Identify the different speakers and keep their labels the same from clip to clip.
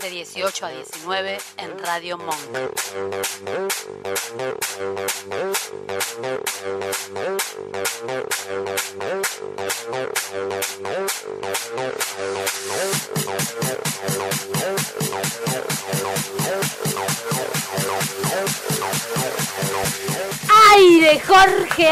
Speaker 1: De 18 a 19 en Radio Monk.
Speaker 2: Aire, Jorge,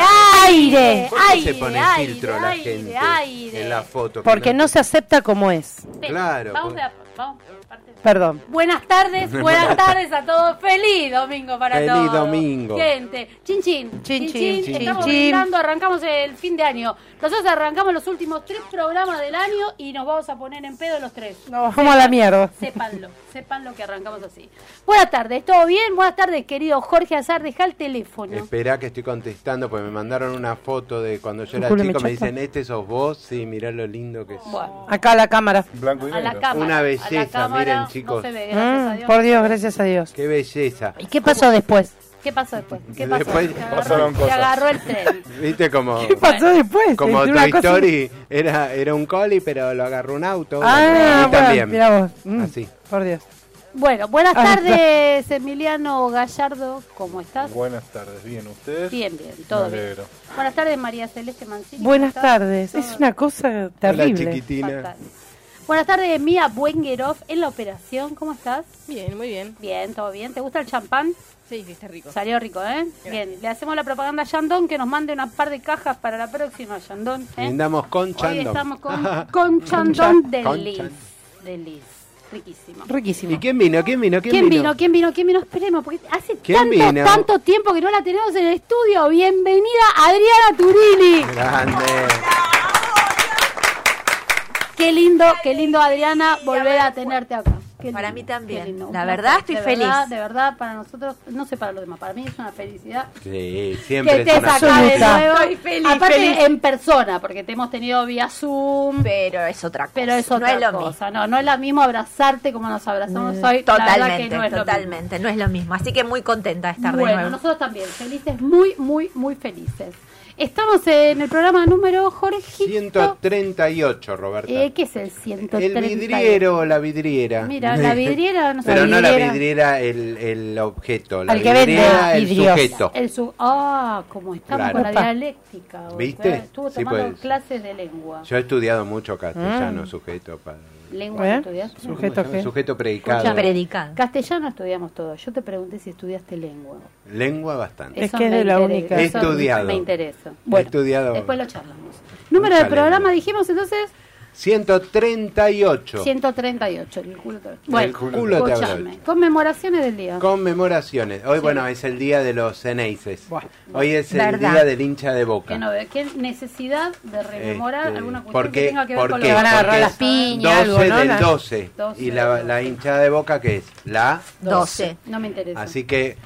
Speaker 2: aire.
Speaker 3: ¿Por qué
Speaker 2: aire,
Speaker 3: se pone
Speaker 2: aire,
Speaker 3: filtro la
Speaker 2: aire,
Speaker 3: gente
Speaker 2: aire.
Speaker 3: en la foto?
Speaker 4: Porque no se acepta como es.
Speaker 3: Claro,
Speaker 2: Vamos
Speaker 3: por-
Speaker 2: de a- vamos por partes.
Speaker 4: Perdón.
Speaker 2: Buenas tardes, buenas tardes a todos. Feliz domingo para
Speaker 3: Feliz
Speaker 2: todos.
Speaker 3: domingo.
Speaker 2: Gente, chin chin.
Speaker 4: Chin, chin, chin,
Speaker 2: Estamos
Speaker 4: chin.
Speaker 2: brindando, arrancamos el fin de año. Nosotros arrancamos los últimos tres programas del año y nos vamos a poner en pedo los tres.
Speaker 4: Nos vamos a la mierda.
Speaker 2: Sépanlo, sépanlo que arrancamos así. Buenas tardes, ¿todo bien? Buenas tardes, querido Jorge Azar, deja el teléfono.
Speaker 3: Esperá que estoy contestando, porque me mandaron una foto de cuando yo era
Speaker 4: Culo
Speaker 3: chico,
Speaker 4: me
Speaker 3: me
Speaker 4: chapa.
Speaker 3: dicen, este sos vos, sí, mirá lo lindo que es.
Speaker 2: Bueno,
Speaker 4: Acá la cámara.
Speaker 5: Blanco y
Speaker 2: a la
Speaker 5: negro.
Speaker 2: cámara.
Speaker 3: Una
Speaker 2: a la
Speaker 3: belleza,
Speaker 2: cámara
Speaker 3: miren, chicos.
Speaker 2: No se ve, gracias a
Speaker 4: Mm,
Speaker 2: Dios.
Speaker 4: por Dios, gracias a Dios.
Speaker 3: ¡Qué belleza!
Speaker 4: ¿Y qué pasó después?
Speaker 2: ¿Qué pasó después? ¿Qué pasó?
Speaker 3: Después
Speaker 2: Se
Speaker 5: pasaron
Speaker 2: Se
Speaker 5: cosas.
Speaker 2: agarró el tren.
Speaker 3: ¿Viste como,
Speaker 4: ¿Qué pasó después?
Speaker 3: como
Speaker 4: Entre una
Speaker 3: Toy
Speaker 4: cosa y-
Speaker 3: Story? Era, era un coli, pero lo agarró un auto.
Speaker 4: Ah,
Speaker 3: a mí
Speaker 4: bueno,
Speaker 3: también.
Speaker 4: mira vos. Mm,
Speaker 3: Así.
Speaker 4: Por Dios.
Speaker 2: Bueno, buenas
Speaker 4: Ah,
Speaker 2: tardes, Emiliano Gallardo. ¿Cómo estás?
Speaker 5: Buenas tardes, bien, ¿ustedes?
Speaker 2: Bien, bien, todo
Speaker 5: Me
Speaker 2: bien.
Speaker 5: alegro.
Speaker 2: Buenas tardes, María Celeste Mancini.
Speaker 4: Buenas
Speaker 2: ¿Cómo estás?
Speaker 4: tardes.
Speaker 2: Todo
Speaker 4: Es una cosa
Speaker 3: Hola,
Speaker 4: terrible.
Speaker 3: chiquitina.
Speaker 2: fatal. ¿Eh? Buenas tardes, Mía Buenguerov en la operación. ¿Cómo estás?
Speaker 6: Bien, muy bien.
Speaker 2: Bien, todo bien. ¿Te gusta el champán?
Speaker 6: Sí, sí, está rico.
Speaker 2: Salió rico, ¿eh? Bien, le hacemos la propaganda a Yandón que nos mande unas par de cajas para la próxima, Yandón. ¿eh?
Speaker 3: Brindamos con
Speaker 2: Hoy
Speaker 3: Chando.
Speaker 2: estamos con, con Yandón de
Speaker 3: con
Speaker 2: Liz.
Speaker 3: Chan-
Speaker 2: De Liz. Riquísimo.
Speaker 3: ¿Y
Speaker 4: Riquísimo.
Speaker 3: quién vino? ¿Quién vino? ¿Quién,
Speaker 2: ¿Quién vino? ¿Quién vino? ¿Quién vino? Esperemos, porque hace
Speaker 3: ¿Quién
Speaker 2: tanto,
Speaker 3: vino?
Speaker 2: tanto tiempo que no la tenemos en el estudio. Bienvenida Adriana Turini.
Speaker 3: Grande.
Speaker 2: Qué lindo, qué lindo Adriana volver a tenerte acá. Qué
Speaker 7: Para mí también.
Speaker 2: qué lindo. Un
Speaker 7: La
Speaker 2: placer.
Speaker 7: verdad, estoy
Speaker 2: De verdad,
Speaker 7: feliz.
Speaker 2: De verdad, para nosotros, no sé para los demás, para mí es una felicidad.
Speaker 3: Sí,
Speaker 2: Que
Speaker 3: siempre
Speaker 2: te
Speaker 3: es una-
Speaker 2: acá de
Speaker 4: absoluta.
Speaker 2: nuevo.
Speaker 7: Estoy feliz,
Speaker 2: Aparte
Speaker 7: feliz.
Speaker 2: en persona, porque te hemos tenido vía Zoom.
Speaker 7: Pero es otra cosa.
Speaker 2: Pero es otra
Speaker 7: no es lo mismo. Mm.
Speaker 2: cosa, no, no es la mismo abrazarte como nos abrazamos hoy. La verdad que
Speaker 7: Totalmente,
Speaker 2: no es lo mismo.
Speaker 7: totalmente. No es lo mismo. Así que muy contenta de estar de
Speaker 2: Bueno,
Speaker 7: nuevo.
Speaker 2: nosotros también, felices, muy, muy, muy felices. Estamos en el programa número Jorgito.
Speaker 3: 138, Roberta.
Speaker 2: Eh, ¿Qué es el 130?
Speaker 3: El vidriero o la vidriera.
Speaker 2: Mira, la vidriera, no sé,
Speaker 3: Pero no la
Speaker 4: vidriera.
Speaker 3: vidriera, el, el objeto. La
Speaker 4: Al que vende
Speaker 3: vidriera, el
Speaker 4: vidrios.
Speaker 3: sujeto.
Speaker 2: El su- ah, como estamos
Speaker 3: Claro.
Speaker 2: con la
Speaker 4: Opa.
Speaker 2: dialéctica. hoy,
Speaker 3: ¿Viste?
Speaker 2: claro, Estuvo
Speaker 3: Sí,
Speaker 2: tomando
Speaker 3: pues.
Speaker 2: clases de lengua.
Speaker 3: Yo he estudiado mucho castellano, sujeto. Para...
Speaker 2: ¿Lengua
Speaker 4: ¿Eh?
Speaker 2: no estudiaste?
Speaker 3: ¿Cómo
Speaker 4: Sujeto
Speaker 3: se llama?
Speaker 4: qué?
Speaker 3: Sujeto predicado.
Speaker 2: Escuchame.
Speaker 7: Predicado.
Speaker 2: Castellano estudiamos todo. Yo te pregunté si estudiaste lengua.
Speaker 3: Lengua bastante.
Speaker 4: Es
Speaker 2: Eso
Speaker 4: que es
Speaker 2: me
Speaker 4: de la
Speaker 2: interesa,
Speaker 4: única.
Speaker 2: eso
Speaker 3: Estudiado.
Speaker 2: Me interesa.
Speaker 3: he estudiado
Speaker 2: Después lo charlamos. Número de
Speaker 3: Mucha lengua.
Speaker 2: programa, dijimos entonces.
Speaker 3: 138.
Speaker 2: 138, el culo te- Bueno,
Speaker 3: culo te habrá
Speaker 2: escúchame,
Speaker 3: dicho.
Speaker 2: Conmemoraciones del día.
Speaker 3: Conmemoraciones. Hoy, bueno, es el día de los ceneices. Hoy es el
Speaker 7: Verdad.
Speaker 3: día del hincha de boca.
Speaker 2: Que no veo, ¿Qué necesidad de rememorar
Speaker 3: Este,
Speaker 2: alguna cuestión
Speaker 3: ¿por qué?
Speaker 2: que tenga que ver
Speaker 3: ¿Por
Speaker 2: con
Speaker 3: qué?
Speaker 2: lo
Speaker 4: Van a agarrar
Speaker 3: Porque
Speaker 4: las
Speaker 3: es
Speaker 4: piñas, algo,
Speaker 3: 12
Speaker 4: ¿no?
Speaker 3: del
Speaker 4: La-
Speaker 3: 12.
Speaker 2: 12
Speaker 3: y la,
Speaker 2: del
Speaker 3: la
Speaker 2: 12.
Speaker 3: hinchada de boca, que es la.
Speaker 7: 12.
Speaker 2: No me interesa.
Speaker 3: Así que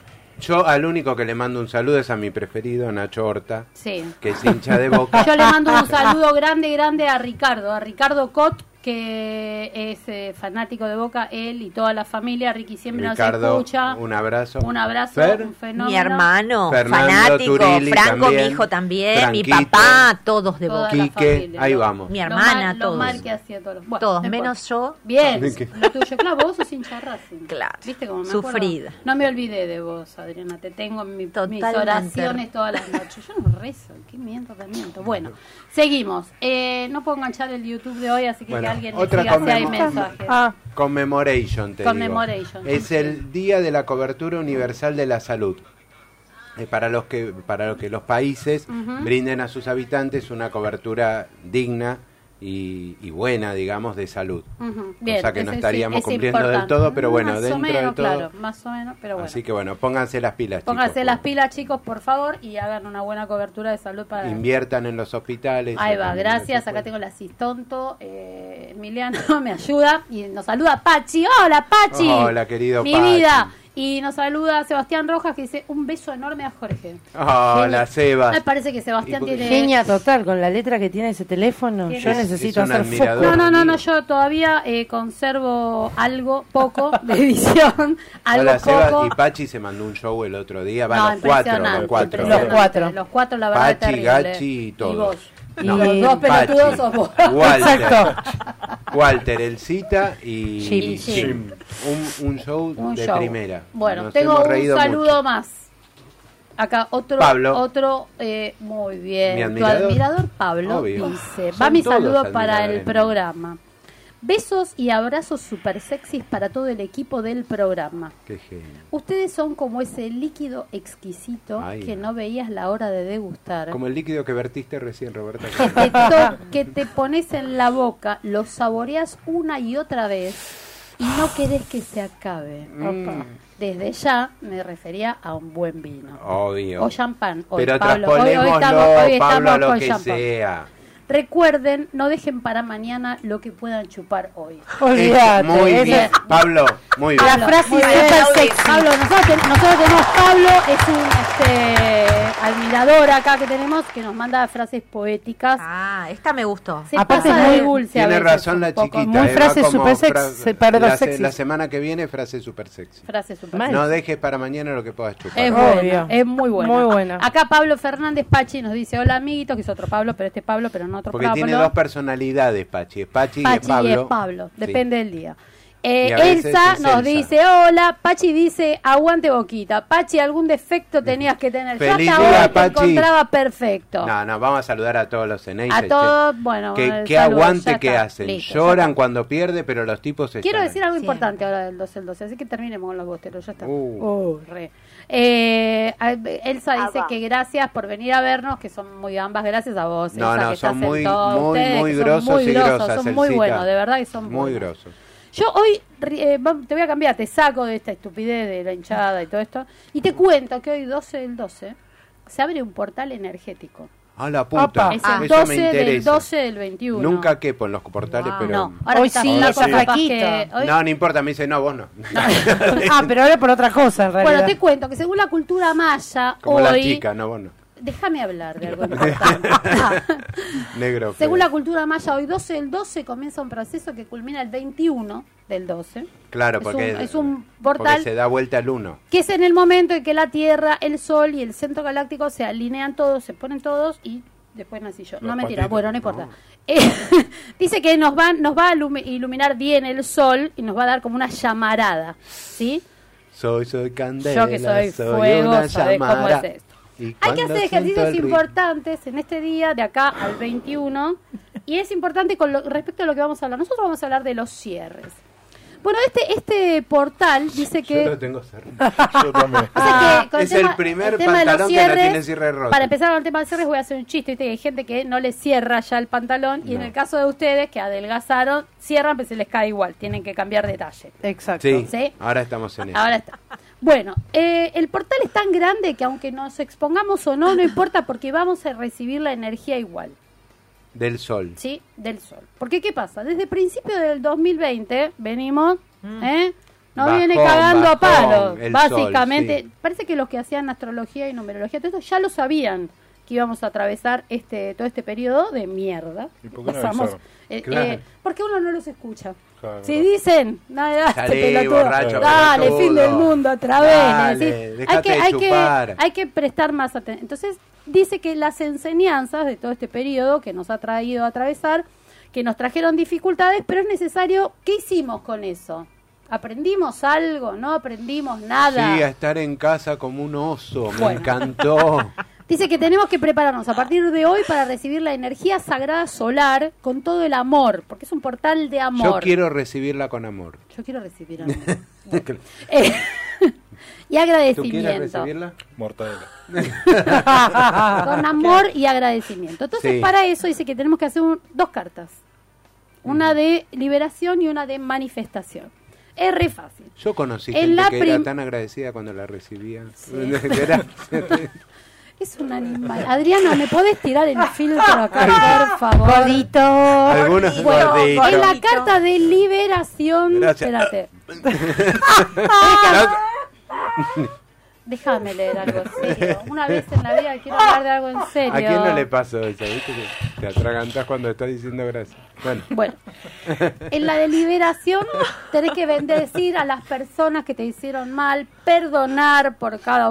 Speaker 3: yo al único que le mando un saludo es a mi preferido, Nacho Horta,
Speaker 2: Sí.
Speaker 3: que es hincha de boca.
Speaker 2: Yo le mando un saludo grande, grande a Ricardo, a Ricardo Cot, que es eh, fanático de Boca, él y toda la familia. Ricky siempre
Speaker 3: Ricardo,
Speaker 2: nos escucha.
Speaker 3: un abrazo.
Speaker 2: Un abrazo,
Speaker 3: Fer,
Speaker 2: un fenómeno.
Speaker 7: Mi hermano,
Speaker 3: Fernando
Speaker 7: fanático,
Speaker 3: Turilli
Speaker 7: Franco,
Speaker 3: también,
Speaker 7: mi hijo también, mi
Speaker 3: Franquito.
Speaker 7: papá, todos de
Speaker 2: Toda
Speaker 7: boca.
Speaker 2: la
Speaker 3: Quique,
Speaker 2: familia,
Speaker 3: ahí
Speaker 2: lo-
Speaker 3: vamos.
Speaker 7: Mi
Speaker 2: lo
Speaker 7: hermana,
Speaker 2: mal- lo
Speaker 7: todos.
Speaker 2: mal que hacía todos. los- Bueno,
Speaker 7: Todos,
Speaker 2: no importa.
Speaker 7: menos yo.
Speaker 2: Bien,
Speaker 3: ¿Qué?
Speaker 2: lo tuyo. Claro, vos sos hincha de Racing.
Speaker 7: Claro.
Speaker 2: ¿Viste cómo me
Speaker 7: Sufrida.
Speaker 2: acuerdo? No me olvidé de vos, Adriana. Te tengo en mi- mis
Speaker 7: Totalmente.
Speaker 2: oraciones todas las noches. Yo no rezo. Qué miento, te miento. Bueno, seguimos. Eh, no puedo enganchar el YouTube de hoy, así que
Speaker 3: Bueno,
Speaker 2: que alguien me
Speaker 3: otra
Speaker 2: diga si hay
Speaker 3: conmemo-
Speaker 2: mensajes.
Speaker 4: Ah,
Speaker 3: Commemoration, te digo.
Speaker 2: Commemoration,
Speaker 3: Es el día de la cobertura universal de la salud. Eh, para los que para los que los países brinden a sus habitantes una cobertura digna y, y buena, digamos, de salud.
Speaker 2: Ujú,
Speaker 3: Cosa que no
Speaker 2: ese sí,
Speaker 3: estaríamos
Speaker 2: es
Speaker 3: cumpliendo del
Speaker 2: importante.
Speaker 3: todo, pero bueno,
Speaker 2: más
Speaker 3: dentro
Speaker 2: o
Speaker 3: de
Speaker 2: menos,
Speaker 3: todo.
Speaker 2: Claro, más o menos, pero bueno.
Speaker 3: Así que bueno, pónganse las pilas. chicos.
Speaker 2: Pónganse las pilas, chicos, por favor, y hagan una buena cobertura de salud para
Speaker 3: Inviertan en los hospitales.
Speaker 2: Ahí va,
Speaker 3: Acá,
Speaker 2: gracias.
Speaker 3: se
Speaker 2: Acá
Speaker 3: puede.
Speaker 2: tengo la cistonto. Eh, Emiliano me ayuda y nos saluda Pachi. Hola, Pachi.
Speaker 3: Hola, querido
Speaker 2: Mi
Speaker 3: Pachi.
Speaker 2: vida. Y nos saluda Sebastián Rojas que dice un beso enorme a Jorge.
Speaker 3: Hola, Sebas.
Speaker 2: Me parece que Sebastián
Speaker 3: Y porque-
Speaker 2: tiene...
Speaker 4: Genia total, con la letra que tiene ese teléfono.
Speaker 2: Tiene-
Speaker 4: Yo
Speaker 2: Es-
Speaker 4: necesito
Speaker 3: es un
Speaker 4: hacer foco.
Speaker 3: admirador.
Speaker 2: No, no, no, no, yo todavía eh, conservo algo, poco de edición, algo
Speaker 3: Hola,
Speaker 2: poco.
Speaker 3: Sebas. Y Pachi se mandó un show el otro día. Va,
Speaker 2: No,
Speaker 3: los cuatro,
Speaker 2: impresionante,
Speaker 3: los cuatro.
Speaker 2: impresionante.
Speaker 4: Los cuatro.
Speaker 2: Los cuatro, la verdad,
Speaker 3: Pachi,
Speaker 2: terrible.
Speaker 3: Gachi y todos.
Speaker 2: vos.
Speaker 3: No.
Speaker 2: Los dos
Speaker 3: Pachi,
Speaker 2: pelotudos sos vos.
Speaker 3: Walter,
Speaker 4: Exacto.
Speaker 3: Walter, el Cita y
Speaker 4: Jim.
Speaker 2: Y Jim.
Speaker 3: Un, un show
Speaker 2: Un
Speaker 3: de
Speaker 2: show.
Speaker 3: primera.
Speaker 2: Bueno,
Speaker 3: Nos
Speaker 2: tengo
Speaker 3: hemos
Speaker 2: un
Speaker 3: reído
Speaker 2: saludo
Speaker 3: mucho.
Speaker 2: más. Acá otro,
Speaker 3: Pablo.
Speaker 2: otro, eh, muy bien.
Speaker 3: Mi
Speaker 2: Tu
Speaker 3: admirador.
Speaker 2: admirador Pablo
Speaker 3: Obvio.
Speaker 2: dice,
Speaker 3: Son
Speaker 2: va mi
Speaker 3: todos
Speaker 2: saludo para el
Speaker 3: admiradores míos.
Speaker 2: programa. Besos y abrazos super sexys para todo el equipo del programa.
Speaker 3: Qué genio.
Speaker 2: Ustedes son como ese líquido exquisito
Speaker 3: Ay.
Speaker 2: que no veías la hora de degustar.
Speaker 3: Como el líquido que vertiste recién, Roberta.
Speaker 2: Que te, to- que te pones en la boca, lo saboreas una y otra vez y no querés que se acabe.
Speaker 3: Mm.
Speaker 2: Opa. Desde ya me refería a un buen vino.
Speaker 3: Obvio.
Speaker 2: O champán. Hoy,
Speaker 3: Pero
Speaker 2: Pablo, hoy- hoy
Speaker 3: transponémoslo,
Speaker 2: estamos, hoy
Speaker 3: Pablo, a
Speaker 2: estamos
Speaker 3: lo
Speaker 2: con
Speaker 3: que
Speaker 2: champán.
Speaker 3: sea.
Speaker 2: Recuerden, no dejen para mañana lo que puedan chupar hoy.
Speaker 4: Olvídate.
Speaker 3: muy
Speaker 4: esa-
Speaker 3: bien. Pablo, muy bien.
Speaker 4: La frase
Speaker 2: muy bien,
Speaker 4: super
Speaker 7: Claudia.
Speaker 4: sexy.
Speaker 2: Pablo, nosotros, ten- nosotros tenemos Pablo, es un este, admirador acá que tenemos que nos manda frases poéticas.
Speaker 7: Ah, esta me gustó.
Speaker 2: Se
Speaker 4: Aparte
Speaker 2: pasa
Speaker 4: es muy
Speaker 2: de dulce a
Speaker 3: Tiene
Speaker 2: veces
Speaker 3: razón la
Speaker 2: un poco.
Speaker 3: chiquita.
Speaker 4: muy
Speaker 3: eh, va
Speaker 4: frase
Speaker 3: como
Speaker 4: super sex-
Speaker 3: fra-
Speaker 4: perdón,
Speaker 3: la, se-
Speaker 4: sexy.
Speaker 3: la semana que viene, frase super sexy.
Speaker 2: Frase super
Speaker 4: Mal.
Speaker 3: No dejes para mañana lo que puedas chupar.
Speaker 2: Es
Speaker 4: Obvio.
Speaker 2: buena, es muy buena.
Speaker 4: Muy buena.
Speaker 2: Acá Pablo Fernández Pachi nos dice, hola amiguitos, que es otro Pablo, pero este es Pablo, pero no otro
Speaker 3: Porque
Speaker 2: Pablo.
Speaker 3: tiene dos personalidades, Pachi. Es Pachi, y
Speaker 2: Pachi
Speaker 3: es Pablo.
Speaker 2: y es Pablo,
Speaker 3: Sí.
Speaker 2: depende del día. Eh,
Speaker 3: Y a veces
Speaker 2: Elsa
Speaker 3: es
Speaker 2: nos
Speaker 3: Elsa.
Speaker 2: dice, hola, Pachi dice, aguante boquita. Pachi, algún defecto tenías que tener.
Speaker 3: Feliz
Speaker 2: Yo hasta
Speaker 3: día,
Speaker 2: ahora te
Speaker 3: Pachi.
Speaker 2: encontraba perfecto.
Speaker 3: No, no, vamos a saludar a todos los Ceneices.
Speaker 2: A
Speaker 3: che.
Speaker 2: todos, bueno,
Speaker 3: Que,
Speaker 2: eh,
Speaker 3: que
Speaker 2: saludos, ya
Speaker 3: aguante que
Speaker 2: está.
Speaker 3: hacen.
Speaker 2: Listo, ya
Speaker 3: Lloran
Speaker 2: está.
Speaker 3: cuando pierde, pero los tipos están
Speaker 2: Quiero decir
Speaker 3: ahí.
Speaker 2: algo
Speaker 7: Sí.
Speaker 2: importante ahora del 12 al 12, así que terminemos con los bosteros, ya está.
Speaker 3: Uh.
Speaker 2: Oh, re. Eh, a- Elsa
Speaker 4: Ah,
Speaker 2: dice que gracias por venir a vernos, que son muy ambas, gracias a vos.
Speaker 3: No,
Speaker 2: Elsa,
Speaker 3: no,
Speaker 2: que
Speaker 3: son
Speaker 2: estás en
Speaker 3: muy,
Speaker 2: todo,
Speaker 3: muy,
Speaker 2: ustedes,
Speaker 3: muy
Speaker 2: que son
Speaker 3: grosos
Speaker 2: muy
Speaker 3: y
Speaker 2: grosos,
Speaker 3: grosas.
Speaker 2: son muy
Speaker 3: Celsita.
Speaker 2: buenos, de verdad que son
Speaker 3: Muy
Speaker 2: buenos.
Speaker 3: grosos.
Speaker 2: Yo hoy eh, va- te voy a cambiar, te saco de esta estupidez de la hinchada y todo esto, y te cuento que hoy 12 del 12 se abre un portal energético.
Speaker 3: A la puta.
Speaker 4: Apa.
Speaker 2: Es
Speaker 7: Ah,
Speaker 2: el
Speaker 3: Eso
Speaker 2: 12
Speaker 3: me
Speaker 2: del
Speaker 3: interesa.
Speaker 2: 12 del 21.
Speaker 3: Nunca quepo en los portales,
Speaker 7: Wow.
Speaker 3: pero.
Speaker 2: No, ahora
Speaker 4: Hoy
Speaker 2: estás
Speaker 4: sí,
Speaker 2: flaco,
Speaker 4: está
Speaker 2: capaz
Speaker 4: flaquito.
Speaker 2: que- hoy-
Speaker 3: No, no importa, me dice, no, vos no.
Speaker 4: Ah, pero ahora por otra cosa, en realidad.
Speaker 2: Bueno, te cuento que según la cultura maya,
Speaker 3: Como
Speaker 2: hoy.
Speaker 3: la chica, no, vos no.
Speaker 2: Déjame hablar de algo importante. Ah,
Speaker 3: Negro. feo.
Speaker 2: según la cultura maya, hoy 12 del 12 comienza un proceso que culmina el 21 del 12.
Speaker 3: Claro,
Speaker 2: es
Speaker 3: porque
Speaker 2: un- es un
Speaker 3: porque
Speaker 2: portal-
Speaker 3: se da vuelta al uno.
Speaker 2: Que es en el momento en que la Tierra, el Sol y el centro galáctico se alinean todos, se ponen todos y después nací yo. No mentira, bueno, no importa. Eh, dice que nos, van, nos va a ilumi- iluminar bien el Sol y nos va a dar como una llamarada. ¿Sí?
Speaker 3: Soy, soy candela.
Speaker 2: Yo que soy fuego,
Speaker 3: una
Speaker 2: ¿sabés cómo
Speaker 3: llamada.
Speaker 2: es esto?
Speaker 3: Y
Speaker 2: Hay que
Speaker 3: cuando
Speaker 2: hacer
Speaker 3: siento el
Speaker 2: ejercicios
Speaker 3: ritmo-
Speaker 2: importantes en este día, de acá al 21. Y es importante con lo- respecto a lo que vamos a hablar. Nosotros vamos a hablar de los cierres. Bueno, este, este portal dice
Speaker 3: Yo
Speaker 2: que...
Speaker 3: lo tengo cerrado.
Speaker 5: Yo también.
Speaker 2: o sea que con
Speaker 3: es el primer pantalón que no tiene cierre roto.
Speaker 2: Para empezar con el tema de cierres voy a hacer un chiste. ¿viste? que Hay gente que no le cierra ya el pantalón. Y en
Speaker 3: No.
Speaker 2: el caso de ustedes que adelgazaron, cierran, pero se les cae igual. Tienen que cambiar de talle.
Speaker 4: Exacto.
Speaker 3: Sí,
Speaker 2: Sí.
Speaker 3: ahora estamos en eso.
Speaker 2: Ahora está. Bueno, eh, el portal es tan grande que aunque nos expongamos o no, no importa porque vamos a recibir la energía igual,
Speaker 3: Del sol.
Speaker 2: ¿sí? Del sol. Porque, ¿qué pasa? Desde principio del 2020 venimos, ¿eh? Nos
Speaker 3: Mm. Bajón,
Speaker 2: viene cagando a
Speaker 3: bajón,
Speaker 2: palos,
Speaker 3: el
Speaker 2: básicamente.
Speaker 3: sol, sí.
Speaker 2: Parece que los que hacían astrología y numerología, todo esto ya lo sabían que íbamos a atravesar este todo este periodo de mierda.
Speaker 5: ¿Y por qué no avisaron?
Speaker 2: eh,
Speaker 3: Claro.
Speaker 2: eh, porque uno no los escucha.
Speaker 5: Claro.
Speaker 2: Si dicen, nada,
Speaker 3: Salí,
Speaker 2: este pelotudo,
Speaker 3: borracho,
Speaker 2: dale,
Speaker 3: pelotudo.
Speaker 2: fin del mundo, otra vez.
Speaker 3: Dale,
Speaker 2: es decir, hay
Speaker 3: dejate
Speaker 2: que,
Speaker 3: de
Speaker 2: hay, que,
Speaker 3: chupar.
Speaker 2: hay que prestar más atención. Entonces, dice que las enseñanzas de todo este periodo que nos ha traído a atravesar, que nos trajeron dificultades, pero es necesario, ¿qué hicimos con eso? ¿Aprendimos algo? ¿No aprendimos nada?
Speaker 3: Sí, a estar en casa como un oso. Me
Speaker 2: Bueno.
Speaker 3: encantó.
Speaker 2: Dice que tenemos que prepararnos a partir de hoy para recibir la energía sagrada solar con todo el amor, porque es un portal de amor.
Speaker 3: Yo quiero recibirla con amor.
Speaker 2: Yo quiero recibir amor. Bueno. Eh, y
Speaker 3: ¿Tú quieres
Speaker 2: agradecimiento.
Speaker 3: recibirla?
Speaker 5: Mortadela.
Speaker 2: Con amor y agradecimiento. Entonces,
Speaker 3: Ah, Sí.
Speaker 2: para eso dice que tenemos que hacer un- dos cartas.
Speaker 3: Mm.
Speaker 2: Una de liberación y una de manifestación. Es re fácil.
Speaker 3: Yo conocí
Speaker 2: En
Speaker 3: gente
Speaker 2: la
Speaker 3: que era
Speaker 2: prim-
Speaker 3: tan agradecida cuando la recibía. Gracias.
Speaker 2: Es un animal. Adriana, ¿me podés tirar el filtro acá, por favor?
Speaker 4: Gordito.
Speaker 3: Algunos
Speaker 7: Bueno,
Speaker 3: gorditos.
Speaker 2: En la
Speaker 7: Gordito.
Speaker 2: carta de liberación.
Speaker 3: Gracias.
Speaker 2: Espérate.
Speaker 3: Gracias.
Speaker 2: Déjame leer algo en serio. Una vez en la vida quiero hablar de algo en serio.
Speaker 3: ¿A quién no le pasó eso? ¿Viste que te atragantás cuando estás diciendo gracias. Bueno,
Speaker 2: Bueno, en la deliberación tenés que bendecir a las personas que te hicieron mal, perdonar por cada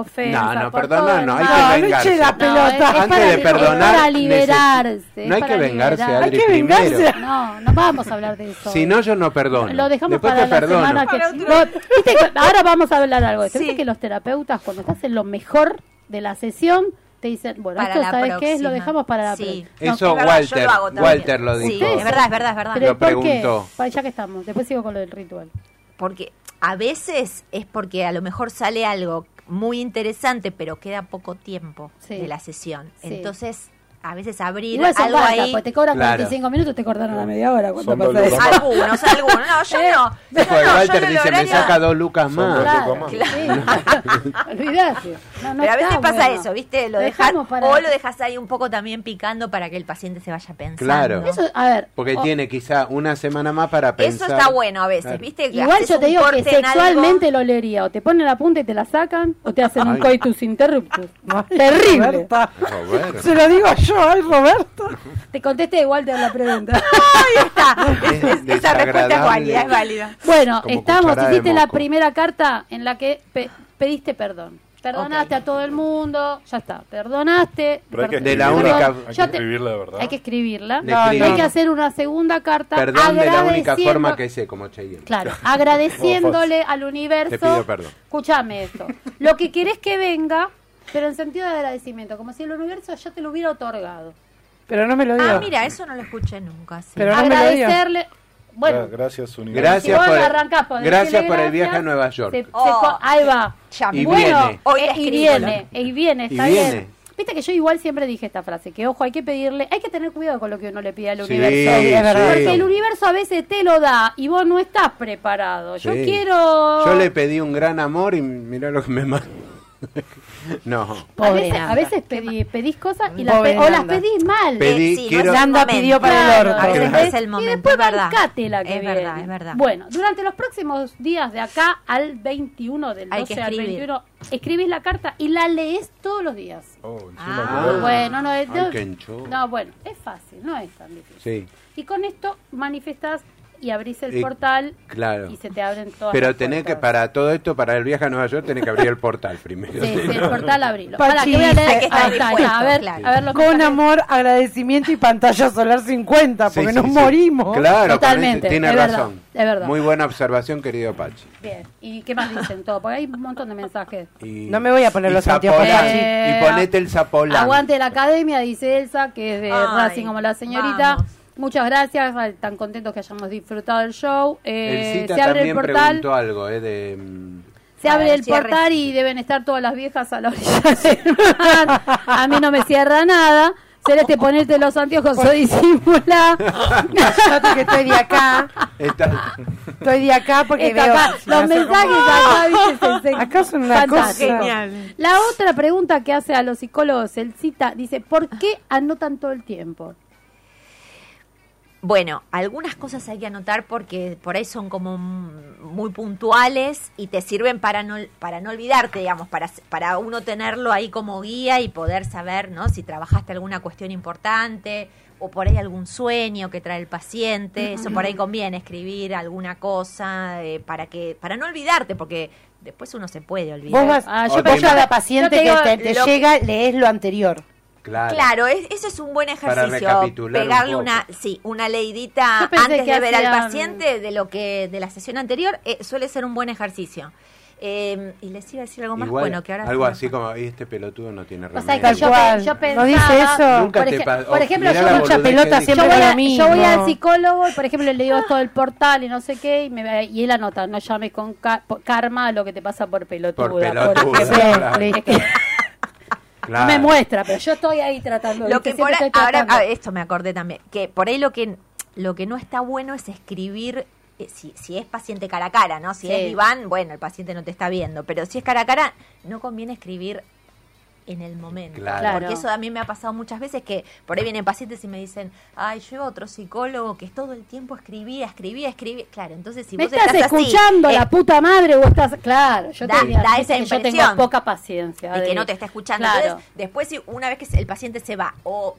Speaker 3: no,
Speaker 2: ofensa.
Speaker 3: no,
Speaker 2: por todo
Speaker 3: perdonar
Speaker 2: el
Speaker 3: no, hay
Speaker 2: mal.
Speaker 4: No,
Speaker 3: que
Speaker 4: no eche
Speaker 3: vengarse.
Speaker 4: la pelota.
Speaker 2: es
Speaker 3: Antes
Speaker 2: para-
Speaker 3: de
Speaker 2: es
Speaker 3: perdonar,
Speaker 2: para
Speaker 3: neces-
Speaker 2: liberarse,
Speaker 3: No hay
Speaker 2: es
Speaker 3: que
Speaker 2: para
Speaker 3: vengarse,
Speaker 2: liberar.
Speaker 3: Adri,
Speaker 4: Hay que
Speaker 3: primero.
Speaker 4: vengarse.
Speaker 2: No, no vamos a hablar de eso.
Speaker 3: Si no, yo no perdono.
Speaker 2: lo dejamos
Speaker 3: Después
Speaker 2: para
Speaker 3: te
Speaker 2: la
Speaker 3: perdono.
Speaker 2: semana que
Speaker 5: Para
Speaker 2: No, viste que- ahora vamos a hablar algo de esto.
Speaker 5: Sí.
Speaker 2: Viste que los terapeutas cuando estás en lo mejor de la sesión te dicen, bueno,
Speaker 7: Para
Speaker 2: esto
Speaker 7: la
Speaker 2: sabes qué es,
Speaker 7: próxima.
Speaker 2: lo dejamos para la
Speaker 7: Sí.
Speaker 2: próxima.
Speaker 3: Eso
Speaker 5: es verdad, yo
Speaker 3: Walter,
Speaker 5: lo hago también.
Speaker 3: Walter lo
Speaker 7: Sí,
Speaker 3: dijo.
Speaker 7: es verdad, es verdad, es verdad.
Speaker 2: Pero
Speaker 3: Lo
Speaker 2: ¿por qué?
Speaker 3: preguntó.
Speaker 2: Pa- Ya que estamos, después sigo con lo del ritual.
Speaker 7: Porque a veces es porque a lo mejor sale algo muy interesante, pero queda poco tiempo
Speaker 2: Sí.
Speaker 7: de la sesión.
Speaker 2: Sí.
Speaker 7: Entonces, a veces abrir
Speaker 2: Igual son
Speaker 7: algo
Speaker 2: bandas,
Speaker 7: ahí.
Speaker 2: porque te cobran
Speaker 3: Claro.
Speaker 2: 45 minutos, te cortaron la media hora. ¿Cuánto
Speaker 6: Son
Speaker 2: pasa
Speaker 6: dos
Speaker 2: eso?
Speaker 6: lucas
Speaker 7: Algunos, algunos. No, yo no.
Speaker 3: Pues
Speaker 7: Yo no, yo
Speaker 3: Walter
Speaker 7: en el
Speaker 3: dice, me
Speaker 7: horario-
Speaker 3: saca dos lucas
Speaker 6: Son
Speaker 3: más.
Speaker 6: dos lucas.
Speaker 2: Claro,
Speaker 6: Claro.
Speaker 2: sí. Olvidate. No, no
Speaker 7: pero a veces
Speaker 2: está
Speaker 7: pasa
Speaker 2: bueno.
Speaker 7: eso, ¿viste? Lo dejas,
Speaker 2: dejamos para-
Speaker 7: O lo dejas ahí un poco también picando para que el paciente se vaya pensando.
Speaker 3: Claro.
Speaker 2: Eso, a ver.
Speaker 3: Porque
Speaker 2: o-
Speaker 3: tiene quizá una semana más para
Speaker 7: Eso
Speaker 3: pensar.
Speaker 7: está bueno a veces,
Speaker 3: Claro.
Speaker 7: ¿viste? Que
Speaker 2: Igual
Speaker 7: haces
Speaker 2: yo te
Speaker 7: un
Speaker 2: digo que
Speaker 7: corte en algo.
Speaker 2: sexualmente lo leería. O te ponen la punta y te la sacan, o te hacen un
Speaker 3: Ay.
Speaker 2: coitus interruptus. Terrible.
Speaker 4: Roberta.
Speaker 3: Roberto.
Speaker 4: Se lo digo yo, ay, Roberto.
Speaker 2: Te contesté igual te la pregunta.
Speaker 5: Ahí está. Es- es- esa respuesta es
Speaker 3: Desagradable.
Speaker 5: válida, es válida.
Speaker 2: bueno,
Speaker 3: Como
Speaker 2: estamos,
Speaker 3: cuchara de
Speaker 2: hiciste la
Speaker 3: moco.
Speaker 2: primera carta en la que pe- pediste perdón. Perdonaste a todo el mundo, ya está, perdonaste.
Speaker 6: Pero hay que
Speaker 2: perdón-
Speaker 3: De la
Speaker 6: escribirla,
Speaker 3: única-
Speaker 2: perdón,
Speaker 6: Hay que
Speaker 2: yo te-
Speaker 6: escribirla de verdad.
Speaker 2: Hay que escribirla.
Speaker 3: Le
Speaker 4: No,
Speaker 3: escribí,
Speaker 4: no.
Speaker 2: Hay que hacer una segunda carta.
Speaker 3: Perdón de la única
Speaker 2: agradeciendo-
Speaker 3: forma que sé, como Cheyenne.
Speaker 2: Claro, agradeciéndole al universo.
Speaker 3: Te pido perdón.
Speaker 2: Escúchame esto. Lo que querés que venga, pero en sentido de agradecimiento, como si el universo ya te lo hubiera otorgado.
Speaker 4: Pero no me lo digo.
Speaker 7: Ah, mira, eso no lo escuché nunca. sí. Ah,
Speaker 4: Pero- no me lo digas.
Speaker 2: Agradecerle. Bueno,
Speaker 6: Gra- gracias, universo.
Speaker 2: si
Speaker 3: Gracias
Speaker 2: vos
Speaker 3: por el-
Speaker 2: arrancás por
Speaker 3: gracias
Speaker 2: decirle
Speaker 3: por el
Speaker 2: gracias,
Speaker 3: viaje a Nueva York.
Speaker 2: se- se
Speaker 7: Oh.
Speaker 2: co- ahí va.
Speaker 7: Ya
Speaker 3: Y
Speaker 2: bueno,
Speaker 3: viene.
Speaker 7: Hoy
Speaker 2: eh, y
Speaker 7: escribo.
Speaker 2: viene, y viene, está
Speaker 3: Y
Speaker 2: bien.
Speaker 3: viene.
Speaker 2: Viste que yo igual siempre dije esta frase, que ojo, hay que pedirle, hay que tener cuidado con lo que uno le pide al
Speaker 3: Sí,
Speaker 2: universo.
Speaker 4: es verdad.
Speaker 2: Porque
Speaker 3: sí.
Speaker 2: el universo a veces te lo da y vos no estás preparado. Yo
Speaker 3: Sí.
Speaker 2: quiero...
Speaker 3: Yo le pedí un gran amor y mirá lo que me mandó. no.
Speaker 2: A
Speaker 4: Pobre
Speaker 2: veces,
Speaker 4: Nanda.
Speaker 2: a veces pedí- pedís cosas y las
Speaker 4: Pobre
Speaker 2: pe- o las
Speaker 4: Nanda.
Speaker 2: pedís mal.
Speaker 7: Eh,
Speaker 3: Pedí-
Speaker 7: sí, no
Speaker 3: quiero-
Speaker 7: es el
Speaker 4: Nanda
Speaker 7: momento.
Speaker 4: pidió para el
Speaker 2: Claro,
Speaker 4: orto.
Speaker 7: A veces no es
Speaker 2: ¿entendés?
Speaker 7: el momento,
Speaker 2: y después
Speaker 7: es verdad.
Speaker 2: bancátela que
Speaker 7: es
Speaker 2: viene.
Speaker 7: verdad, es verdad.
Speaker 2: Bueno, durante los próximos días de acá al 21 del
Speaker 7: Hay
Speaker 2: 12
Speaker 7: que
Speaker 2: al
Speaker 7: escribir.
Speaker 2: 21 escribís la carta y la lees todos los días.
Speaker 6: Oh, encima
Speaker 7: Ah.
Speaker 6: que-
Speaker 2: Bueno, no es
Speaker 3: Ay, qué enchó.
Speaker 2: No, bueno, es fácil, no es tan difícil.
Speaker 3: Sí.
Speaker 2: Y con esto manifestás y abrís el
Speaker 3: Eh,
Speaker 2: portal
Speaker 3: claro.
Speaker 2: y se te abren todas
Speaker 3: Pero
Speaker 2: las
Speaker 3: tenés que,
Speaker 2: puertas.
Speaker 3: para todo esto, para el viaje a Nueva York, tenés que abrir el portal primero.
Speaker 2: Sí, sí, el portal abrilo.
Speaker 4: Pachi,
Speaker 2: Pará, que voy a leer.
Speaker 4: hay
Speaker 7: que estar
Speaker 2: Ahí está, ahí está, a ver,
Speaker 7: dispuesto,
Speaker 2: a ver lo que
Speaker 4: Con amor, agradecimiento y pantalla solar 50,
Speaker 3: Sí,
Speaker 4: porque
Speaker 3: sí,
Speaker 4: nos
Speaker 3: sí.
Speaker 4: morimos.
Speaker 3: Claro,
Speaker 2: Totalmente,
Speaker 3: ponete- tiene
Speaker 2: es verdad,
Speaker 3: razón.
Speaker 2: es verdad.
Speaker 3: Muy buena observación, querido Pachi.
Speaker 2: Bien, ¿y qué más dicen todo? Porque hay un montón de mensajes.
Speaker 3: Y-
Speaker 4: No me voy a poner
Speaker 3: y
Speaker 4: los
Speaker 3: Zapolán.
Speaker 4: anteojos, Pachi.
Speaker 2: Eh,
Speaker 3: Y ponete el zapolán.
Speaker 2: Aguante la academia, dice Elsa, que es de
Speaker 7: Ay,
Speaker 2: Racing como la señorita.
Speaker 7: vamos.
Speaker 2: Muchas gracias, ay, tan contentos que hayamos disfrutado del show.
Speaker 3: El
Speaker 2: Eh,
Speaker 3: Cita
Speaker 2: se abre el
Speaker 3: también
Speaker 2: portal,
Speaker 3: preguntó algo, eh, de... mm,
Speaker 2: se abre
Speaker 7: Para
Speaker 2: el
Speaker 7: el cierre.
Speaker 2: portal y deben estar todas las viejas a la orilla del mar. A mí no me cierra nada. Celeste, ponerte los anteojos o disimula.
Speaker 4: Fíjate que estoy de acá,
Speaker 3: Está-
Speaker 4: estoy de acá porque
Speaker 2: Esta
Speaker 4: veo...
Speaker 2: acá,
Speaker 4: si me
Speaker 2: los
Speaker 4: acerco-
Speaker 2: mensajes acá, viste, se- se-
Speaker 4: Acá son una
Speaker 2: Fantástico.
Speaker 4: cosa.
Speaker 7: Genial.
Speaker 2: La otra pregunta que hace a los psicólogos el cita dice, ¿por qué anotan todo el tiempo?
Speaker 7: Bueno, algunas cosas hay que anotar porque por ahí son como mm, muy puntuales y te sirven para no, para no olvidarte, digamos, para, para uno tenerlo ahí como guía y poder saber, ¿no? Si trabajaste alguna cuestión importante o por ahí algún sueño que trae el paciente, eso por ahí conviene escribir alguna cosa eh, para que para no olvidarte porque después uno se puede olvidar.
Speaker 4: Vos vas,
Speaker 2: Ah,
Speaker 4: ah,
Speaker 2: yo
Speaker 4: yo
Speaker 3: pensaba-
Speaker 4: a la
Speaker 2: yo
Speaker 4: paciente
Speaker 2: te digo
Speaker 4: que te, te
Speaker 2: lo-
Speaker 4: llega, lees lo anterior.
Speaker 3: claro.
Speaker 7: Claro, es- eso es un buen
Speaker 3: Para
Speaker 7: ejercicio.
Speaker 3: recapitular un
Speaker 7: Pegarle
Speaker 3: poco.
Speaker 7: una, sí, una leidita
Speaker 2: Yo pensé
Speaker 7: antes
Speaker 2: que
Speaker 7: de ver al
Speaker 2: hacían-
Speaker 7: paciente de lo que de la sesión anterior eh, suele ser un buen ejercicio. Eh, y les iba a decir algo más
Speaker 3: Igual,
Speaker 7: bueno que ahora
Speaker 3: algo
Speaker 7: se me
Speaker 3: así
Speaker 7: fue.
Speaker 3: como, "Y este pelotudo no tiene
Speaker 2: O
Speaker 3: remedio.
Speaker 2: sea, que
Speaker 4: Tal
Speaker 2: yo,
Speaker 4: cual.
Speaker 2: pe- yo pensaba...
Speaker 4: No dice eso.
Speaker 3: Nunca
Speaker 2: Por,
Speaker 3: te
Speaker 2: eje-
Speaker 3: pa-
Speaker 2: por
Speaker 3: oh,
Speaker 2: ejemplo,
Speaker 3: mirá
Speaker 2: yo,
Speaker 3: la
Speaker 2: yo
Speaker 4: mucha
Speaker 3: boludez que
Speaker 4: pelota
Speaker 3: dijo.
Speaker 4: siempre
Speaker 2: voy
Speaker 4: lo
Speaker 2: a-
Speaker 4: mismo.
Speaker 2: yo voy al psicólogo y, por ejemplo, le digo esto del portal y no sé qué, y, me, y él anota, no llames con ca- por- karma a lo que te pasa por pelotuda.
Speaker 3: Por pelotuda,
Speaker 2: ejemplo.
Speaker 3: claro.
Speaker 2: Es que
Speaker 3: Claro.
Speaker 2: me muestra, pero yo estoy ahí tratando.
Speaker 7: Lo
Speaker 2: ¿viste?
Speaker 7: que por
Speaker 2: Siempre
Speaker 7: ahí-
Speaker 2: estoy
Speaker 7: ahora
Speaker 2: tratando.
Speaker 7: ah, esto me acordé también que por ahí lo que lo que no está bueno es escribir eh, si, si es paciente cara a cara, ¿no? Si
Speaker 2: Sí.
Speaker 7: es diván, bueno, el paciente no te está viendo, pero si es cara a cara no conviene escribir en el momento.
Speaker 3: Claro.
Speaker 7: Porque eso a mí me ha pasado muchas veces que por ahí vienen pacientes y me dicen, ay, yo iba a otro psicólogo que todo el tiempo escribía, escribía, escribía. Claro, entonces si
Speaker 2: me
Speaker 7: vos
Speaker 2: estás,
Speaker 7: así,
Speaker 2: escuchando,
Speaker 7: eh,
Speaker 2: la puta madre, vos estás. Claro, yo te
Speaker 7: Da-
Speaker 2: diría,
Speaker 7: da
Speaker 2: viste
Speaker 7: esa
Speaker 2: que yo tengo
Speaker 7: impresión.
Speaker 2: poca paciencia.
Speaker 7: de que no te está escuchando.
Speaker 2: Claro.
Speaker 7: Entonces, después, si una vez que se- el paciente se va o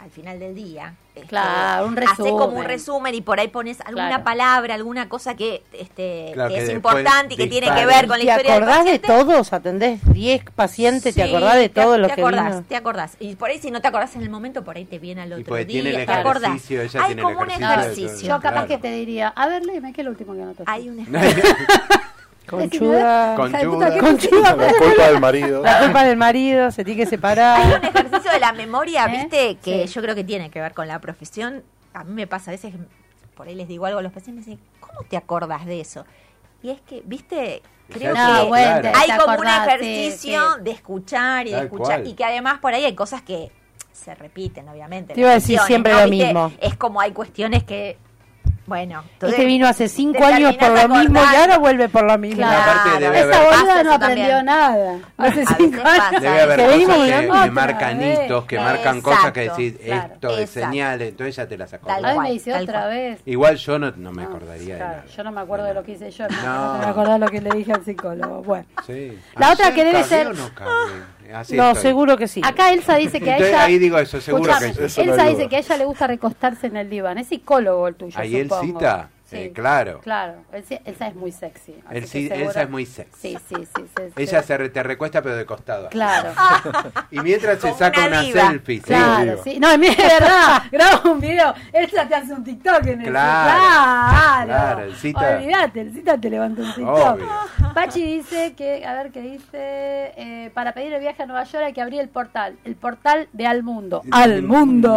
Speaker 7: al final del día, este,
Speaker 2: Claro, un
Speaker 7: haces como un
Speaker 2: resumen.
Speaker 7: resumen y por ahí pones alguna
Speaker 2: Claro.
Speaker 7: palabra, alguna cosa que, este,
Speaker 3: Claro,
Speaker 7: que
Speaker 3: que
Speaker 7: es
Speaker 3: después
Speaker 7: importante y que tiene que
Speaker 3: dispara.
Speaker 7: ver con la
Speaker 4: ¿Te
Speaker 7: historia del
Speaker 4: acordás de
Speaker 7: paciente.
Speaker 4: todos? ¿Atendés 10 pacientes? ¿Te
Speaker 7: Sí,
Speaker 4: acordás de
Speaker 7: te-
Speaker 4: todos
Speaker 7: te
Speaker 4: los que
Speaker 7: acordás,
Speaker 4: vino?
Speaker 7: Te acordás. Y por ahí si no te acordás en el momento, por ahí te viene al otro
Speaker 3: porque
Speaker 7: día.
Speaker 3: tiene el
Speaker 7: te acordás.
Speaker 3: ejercicio, ella
Speaker 7: Hay
Speaker 3: tiene el
Speaker 7: como un
Speaker 3: ejercicio de-
Speaker 7: ejercicio.
Speaker 2: Yo capaz
Speaker 3: Claro.
Speaker 2: que te diría, a ver, léeme, que es lo último que no te
Speaker 7: Hay un ejercicio.
Speaker 3: Con
Speaker 4: Conchuda.
Speaker 2: Con- Hija de puta, ¿qué
Speaker 4: Conchuda.
Speaker 6: La culpa del marido.
Speaker 4: La culpa del marido, se tiene que
Speaker 7: Hay un
Speaker 4: separar.
Speaker 7: este ejercicio de la memoria,
Speaker 2: ¿Eh?
Speaker 7: ¿viste? Que
Speaker 2: Sí.
Speaker 7: yo creo que tiene que ver con la profesión. A mí me pasa a veces, que por ahí les digo algo a los pacientes y me dicen, ¿cómo te acordás de eso? Y es que, ¿viste? Creo
Speaker 3: Exacto.
Speaker 7: que
Speaker 3: No, bueno, te-
Speaker 7: hay
Speaker 2: te
Speaker 7: como
Speaker 2: acordás,
Speaker 7: un
Speaker 2: sí,
Speaker 7: ejercicio
Speaker 2: sí.
Speaker 7: de escuchar y de
Speaker 3: Tal
Speaker 7: escuchar.
Speaker 3: cual.
Speaker 7: Y que además por ahí hay cosas que se repiten, obviamente.
Speaker 4: Te iba a decir
Speaker 7: Cuestiones,
Speaker 4: siempre
Speaker 7: ¿no?
Speaker 4: lo
Speaker 7: ¿Viste?
Speaker 4: mismo.
Speaker 7: Es como hay cuestiones que, bueno.
Speaker 4: Este vino hace 5
Speaker 7: te
Speaker 4: años por lo
Speaker 7: terminás
Speaker 4: mismo y
Speaker 7: acordando.
Speaker 4: ahora vuelve por lo mismo.
Speaker 2: Claro.
Speaker 3: Aparte debe
Speaker 2: Esa
Speaker 3: haber-
Speaker 2: boluda
Speaker 7: Pasa
Speaker 2: no
Speaker 7: eso
Speaker 2: aprendió
Speaker 7: también.
Speaker 2: nada. Hace
Speaker 7: veces
Speaker 2: cinco
Speaker 7: pasa.
Speaker 2: años.
Speaker 3: Debe haber
Speaker 4: Que venimos
Speaker 3: cosas que,
Speaker 4: hablando
Speaker 3: que
Speaker 4: otra
Speaker 3: marcan
Speaker 2: vez.
Speaker 3: hitos, que
Speaker 7: Exacto,
Speaker 3: marcan cosas que decís,
Speaker 7: claro,
Speaker 3: esto es
Speaker 7: exacto.
Speaker 3: señales, entonces ya te las
Speaker 7: Tal
Speaker 2: Ay,
Speaker 3: acordás.
Speaker 7: cual.
Speaker 2: me dice
Speaker 7: tal
Speaker 2: otra
Speaker 7: cual.
Speaker 2: vez.
Speaker 3: Igual yo no, no me acordaría de
Speaker 2: Ah, Claro,
Speaker 3: nada.
Speaker 2: yo no me acuerdo de lo que hice yo.
Speaker 3: No.
Speaker 2: No me acuerdo de lo que le dije al psicólogo. Bueno.
Speaker 3: Sí.
Speaker 2: La otra
Speaker 3: ¿Ayer
Speaker 2: que debe
Speaker 3: cagué
Speaker 2: ser-
Speaker 3: o no cagué? Así
Speaker 4: No,
Speaker 3: estoy.
Speaker 4: seguro que sí.
Speaker 2: Acá Elsa dice que a
Speaker 3: Entonces,
Speaker 2: ella.
Speaker 3: ahí digo eso, seguro
Speaker 2: Escuchame,
Speaker 3: que
Speaker 6: Eso no
Speaker 2: Elsa
Speaker 6: hay
Speaker 2: dice
Speaker 6: duda.
Speaker 2: que a ella le gusta recostarse en el diván. Es psicólogo el tuyo.
Speaker 3: Ahí él
Speaker 2: supongo.
Speaker 3: cita, eh, claro.
Speaker 2: Claro. Elsa, Elsa es muy sexy. así
Speaker 3: Él
Speaker 2: que
Speaker 3: sí-
Speaker 2: seguro-
Speaker 3: Elsa es muy sexy.
Speaker 2: Sí, sí, sí. sí, sí.
Speaker 3: Ella Ah, se re- te recuesta pero de costado.
Speaker 2: Claro.
Speaker 3: Y mientras se
Speaker 7: Como
Speaker 3: saca
Speaker 7: una
Speaker 3: una,
Speaker 7: diva.
Speaker 3: selfie, sí.
Speaker 2: Claro, sí. No, en mí es verdad. Graba un video. Elsa te hace un TikTok en el
Speaker 3: Claro, claro, el cita-
Speaker 2: Olvídate, el cita te levanta un TikTok.
Speaker 3: Obvio.
Speaker 2: Pachi dice que, a ver qué dice, eh, para pedir el viaje a Nueva York hay que abrir el portal. El portal de Al Mundo. ¡Al Mundo!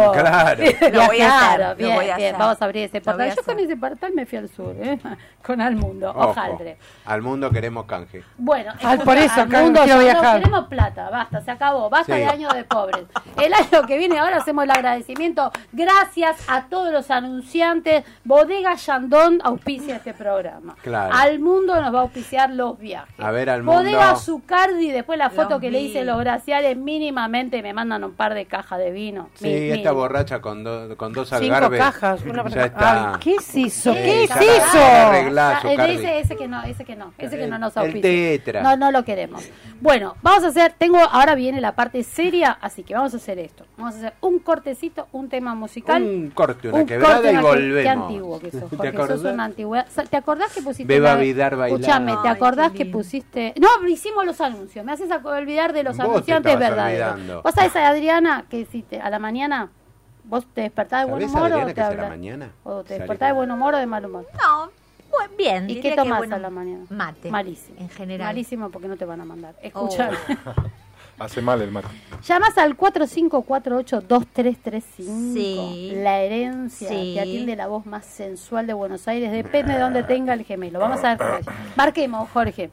Speaker 3: Mm, Claro.
Speaker 5: Lo voy a hacer,
Speaker 2: Claro,
Speaker 5: lo
Speaker 2: bien,
Speaker 5: voy a
Speaker 2: bien,
Speaker 5: hacer.
Speaker 2: Vamos a abrir ese
Speaker 5: Lo voy
Speaker 2: portal.
Speaker 5: a
Speaker 2: Yo con
Speaker 5: hacer.
Speaker 2: ese portal me fui al sur, ¿eh? Con Al Mundo.
Speaker 3: Ojo,
Speaker 2: Ojaldre.
Speaker 3: Al mundo queremos canje.
Speaker 2: Bueno,
Speaker 4: Ay, por eso,
Speaker 2: al
Speaker 4: Carmen,
Speaker 2: mundo,
Speaker 4: quiero
Speaker 2: no,
Speaker 4: viajar.
Speaker 2: No queremos plata, basta, se acabó, basta
Speaker 3: Sí.
Speaker 2: de años de pobres. El año que viene ahora hacemos el agradecimiento. Gracias a todos los anunciantes. Bodega Yandón auspicia este programa.
Speaker 3: Claro.
Speaker 2: Al mundo nos va a auspiciar los viajes.
Speaker 3: A ver, al
Speaker 2: Bodega
Speaker 3: mundo.
Speaker 2: Zucardi, después la foto
Speaker 7: Los
Speaker 2: que
Speaker 7: vi.
Speaker 2: le hice los braciales, mínimamente me mandan un par de cajas de vino.
Speaker 3: Sí,
Speaker 2: Mi-
Speaker 3: esta
Speaker 2: mi-
Speaker 3: borracha con, do- con dos
Speaker 4: Cinco
Speaker 3: algarves.
Speaker 4: cajas. Una
Speaker 3: ya
Speaker 4: persona-
Speaker 3: está.
Speaker 4: Ay, ¿Qué es eso?
Speaker 3: Sí,
Speaker 4: ¿Qué es
Speaker 3: ya la- ya la
Speaker 4: eso?
Speaker 3: arreglé. Arreglá,
Speaker 2: Ah,
Speaker 3: Zucardi.
Speaker 2: Ese, ese que no, ese que no, ese que no
Speaker 3: El-
Speaker 2: nos
Speaker 3: el
Speaker 2: auspicia.
Speaker 3: tetra.
Speaker 2: No, no lo queremos. Bueno, vamos a hacer, tengo, ahora viene la parte seria, así que vamos a hacer esto. Vamos a hacer un cortecito, un tema musical.
Speaker 3: Un corte, una
Speaker 2: un
Speaker 3: quebrada
Speaker 2: corte,
Speaker 3: y
Speaker 2: una que- Qué
Speaker 3: volvemos.
Speaker 2: antiguo que sos,
Speaker 3: ¿Te
Speaker 2: Jorge,
Speaker 3: acordás?
Speaker 2: sos una antigüedad. Sa- ¿Te acordás que pusiste?
Speaker 3: Beba
Speaker 2: una-
Speaker 3: Vidar bailaba.
Speaker 2: Escuchame, ¿te
Speaker 7: Ay,
Speaker 2: acordás
Speaker 7: qué
Speaker 2: que
Speaker 7: lindo.
Speaker 2: pusiste? No, pero hicimos los anuncios, me haces ac- olvidar de los
Speaker 3: Vos te
Speaker 2: anunciantes
Speaker 3: estabas
Speaker 2: verdaderos.
Speaker 3: olvidando.
Speaker 2: ¿Vos sabés, Adriana, que hiciste a la mañana? ¿Vos te despertás de buen
Speaker 3: ¿Sabés,
Speaker 2: humor o
Speaker 3: Adriana,
Speaker 2: te
Speaker 3: que es a la
Speaker 2: hablas?
Speaker 3: mañana?
Speaker 2: ¿O te
Speaker 3: Salí
Speaker 2: despertás de
Speaker 3: con-
Speaker 2: buen humor o de mal humor?
Speaker 7: No, bu- bien.
Speaker 2: ¿Y
Speaker 7: diría
Speaker 2: qué
Speaker 7: Mm. que,
Speaker 2: tomás
Speaker 7: bueno,
Speaker 2: a la mañana?
Speaker 7: Mate.
Speaker 2: Malísimo.
Speaker 7: En general. Oh.
Speaker 2: Malísimo porque no te van a mandar. Escucha.
Speaker 6: Hace mal el mar.
Speaker 2: Llamas al 4548-2335.
Speaker 7: Sí.
Speaker 2: La herencia
Speaker 7: Sí.
Speaker 2: que atiende la voz más sensual de Buenos Aires. Depende de dónde tenga el gemelo. Vamos a ver. cómo es. Marquemos, Jorge.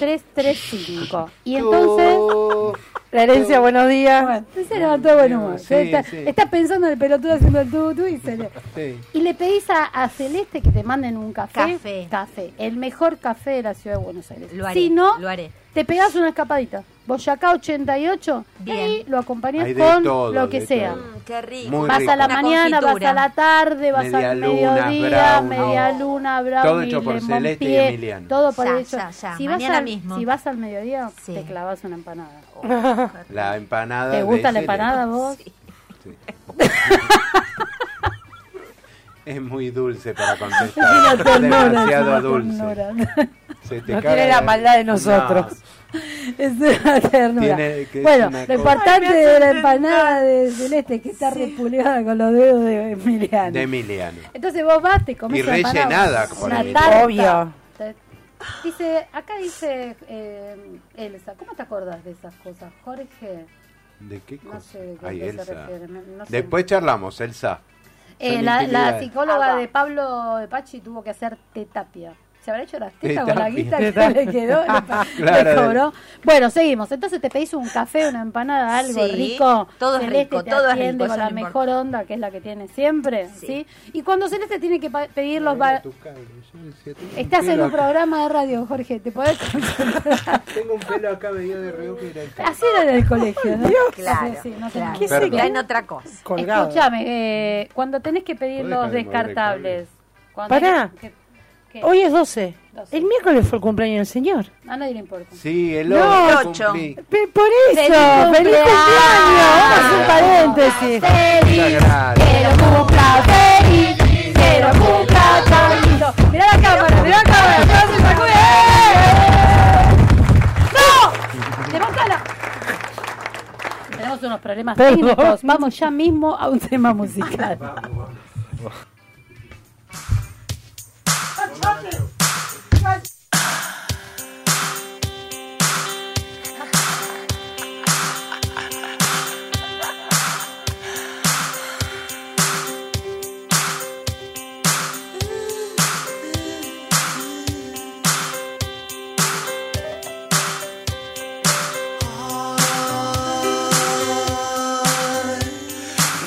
Speaker 2: 4548-2335. Y entonces.
Speaker 4: La herencia, buenos días.
Speaker 2: Bueno, se levantó de buen humor.
Speaker 3: Sí,
Speaker 2: está,
Speaker 3: sí.
Speaker 2: está pensando en el pelotudo haciendo el tú, tú y se le...
Speaker 3: Sí.
Speaker 2: Y le pedís a, a Celeste que te manden un café.
Speaker 7: Café.
Speaker 2: El mejor café de la ciudad de Buenos Aires.
Speaker 7: Lo haré,
Speaker 2: si no,
Speaker 7: lo haré.
Speaker 2: te pegás una escapadita. Boyacá 88
Speaker 7: Bien.
Speaker 2: y lo acompañás
Speaker 3: Hay de
Speaker 2: con
Speaker 3: todo,
Speaker 2: lo que
Speaker 3: de
Speaker 2: sea.
Speaker 3: todo.
Speaker 7: Mm, qué rico.
Speaker 3: Muy
Speaker 2: Vas a la
Speaker 7: Una
Speaker 2: mañana,
Speaker 7: confitura.
Speaker 2: vas a la tarde, vas
Speaker 3: Media
Speaker 2: al
Speaker 3: luna,
Speaker 2: mediodía,
Speaker 3: brownie.
Speaker 2: media luna, brownie,
Speaker 3: Todo hecho por
Speaker 2: lemon
Speaker 3: Celeste y
Speaker 2: pie,
Speaker 3: Emiliano.
Speaker 2: Todo por
Speaker 7: Ya,
Speaker 2: hecho.
Speaker 7: ya, ya.
Speaker 2: Si, vas
Speaker 7: Mañana
Speaker 2: al,
Speaker 7: mismo.
Speaker 2: si vas al mediodía,
Speaker 7: Sí.
Speaker 2: te clavas una empanada.
Speaker 3: La empanada.
Speaker 2: ¿Te
Speaker 3: Ah, de
Speaker 2: gusta
Speaker 3: Cele.
Speaker 2: la empanada vos?
Speaker 3: Es muy dulce para contestar. Es demasiado dulce. Se te
Speaker 4: No
Speaker 3: cae
Speaker 4: tiene la maldad de
Speaker 3: No.
Speaker 4: nosotros.
Speaker 2: Es una ternura.
Speaker 3: Tiene que- es
Speaker 2: bueno,
Speaker 3: una
Speaker 2: lo
Speaker 3: cosa-
Speaker 2: importante de la empanada de Celeste que está repuleada con los dedos de Emiliano.
Speaker 3: De Emiliano.
Speaker 2: Entonces vos vas, te comés
Speaker 3: Y
Speaker 2: la empanada,
Speaker 3: rellenada
Speaker 2: una
Speaker 3: por Emiliano.
Speaker 2: tarta.
Speaker 4: Obvio.
Speaker 2: Te- Dice, acá dice eh, Elsa, ¿cómo te acordás de esas cosas, Jorge?
Speaker 3: ¿De qué
Speaker 2: No
Speaker 3: cosa?
Speaker 2: sé de qué
Speaker 3: Ay,
Speaker 2: se
Speaker 3: Elsa.
Speaker 2: refiere, no- no sé.
Speaker 3: Después charlamos, Elsa.
Speaker 2: Eh,
Speaker 3: Son
Speaker 2: la, la
Speaker 3: intimidades.
Speaker 2: psicóloga
Speaker 7: Agua.
Speaker 2: de Pablo de Pachi tuvo que hacer tetapia. se habrá hecho las tetas
Speaker 3: Está
Speaker 2: con la
Speaker 3: bien.
Speaker 2: guita que le quedó, le pa-
Speaker 3: Claro.
Speaker 2: le cobró. Bueno, seguimos. Entonces te pedís un café, una empanada, algo
Speaker 7: Sí,
Speaker 2: rico.
Speaker 7: todo es
Speaker 2: Celeste
Speaker 7: rico,
Speaker 2: te
Speaker 7: todo es
Speaker 2: atiende
Speaker 7: rico,
Speaker 2: con
Speaker 7: eso
Speaker 2: la
Speaker 7: no importa.
Speaker 2: mejor onda, que es la que tiene siempre, ¿sí?
Speaker 7: Sí.
Speaker 2: Y cuando Celeste tiene que pa- pedir los... va-
Speaker 3: Tu cable, yo decía, tengo un
Speaker 2: Estás en
Speaker 3: pelo
Speaker 2: un
Speaker 3: acá-
Speaker 2: programa de radio, Jorge, te podés concentrar.
Speaker 3: Tengo un pelo acá medio de reojo y era el cable.
Speaker 2: Así era en el colegio, ¿no?
Speaker 7: Claro,
Speaker 2: Sí, sí, no
Speaker 7: claro.
Speaker 2: tenés-
Speaker 3: Perdón.
Speaker 7: Está en otra cosa.
Speaker 4: Colgado.
Speaker 2: Escuchame, eh, cuando tenés que
Speaker 3: ¿Podés
Speaker 2: pedir
Speaker 3: dejar de
Speaker 2: los
Speaker 3: mover el
Speaker 2: descartables. cuando
Speaker 4: Pará.
Speaker 2: tenés que- que-
Speaker 4: Hoy es 12.
Speaker 2: 12.
Speaker 4: El miércoles fue el cumpleaños del señor.
Speaker 2: A nadie le importa.
Speaker 3: Sí, el
Speaker 4: No,
Speaker 3: otro
Speaker 7: ocho.
Speaker 3: cumplí.
Speaker 4: Pe- por eso.
Speaker 7: ¡Feliz
Speaker 4: ¡Feliz cumpleaños! Vamos a hacer un paréntesis.
Speaker 3: Muchas gracias.
Speaker 2: Pero cumpla feliz, pero cumpla tan lindo. Mirá la cámara, mirá la cámara, mirá se sacude. ¡Eh! ¡No! ¡Levántala! Tenemos unos problemas
Speaker 4: Perdón.
Speaker 2: técnicos. Vamos ya mismo a un tema musical.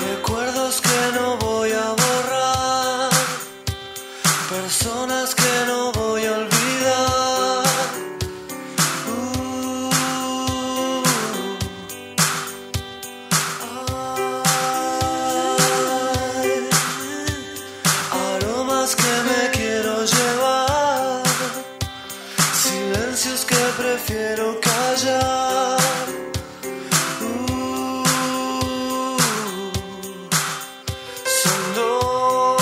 Speaker 8: Recuerdos que no voy a borrar, personas que no voy a olvidar. Uh. Ay, aromas que me quiero llevar, silencios que prefiero callar. Uh, Son dos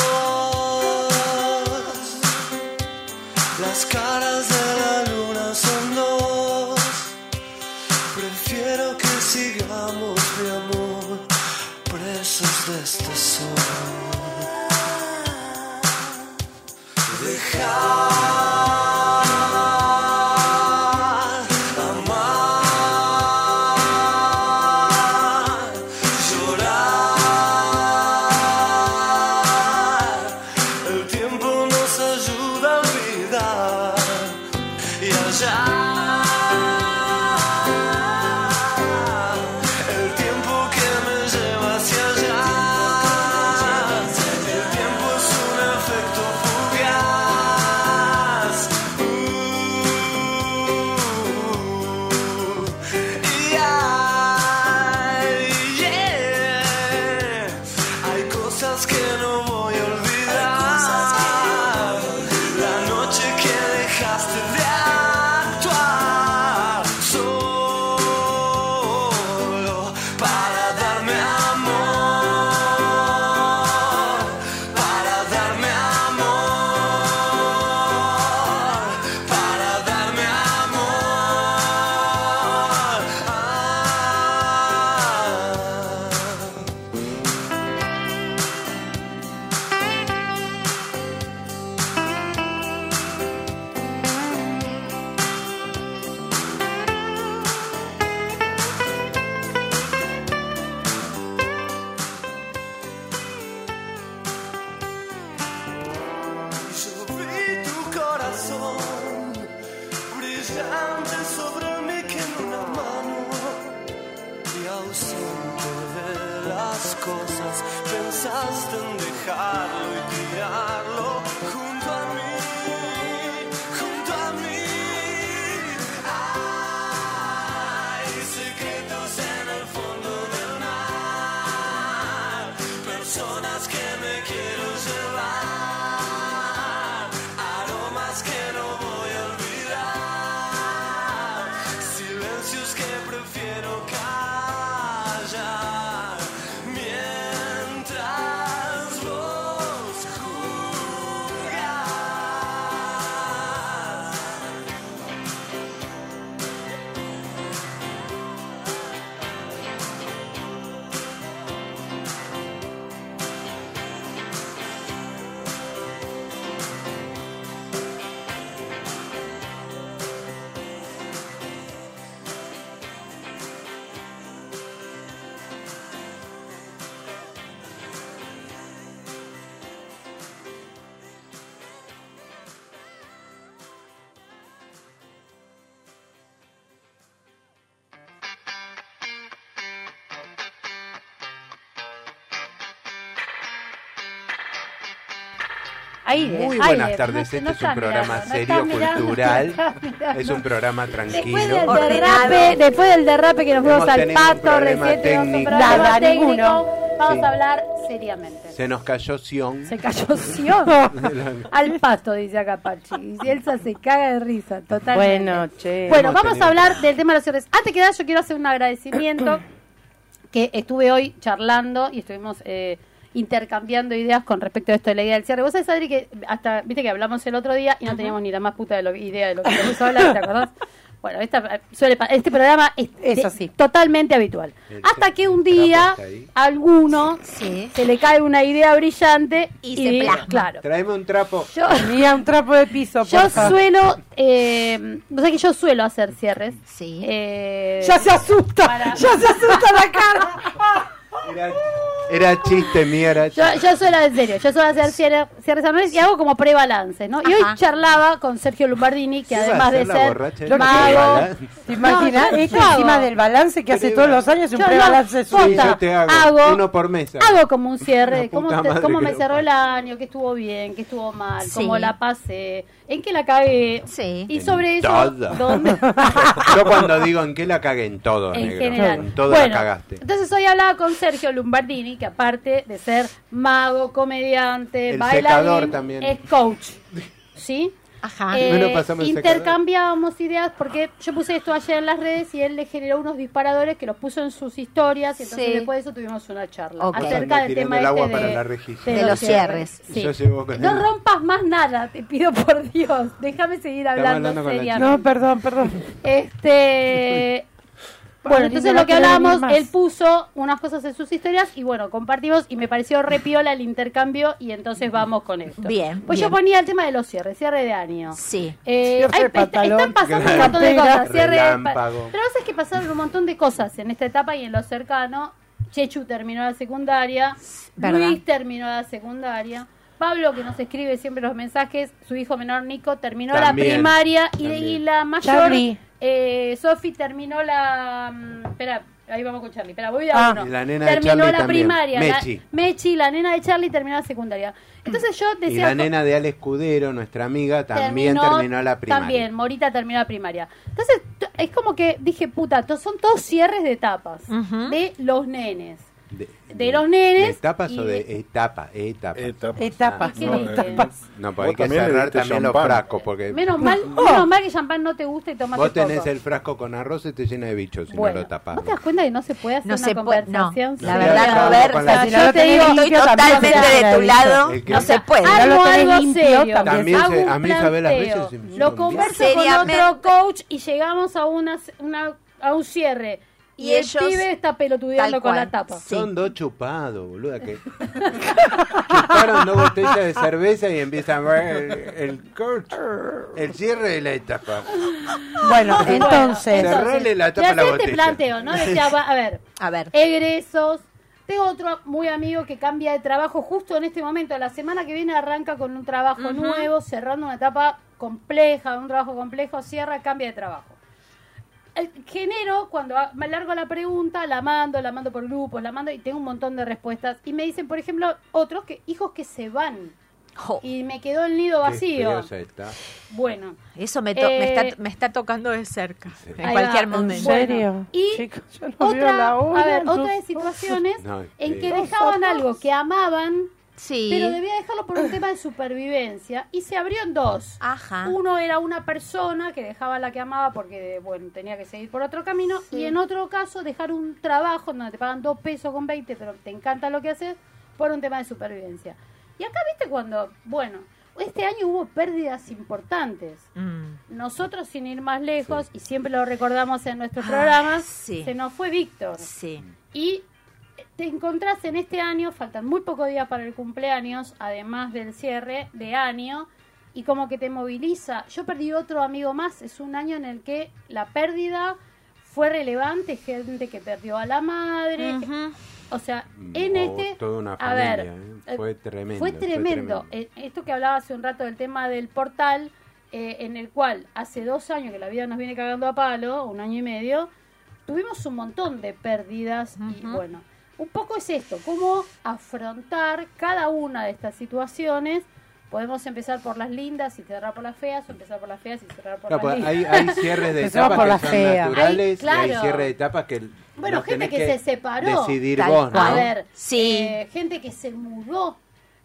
Speaker 8: Las caras de la luna son dos Prefiero que sigamos mi amor Presos de este sol Dejar amar llorar. El tiempo nos ayuda a olvidar y allá. El tiempo que me lleva hacia allá. El tiempo es un efecto fugaz. Uh. Y ay, yeah. Hay cosas que no voy a olvidar. La noche que dejaste de actuar solo para darme amor, para darme amor, para darme amor. Ah. Yo vi tu corazón brillante sobre mí que en una mano y ausente de las cosas pensaste en dejarlo y tirarlo junto a mí, junto a mí. Hay secretos en el fondo del mar, personas que me quiero llevar. Aromas que no voy a olvidar, silencios que prefiero callar. Mientras vos
Speaker 2: Ahí,
Speaker 3: Muy
Speaker 2: ahí,
Speaker 3: buenas
Speaker 2: eh,
Speaker 3: tardes,
Speaker 2: no-
Speaker 3: este
Speaker 2: no
Speaker 3: es un
Speaker 2: estás
Speaker 3: programa
Speaker 2: mirando, no
Speaker 3: serio,
Speaker 2: estás mirando,
Speaker 3: cultural,
Speaker 2: no estás mirando.
Speaker 3: es un programa tranquilo.
Speaker 2: Después del,
Speaker 7: Ordenado.
Speaker 2: derrape, después del derrape que nos fuimos
Speaker 3: Hemos
Speaker 2: al
Speaker 3: tenido un
Speaker 2: pato
Speaker 3: problema
Speaker 2: recién, tuvimos un
Speaker 3: técnico.
Speaker 2: problema
Speaker 4: Nada,
Speaker 2: técnico,
Speaker 4: ninguno.
Speaker 2: vamos
Speaker 3: Sí.
Speaker 2: a hablar seriamente.
Speaker 3: Se nos cayó Sion.
Speaker 2: Se cayó Sion al pasto, dice acá Pachi. Y si Elsa se caga de risa, totalmente.
Speaker 4: Bueno, che.
Speaker 2: Bueno,
Speaker 3: Hemos
Speaker 2: vamos
Speaker 3: tenido-
Speaker 2: a hablar del tema de los cierres. Antes que nada, yo quiero hacer un agradecimiento que estuve hoy charlando y estuvimos eh, intercambiando ideas con respecto a esto de la idea del cierre. Vos sabés, Adri, que hasta, viste que hablamos el otro día y no teníamos ni la más puta de lo- idea de lo que íbamos a hablar, ¿te acordás? Bueno, esta, suele pa- este programa es de-
Speaker 4: Eso sí.
Speaker 2: totalmente habitual.
Speaker 3: El
Speaker 2: Hasta que un
Speaker 3: trapo
Speaker 2: día
Speaker 3: está ahí.
Speaker 2: alguno
Speaker 7: Sí.
Speaker 2: se le cae una idea brillante
Speaker 7: Y
Speaker 2: y,
Speaker 7: se plasma.
Speaker 2: Claro.
Speaker 3: Traeme un trapo.
Speaker 2: Yo,
Speaker 4: Mira, un trapo de piso,
Speaker 2: yo
Speaker 4: porfa.
Speaker 2: suelo, eh, vos sabés que yo suelo hacer cierres.
Speaker 7: Sí.
Speaker 2: Eh,
Speaker 4: Ya se asusta, ya se asusta la cara.
Speaker 3: Era, era chiste, mía, era
Speaker 2: Yo,
Speaker 3: chiste.
Speaker 2: yo suelo, en serio, yo suelo hacer cierre- cierres anuales y hago como prebalance, ¿no? Y hoy
Speaker 7: Ajá.
Speaker 2: charlaba con Sergio Lombardini, que
Speaker 3: ¿Qué iba a
Speaker 2: además de
Speaker 3: hacer la borracha? Yo
Speaker 2: ser
Speaker 3: no
Speaker 2: mago...
Speaker 3: prebalance.
Speaker 4: ¿Te imaginas?
Speaker 2: No, yo
Speaker 4: es que
Speaker 2: hago.
Speaker 4: encima del balance que hace
Speaker 3: Pero
Speaker 4: todos
Speaker 3: iba-
Speaker 4: los años, un
Speaker 2: Yo
Speaker 4: prebalance
Speaker 2: no,
Speaker 4: suyo.
Speaker 3: Sí, yo te hago,
Speaker 2: hago-
Speaker 3: uno por mesa.
Speaker 2: Hago como un cierre,
Speaker 3: La
Speaker 2: cómo,
Speaker 3: puta
Speaker 2: te-
Speaker 3: madre
Speaker 2: cómo
Speaker 3: que
Speaker 2: me
Speaker 3: lo
Speaker 2: cerró
Speaker 3: parió.
Speaker 2: el año, qué estuvo bien, qué estuvo mal, cómo
Speaker 7: Sí.
Speaker 2: la pasé, en qué la cagué.
Speaker 7: Sí.
Speaker 2: Y
Speaker 3: En
Speaker 2: sobre eso,
Speaker 3: todo.
Speaker 2: ¿dónde?
Speaker 3: Yo cuando digo en qué la cagué, en todo,
Speaker 2: en
Speaker 3: negro.
Speaker 2: general.
Speaker 3: En todo
Speaker 2: Bueno,
Speaker 3: la cagaste.
Speaker 2: Entonces hoy hablaba con Sergio Lombardini, que aparte de ser mago, comediante,
Speaker 3: El secador
Speaker 2: bailarín,
Speaker 3: también.
Speaker 2: es coach. ¿Sí?
Speaker 7: Ajá.
Speaker 2: Eh,
Speaker 3: Bueno, pasame el secador.
Speaker 2: intercambiábamos ideas porque yo puse esto ayer en las redes y él le generó unos disparadores que los puso en sus historias y entonces
Speaker 7: Sí.
Speaker 2: después de eso tuvimos una charla
Speaker 7: Ok.
Speaker 2: acerca
Speaker 3: Anda
Speaker 2: del
Speaker 3: tirando
Speaker 2: tema
Speaker 3: el agua
Speaker 2: este
Speaker 3: para
Speaker 2: de,
Speaker 3: la rejilla.
Speaker 7: De los cierres.
Speaker 2: Sí.
Speaker 3: Yo llevo con
Speaker 2: No
Speaker 3: el-
Speaker 2: rompas más nada, te pido por Dios. Déjame seguir hablando
Speaker 3: hablando con la
Speaker 2: seriamente.
Speaker 4: No, perdón, perdón.
Speaker 2: Este. Bueno,
Speaker 4: Padre,
Speaker 2: entonces
Speaker 4: no va
Speaker 2: lo que
Speaker 4: a querer
Speaker 2: hablábamos,
Speaker 4: venir más.
Speaker 2: él puso unas cosas en sus historias y bueno, compartimos y me pareció repiola el intercambio y entonces vamos con esto.
Speaker 7: Bien,
Speaker 2: Pues
Speaker 7: bien.
Speaker 2: yo ponía el tema de los cierres, cierre de año.
Speaker 7: Sí.
Speaker 2: Eh,
Speaker 4: Cierre
Speaker 2: hay-
Speaker 4: de
Speaker 2: está-
Speaker 4: pantalón,
Speaker 2: están pasando un
Speaker 4: gran
Speaker 2: montón de
Speaker 4: campera.
Speaker 2: cosas. Cierre de pa-
Speaker 3: Relámpago.
Speaker 2: Pero vos sabés que pasaron un montón de cosas en esta etapa y en lo cercano. Chechu terminó la secundaria,
Speaker 7: Verdad.
Speaker 2: Luis terminó la secundaria, Pablo, que nos escribe siempre los mensajes, su hijo menor Nico terminó
Speaker 3: También,
Speaker 2: la primaria y,
Speaker 3: también.
Speaker 2: y la mayor
Speaker 4: Charlie.
Speaker 2: eh, Sofi terminó la... mm, Espera, ahí vamos con Charlie. Espera, voy a
Speaker 4: Ah.
Speaker 2: uno.
Speaker 3: Y la nena de
Speaker 2: terminó
Speaker 3: Charlie
Speaker 2: la
Speaker 3: también.
Speaker 2: primaria. la-
Speaker 3: Mechi.
Speaker 2: Mechi, la nena de Charlie terminó la secundaria. Entonces yo
Speaker 3: Y
Speaker 2: decía...
Speaker 3: la nena de Ale Escudero, nuestra amiga, también terminó, la primaria.
Speaker 2: También, Morita terminó la primaria. Entonces, t- es como que dije, puta, to- son todos cierres de etapas
Speaker 7: Ujú.
Speaker 2: de los nenes.
Speaker 3: De,
Speaker 2: de los nenes
Speaker 3: ¿De etapas
Speaker 2: y
Speaker 3: o
Speaker 2: de-
Speaker 3: de etapa? Etapa.
Speaker 6: Etapa.
Speaker 4: Etapas,
Speaker 2: ¿Y qué
Speaker 6: no,
Speaker 2: dice?
Speaker 4: etapas.
Speaker 3: Ah, No, pues hay
Speaker 6: Vos
Speaker 3: que
Speaker 6: también le
Speaker 3: cerrar
Speaker 6: diste
Speaker 3: también los
Speaker 6: champán.
Speaker 3: frascos, porque
Speaker 2: Menos mal, menos mal que champán no te gusta y tomas
Speaker 3: vos tenés el frasco con arroz y te llena de bichos si
Speaker 2: bueno,
Speaker 3: no lo tapás.
Speaker 2: ¿No te das cuenta que no se puede hacer
Speaker 7: No
Speaker 2: una
Speaker 7: se puede. No.
Speaker 2: conversación?
Speaker 7: La
Speaker 3: Sí,
Speaker 7: verdad,
Speaker 3: acá
Speaker 7: Roberto.
Speaker 3: con la-
Speaker 7: o sea,
Speaker 4: Si no
Speaker 7: yo
Speaker 4: lo tenés
Speaker 7: te digo,
Speaker 4: limpio,
Speaker 7: estoy
Speaker 4: también
Speaker 7: totalmente
Speaker 4: se
Speaker 7: de tu
Speaker 4: analiza.
Speaker 7: lado.
Speaker 3: El que-
Speaker 7: No se puede.
Speaker 4: Ah,
Speaker 2: Algo,
Speaker 4: lo tenés
Speaker 2: algo
Speaker 4: limpio,
Speaker 2: serio.
Speaker 4: también.
Speaker 2: Hago
Speaker 3: También se-
Speaker 2: un
Speaker 3: a mí, ¿sabés las
Speaker 2: planteo.
Speaker 3: veces? Sí,
Speaker 2: Lo
Speaker 3: sí,
Speaker 2: converso con
Speaker 7: Seriamente.
Speaker 2: otro coach y llegamos a una, una- a un cierre. Y,
Speaker 7: Y
Speaker 2: el
Speaker 7: ellos-
Speaker 2: pibe está pelotudeando
Speaker 7: tal
Speaker 2: con la
Speaker 7: cual.
Speaker 2: tapa.
Speaker 7: Sí.
Speaker 3: Son dos chupados, boluda, que chuparon dos botellas de cerveza y empiezan el, el coach, el cierre de la etapa.
Speaker 2: Bueno,
Speaker 4: Bueno, entonces.
Speaker 3: Cerrale la tapa a la
Speaker 2: le hacía este
Speaker 3: botella.
Speaker 2: planteo, ¿no? Decía, va- a ver,
Speaker 7: A ver.
Speaker 2: egresos. Tengo otro muy amigo que cambia de trabajo justo en este momento. La semana que viene arranca con un trabajo nuevo, cerrando una etapa compleja, un trabajo complejo, cierra, cambia de trabajo. El- Genero, cuando ha- me largo la pregunta, la mando, la mando por grupos, la mando y tengo un montón de respuestas. Y me dicen, por ejemplo, otros que hijos que se van
Speaker 7: Jo,
Speaker 2: y me quedó el nido
Speaker 3: Qué
Speaker 2: vacío.
Speaker 3: feo está.
Speaker 2: Bueno,
Speaker 7: Eso me, to- me
Speaker 2: Eh,
Speaker 7: está, me está tocando de cerca. En
Speaker 2: Ahí
Speaker 7: cualquier
Speaker 2: va.
Speaker 7: momento.
Speaker 2: Bueno,
Speaker 4: ¿En serio?
Speaker 2: y
Speaker 4: Chicos, yo no veo
Speaker 2: otra,
Speaker 4: la hora,
Speaker 2: a ver,
Speaker 4: no
Speaker 2: otra de situaciones
Speaker 3: No,
Speaker 2: en
Speaker 3: sí.
Speaker 2: que dejaban algo que amaban,
Speaker 7: Sí.
Speaker 2: pero debía dejarlo por un tema de supervivencia y se abrió en dos.
Speaker 7: Ajá.
Speaker 2: Uno era una persona que dejaba la que amaba porque bueno, tenía que seguir por otro camino y en otro caso dejar un trabajo en donde te pagan dos pesos con 20, pero te encanta lo que haces por un tema de supervivencia. Y acá viste cuando, bueno, este año hubo pérdidas importantes.
Speaker 7: Mm.
Speaker 2: Nosotros, sin ir más lejos, y siempre lo recordamos en nuestros programas,
Speaker 7: Ah, sí.
Speaker 2: se nos fue Víctor.
Speaker 7: Sí.
Speaker 2: Y te encontrás en este año, faltan muy pocos días para el cumpleaños, además del cierre de año, y como que te moviliza. Yo perdí otro amigo más, es un año en el que la pérdida fue relevante, gente que perdió a la madre,
Speaker 7: Ujú.
Speaker 2: o sea, en
Speaker 3: Mm, O
Speaker 2: este...
Speaker 3: Oh, toda una
Speaker 2: a ver,
Speaker 3: familia, ¿eh? Fue
Speaker 2: eh,
Speaker 3: tremendo,
Speaker 2: Fue
Speaker 3: fue
Speaker 2: tremendo.
Speaker 3: tremendo.
Speaker 2: Eh, Esto que hablaba hace un rato del tema del portal, eh, en el cual hace dos años que la vida nos viene cagando a palo, un año y medio, tuvimos un montón de pérdidas y bueno, un poco es esto, cómo afrontar cada una de estas situaciones Podemos empezar por las lindas y cerrar por las feas, o empezar por las feas y cerrar por
Speaker 3: No,
Speaker 2: las
Speaker 3: pues
Speaker 2: lindas.
Speaker 3: hay, hay cierres de
Speaker 4: Empezamos
Speaker 3: etapas
Speaker 4: por
Speaker 3: que
Speaker 4: la
Speaker 3: son
Speaker 4: fea.
Speaker 3: naturales
Speaker 2: Hay-
Speaker 3: y hay
Speaker 2: claro.
Speaker 3: cierre de etapas que
Speaker 2: Bueno,
Speaker 3: los
Speaker 2: gente
Speaker 3: tenés
Speaker 2: que, se separó.
Speaker 3: decidir
Speaker 7: Tal
Speaker 3: vos, ¿no?
Speaker 7: cual.
Speaker 2: A ver,
Speaker 7: Sí.
Speaker 2: eh, gente que se mudó,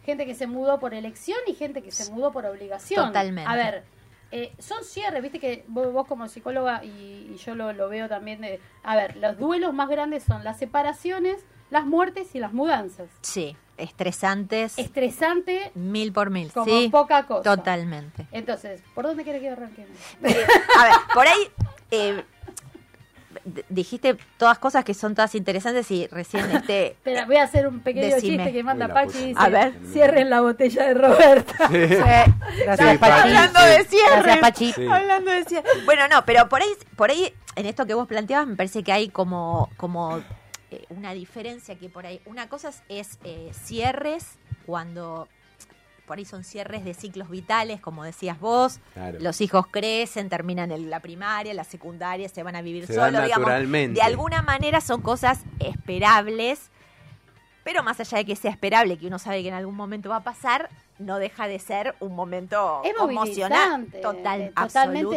Speaker 2: gente que se mudó por elección y gente que se mudó por obligación.
Speaker 7: Totalmente.
Speaker 2: A ver, eh, son cierres, viste que vos, vos como psicóloga y, y yo lo, lo veo también. De, a ver, los duelos más grandes son las separaciones, las muertes y las mudanzas.
Speaker 7: Sí, estresantes,
Speaker 2: Estresante.
Speaker 7: mil por mil.
Speaker 2: eh, Como
Speaker 7: sí,
Speaker 2: poca cosa.
Speaker 7: Totalmente.
Speaker 2: Entonces, ¿por dónde querés que arranque?
Speaker 7: Eh, a ver, por ahí eh, d- dijiste todas cosas que son todas interesantes y recién este
Speaker 2: Espera, voy a hacer un pequeño
Speaker 7: Decime.
Speaker 2: chiste que manda
Speaker 3: Uy, la
Speaker 2: Pachi
Speaker 3: puta
Speaker 2: y dice,
Speaker 7: madre. A ver.
Speaker 2: cierren la botella de Roberta.
Speaker 4: Sí.
Speaker 7: eh,
Speaker 4: Gracias,
Speaker 3: Sí,
Speaker 4: Pachi.
Speaker 3: Pachi.
Speaker 7: hablando de cierre.
Speaker 4: Gracias, Pachi.
Speaker 3: Sí.
Speaker 7: Hablando de cierre. Bueno, no, pero por ahí, por ahí, en esto que vos planteabas, me parece que hay como, como eh, una diferencia que por ahí. Una cosa es, es, eh, cierres cuando por ahí son cierres de ciclos vitales, como decías vos.
Speaker 3: Claro.
Speaker 7: Los hijos crecen, terminan el- la primaria, la secundaria, se van a vivir
Speaker 3: Se
Speaker 7: solos,
Speaker 3: dan
Speaker 7: digamos.
Speaker 3: naturalmente.
Speaker 7: De alguna manera son cosas esperables. Pero más allá de que sea esperable, que uno sabe que en algún momento va a pasar, no deja de ser un momento
Speaker 2: Es movilizante,
Speaker 7: emocionante. Total,
Speaker 2: totalmente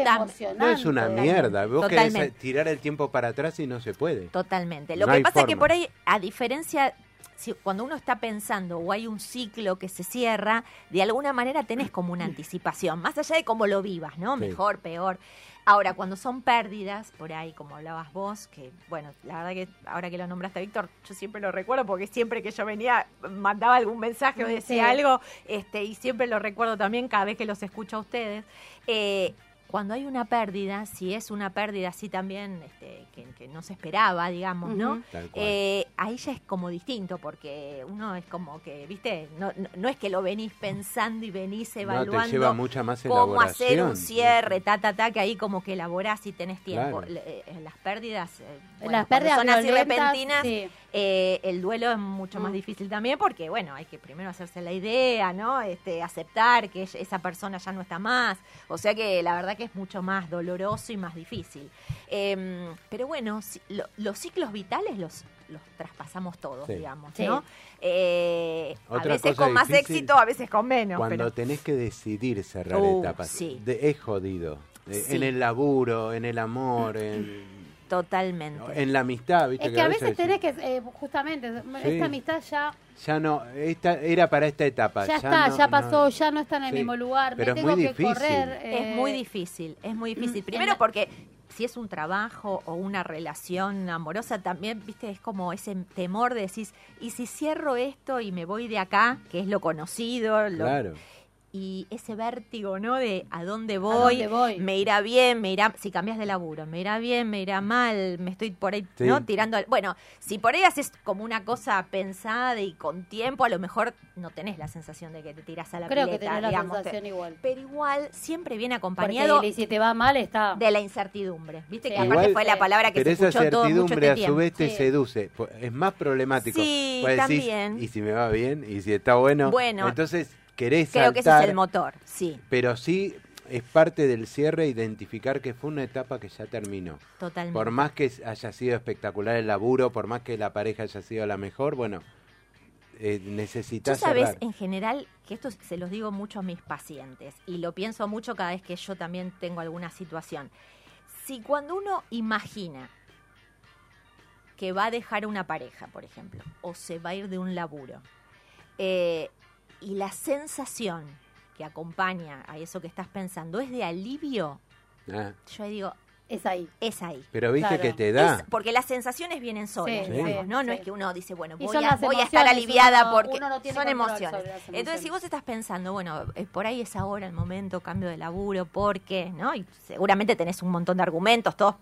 Speaker 7: absolutamente.
Speaker 2: emocionante.
Speaker 3: No es una mierda. Vos querés
Speaker 7: Totalmente.
Speaker 3: tirar el tiempo para atrás y no se puede.
Speaker 7: Totalmente. Lo
Speaker 3: No
Speaker 7: que
Speaker 3: hay
Speaker 7: pasa es que
Speaker 3: forma.
Speaker 7: por ahí, a diferencia, si- cuando uno está pensando o hay un ciclo que se cierra, de alguna manera tenés como una anticipación, más allá de cómo lo vivas, ¿no?
Speaker 3: Sí.
Speaker 7: Mejor, peor. Ahora, cuando son pérdidas, por ahí, como hablabas vos, que, bueno, la verdad que ahora que lo nombraste, Víctor, yo siempre lo recuerdo porque siempre que yo venía, mandaba algún mensaje o decía
Speaker 2: Sí.
Speaker 7: algo, este, y siempre lo recuerdo también cada vez que los escucho a ustedes. Eh, cuando hay una pérdida, si es una pérdida así también este, que, que no se esperaba, digamos, ¿no?
Speaker 2: Ujú.
Speaker 3: Tal cual.
Speaker 7: Eh, ahí ya es como distinto, porque uno es como que, viste, no, no- no es que lo venís pensando y venís
Speaker 3: no,
Speaker 7: evaluando
Speaker 3: te lleva mucha más
Speaker 7: cómo
Speaker 3: elaboración.
Speaker 7: hacer un cierre, ta, ta, ta, que ahí como que elaborás y tenés tiempo.
Speaker 3: Claro.
Speaker 7: Le- eh, Las pérdidas, eh, bueno,
Speaker 2: Las
Speaker 7: cuando
Speaker 2: pérdidas
Speaker 7: son así
Speaker 2: violentas,
Speaker 7: repentinas,
Speaker 2: sí.
Speaker 7: eh, el duelo es mucho más
Speaker 2: Mm.
Speaker 7: difícil también porque, bueno, hay que primero hacerse la idea, ¿no? Este, aceptar que es- esa persona ya no está más. O sea que la verdad que es mucho más doloroso y más difícil. Eh, pero bueno, si- lo- los ciclos vitales los, los traspasamos todos,
Speaker 3: Sí.
Speaker 7: digamos,
Speaker 2: Sí.
Speaker 7: ¿no? Eh, a
Speaker 3: Otra
Speaker 7: veces
Speaker 3: cosa
Speaker 7: con más
Speaker 3: difícil,
Speaker 7: éxito, a veces con menos.
Speaker 3: Cuando
Speaker 7: pero-
Speaker 3: tenés que decidir cerrar
Speaker 7: Uh,
Speaker 3: etapas,
Speaker 7: sí.
Speaker 3: de- es jodido. Eh,
Speaker 7: Sí.
Speaker 3: En el laburo, en el amor, en,
Speaker 7: Totalmente.
Speaker 3: en la amistad. ¿viste?
Speaker 2: Mm. Es que a veces tenés
Speaker 3: decís,
Speaker 2: que, eh, justamente,
Speaker 3: Sí.
Speaker 2: esta amistad ya
Speaker 3: Ya no, esta era para esta etapa.
Speaker 2: ya, está,
Speaker 3: Ah, no-
Speaker 2: ya
Speaker 3: no-
Speaker 2: pasó, ya no está en el
Speaker 3: Sí.
Speaker 2: mismo lugar,
Speaker 3: Pero
Speaker 2: me
Speaker 3: es
Speaker 2: tengo
Speaker 3: muy
Speaker 2: que
Speaker 3: difícil.
Speaker 2: correr. eh, mm,
Speaker 7: Es muy difícil, es muy difícil. Primero
Speaker 2: en-
Speaker 7: porque si es un trabajo o una relación amorosa, también, viste, es como ese temor de decir, ¿y si cierro esto y me voy de acá, que es lo conocido? lo-
Speaker 3: Claro.
Speaker 7: Y ese vértigo, ¿no? De a dónde voy,
Speaker 2: dónde voy?
Speaker 7: me irá bien, me irá, si cambias de laburo, me irá bien, me irá mal, me estoy por ahí,
Speaker 3: Sí.
Speaker 7: ¿no? Tirando, al- bueno, si por ahí haces como una cosa pensada y con tiempo, a lo mejor no tenés la sensación de que te tiras a la
Speaker 2: Creo que
Speaker 7: pileta,
Speaker 2: tenés la
Speaker 7: digamos, te-
Speaker 2: sensación igual.
Speaker 7: pero igual siempre viene acompañado
Speaker 2: Porque y si te va mal está.
Speaker 7: de la incertidumbre. Viste que
Speaker 2: Sí.
Speaker 7: aparte
Speaker 3: Igual-
Speaker 7: fue la palabra que
Speaker 3: Pero
Speaker 7: se
Speaker 3: esa
Speaker 7: escuchó todo mucho
Speaker 3: certidumbre
Speaker 7: este
Speaker 3: a su
Speaker 7: tiempo.
Speaker 3: vez te
Speaker 2: Sí.
Speaker 3: seduce. Po- Es más problemático.
Speaker 7: Sí,
Speaker 3: Pues decís,
Speaker 7: también.
Speaker 3: y si me va bien, y si está bueno.
Speaker 7: Bueno.
Speaker 3: entonces querés
Speaker 7: Creo que ese es
Speaker 3: saltar,
Speaker 7: el motor, sí,
Speaker 3: Pero sí es parte del cierre identificar que fue una etapa que ya terminó.
Speaker 7: totalmente.
Speaker 3: Por más que haya sido espectacular el laburo, por más que la pareja haya sido la mejor, bueno, eh,
Speaker 7: Tú
Speaker 3: necesitas
Speaker 7: sabes, eh,
Speaker 3: cerrar.
Speaker 7: en general, que esto se los digo mucho a mis pacientes y lo pienso mucho cada vez que yo también tengo alguna situación. Si cuando uno imagina que va a dejar una pareja, por ejemplo, o se va a ir de un laburo, eh, y la sensación que acompaña a eso que estás pensando es de alivio,
Speaker 3: Ah,
Speaker 7: yo ahí digo,
Speaker 2: Es ahí.
Speaker 7: es ahí.
Speaker 3: pero viste
Speaker 2: Claro.
Speaker 3: que te da.
Speaker 7: Es- porque las sensaciones vienen solas,
Speaker 2: Sí,
Speaker 7: digamos,
Speaker 2: sí,
Speaker 7: ¿no? No
Speaker 2: sí.
Speaker 7: es que uno dice, bueno,
Speaker 2: Y
Speaker 7: voy,
Speaker 2: son
Speaker 7: a,
Speaker 2: las
Speaker 7: voy a estar
Speaker 2: emociones,
Speaker 7: aliviada
Speaker 2: uno-
Speaker 7: porque
Speaker 2: uno no tiene
Speaker 7: son
Speaker 2: control
Speaker 7: emociones.
Speaker 2: sobre las emociones.
Speaker 7: Entonces, si vos estás pensando, bueno, eh, por ahí es ahora el momento, cambio de laburo, ¿por qué? ¿No? Y seguramente tenés un montón de argumentos, todos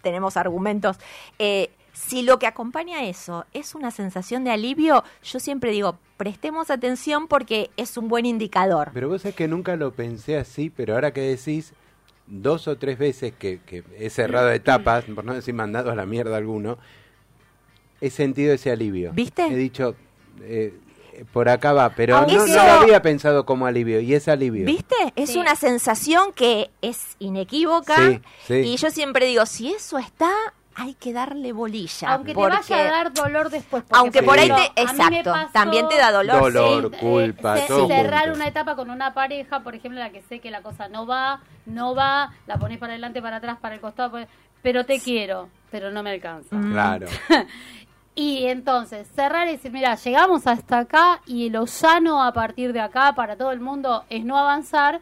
Speaker 7: tenemos argumentos. Eh, si lo que acompaña a eso es una sensación de alivio, yo siempre digo, prestemos atención porque es un buen indicador.
Speaker 3: Pero vos sabés que nunca lo pensé así, pero ahora que decís, dos o tres veces que, que he cerrado etapas, por no decir mandado a la mierda alguno, he sentido ese alivio.
Speaker 7: ¿Viste?
Speaker 3: He dicho, eh, por acá va, pero no,
Speaker 7: Aunque
Speaker 3: no
Speaker 7: eso-
Speaker 3: lo había pensado como alivio, y es alivio.
Speaker 7: ¿Viste? Es
Speaker 2: Sí.
Speaker 7: una sensación que es inequívoca.
Speaker 3: Sí, sí.
Speaker 7: Y yo siempre digo, si eso está, hay que darle bolilla.
Speaker 2: Aunque te
Speaker 7: porque-
Speaker 2: vaya a dar dolor después. porque,
Speaker 7: Aunque por ahí
Speaker 2: ejemplo,
Speaker 7: te.
Speaker 2: a mí me
Speaker 7: Exacto.
Speaker 2: pasó,
Speaker 7: También te da dolor.
Speaker 3: Dolor.
Speaker 7: sí.
Speaker 2: eh,
Speaker 3: culpa,
Speaker 2: ce-
Speaker 3: todo
Speaker 2: cerrar
Speaker 3: junto.
Speaker 2: una etapa con una pareja, por ejemplo, en la que sé que la cosa no va, no va, la pones para adelante, para atrás, para el costado, para- pero te quiero, pero no me alcanza.
Speaker 3: Claro.
Speaker 2: Y entonces, cerrar y decir, mira, llegamos hasta acá y lo sano a partir de acá para todo el mundo es no avanzar,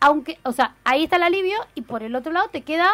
Speaker 2: aunque, o sea, ahí está el alivio y por el otro lado te queda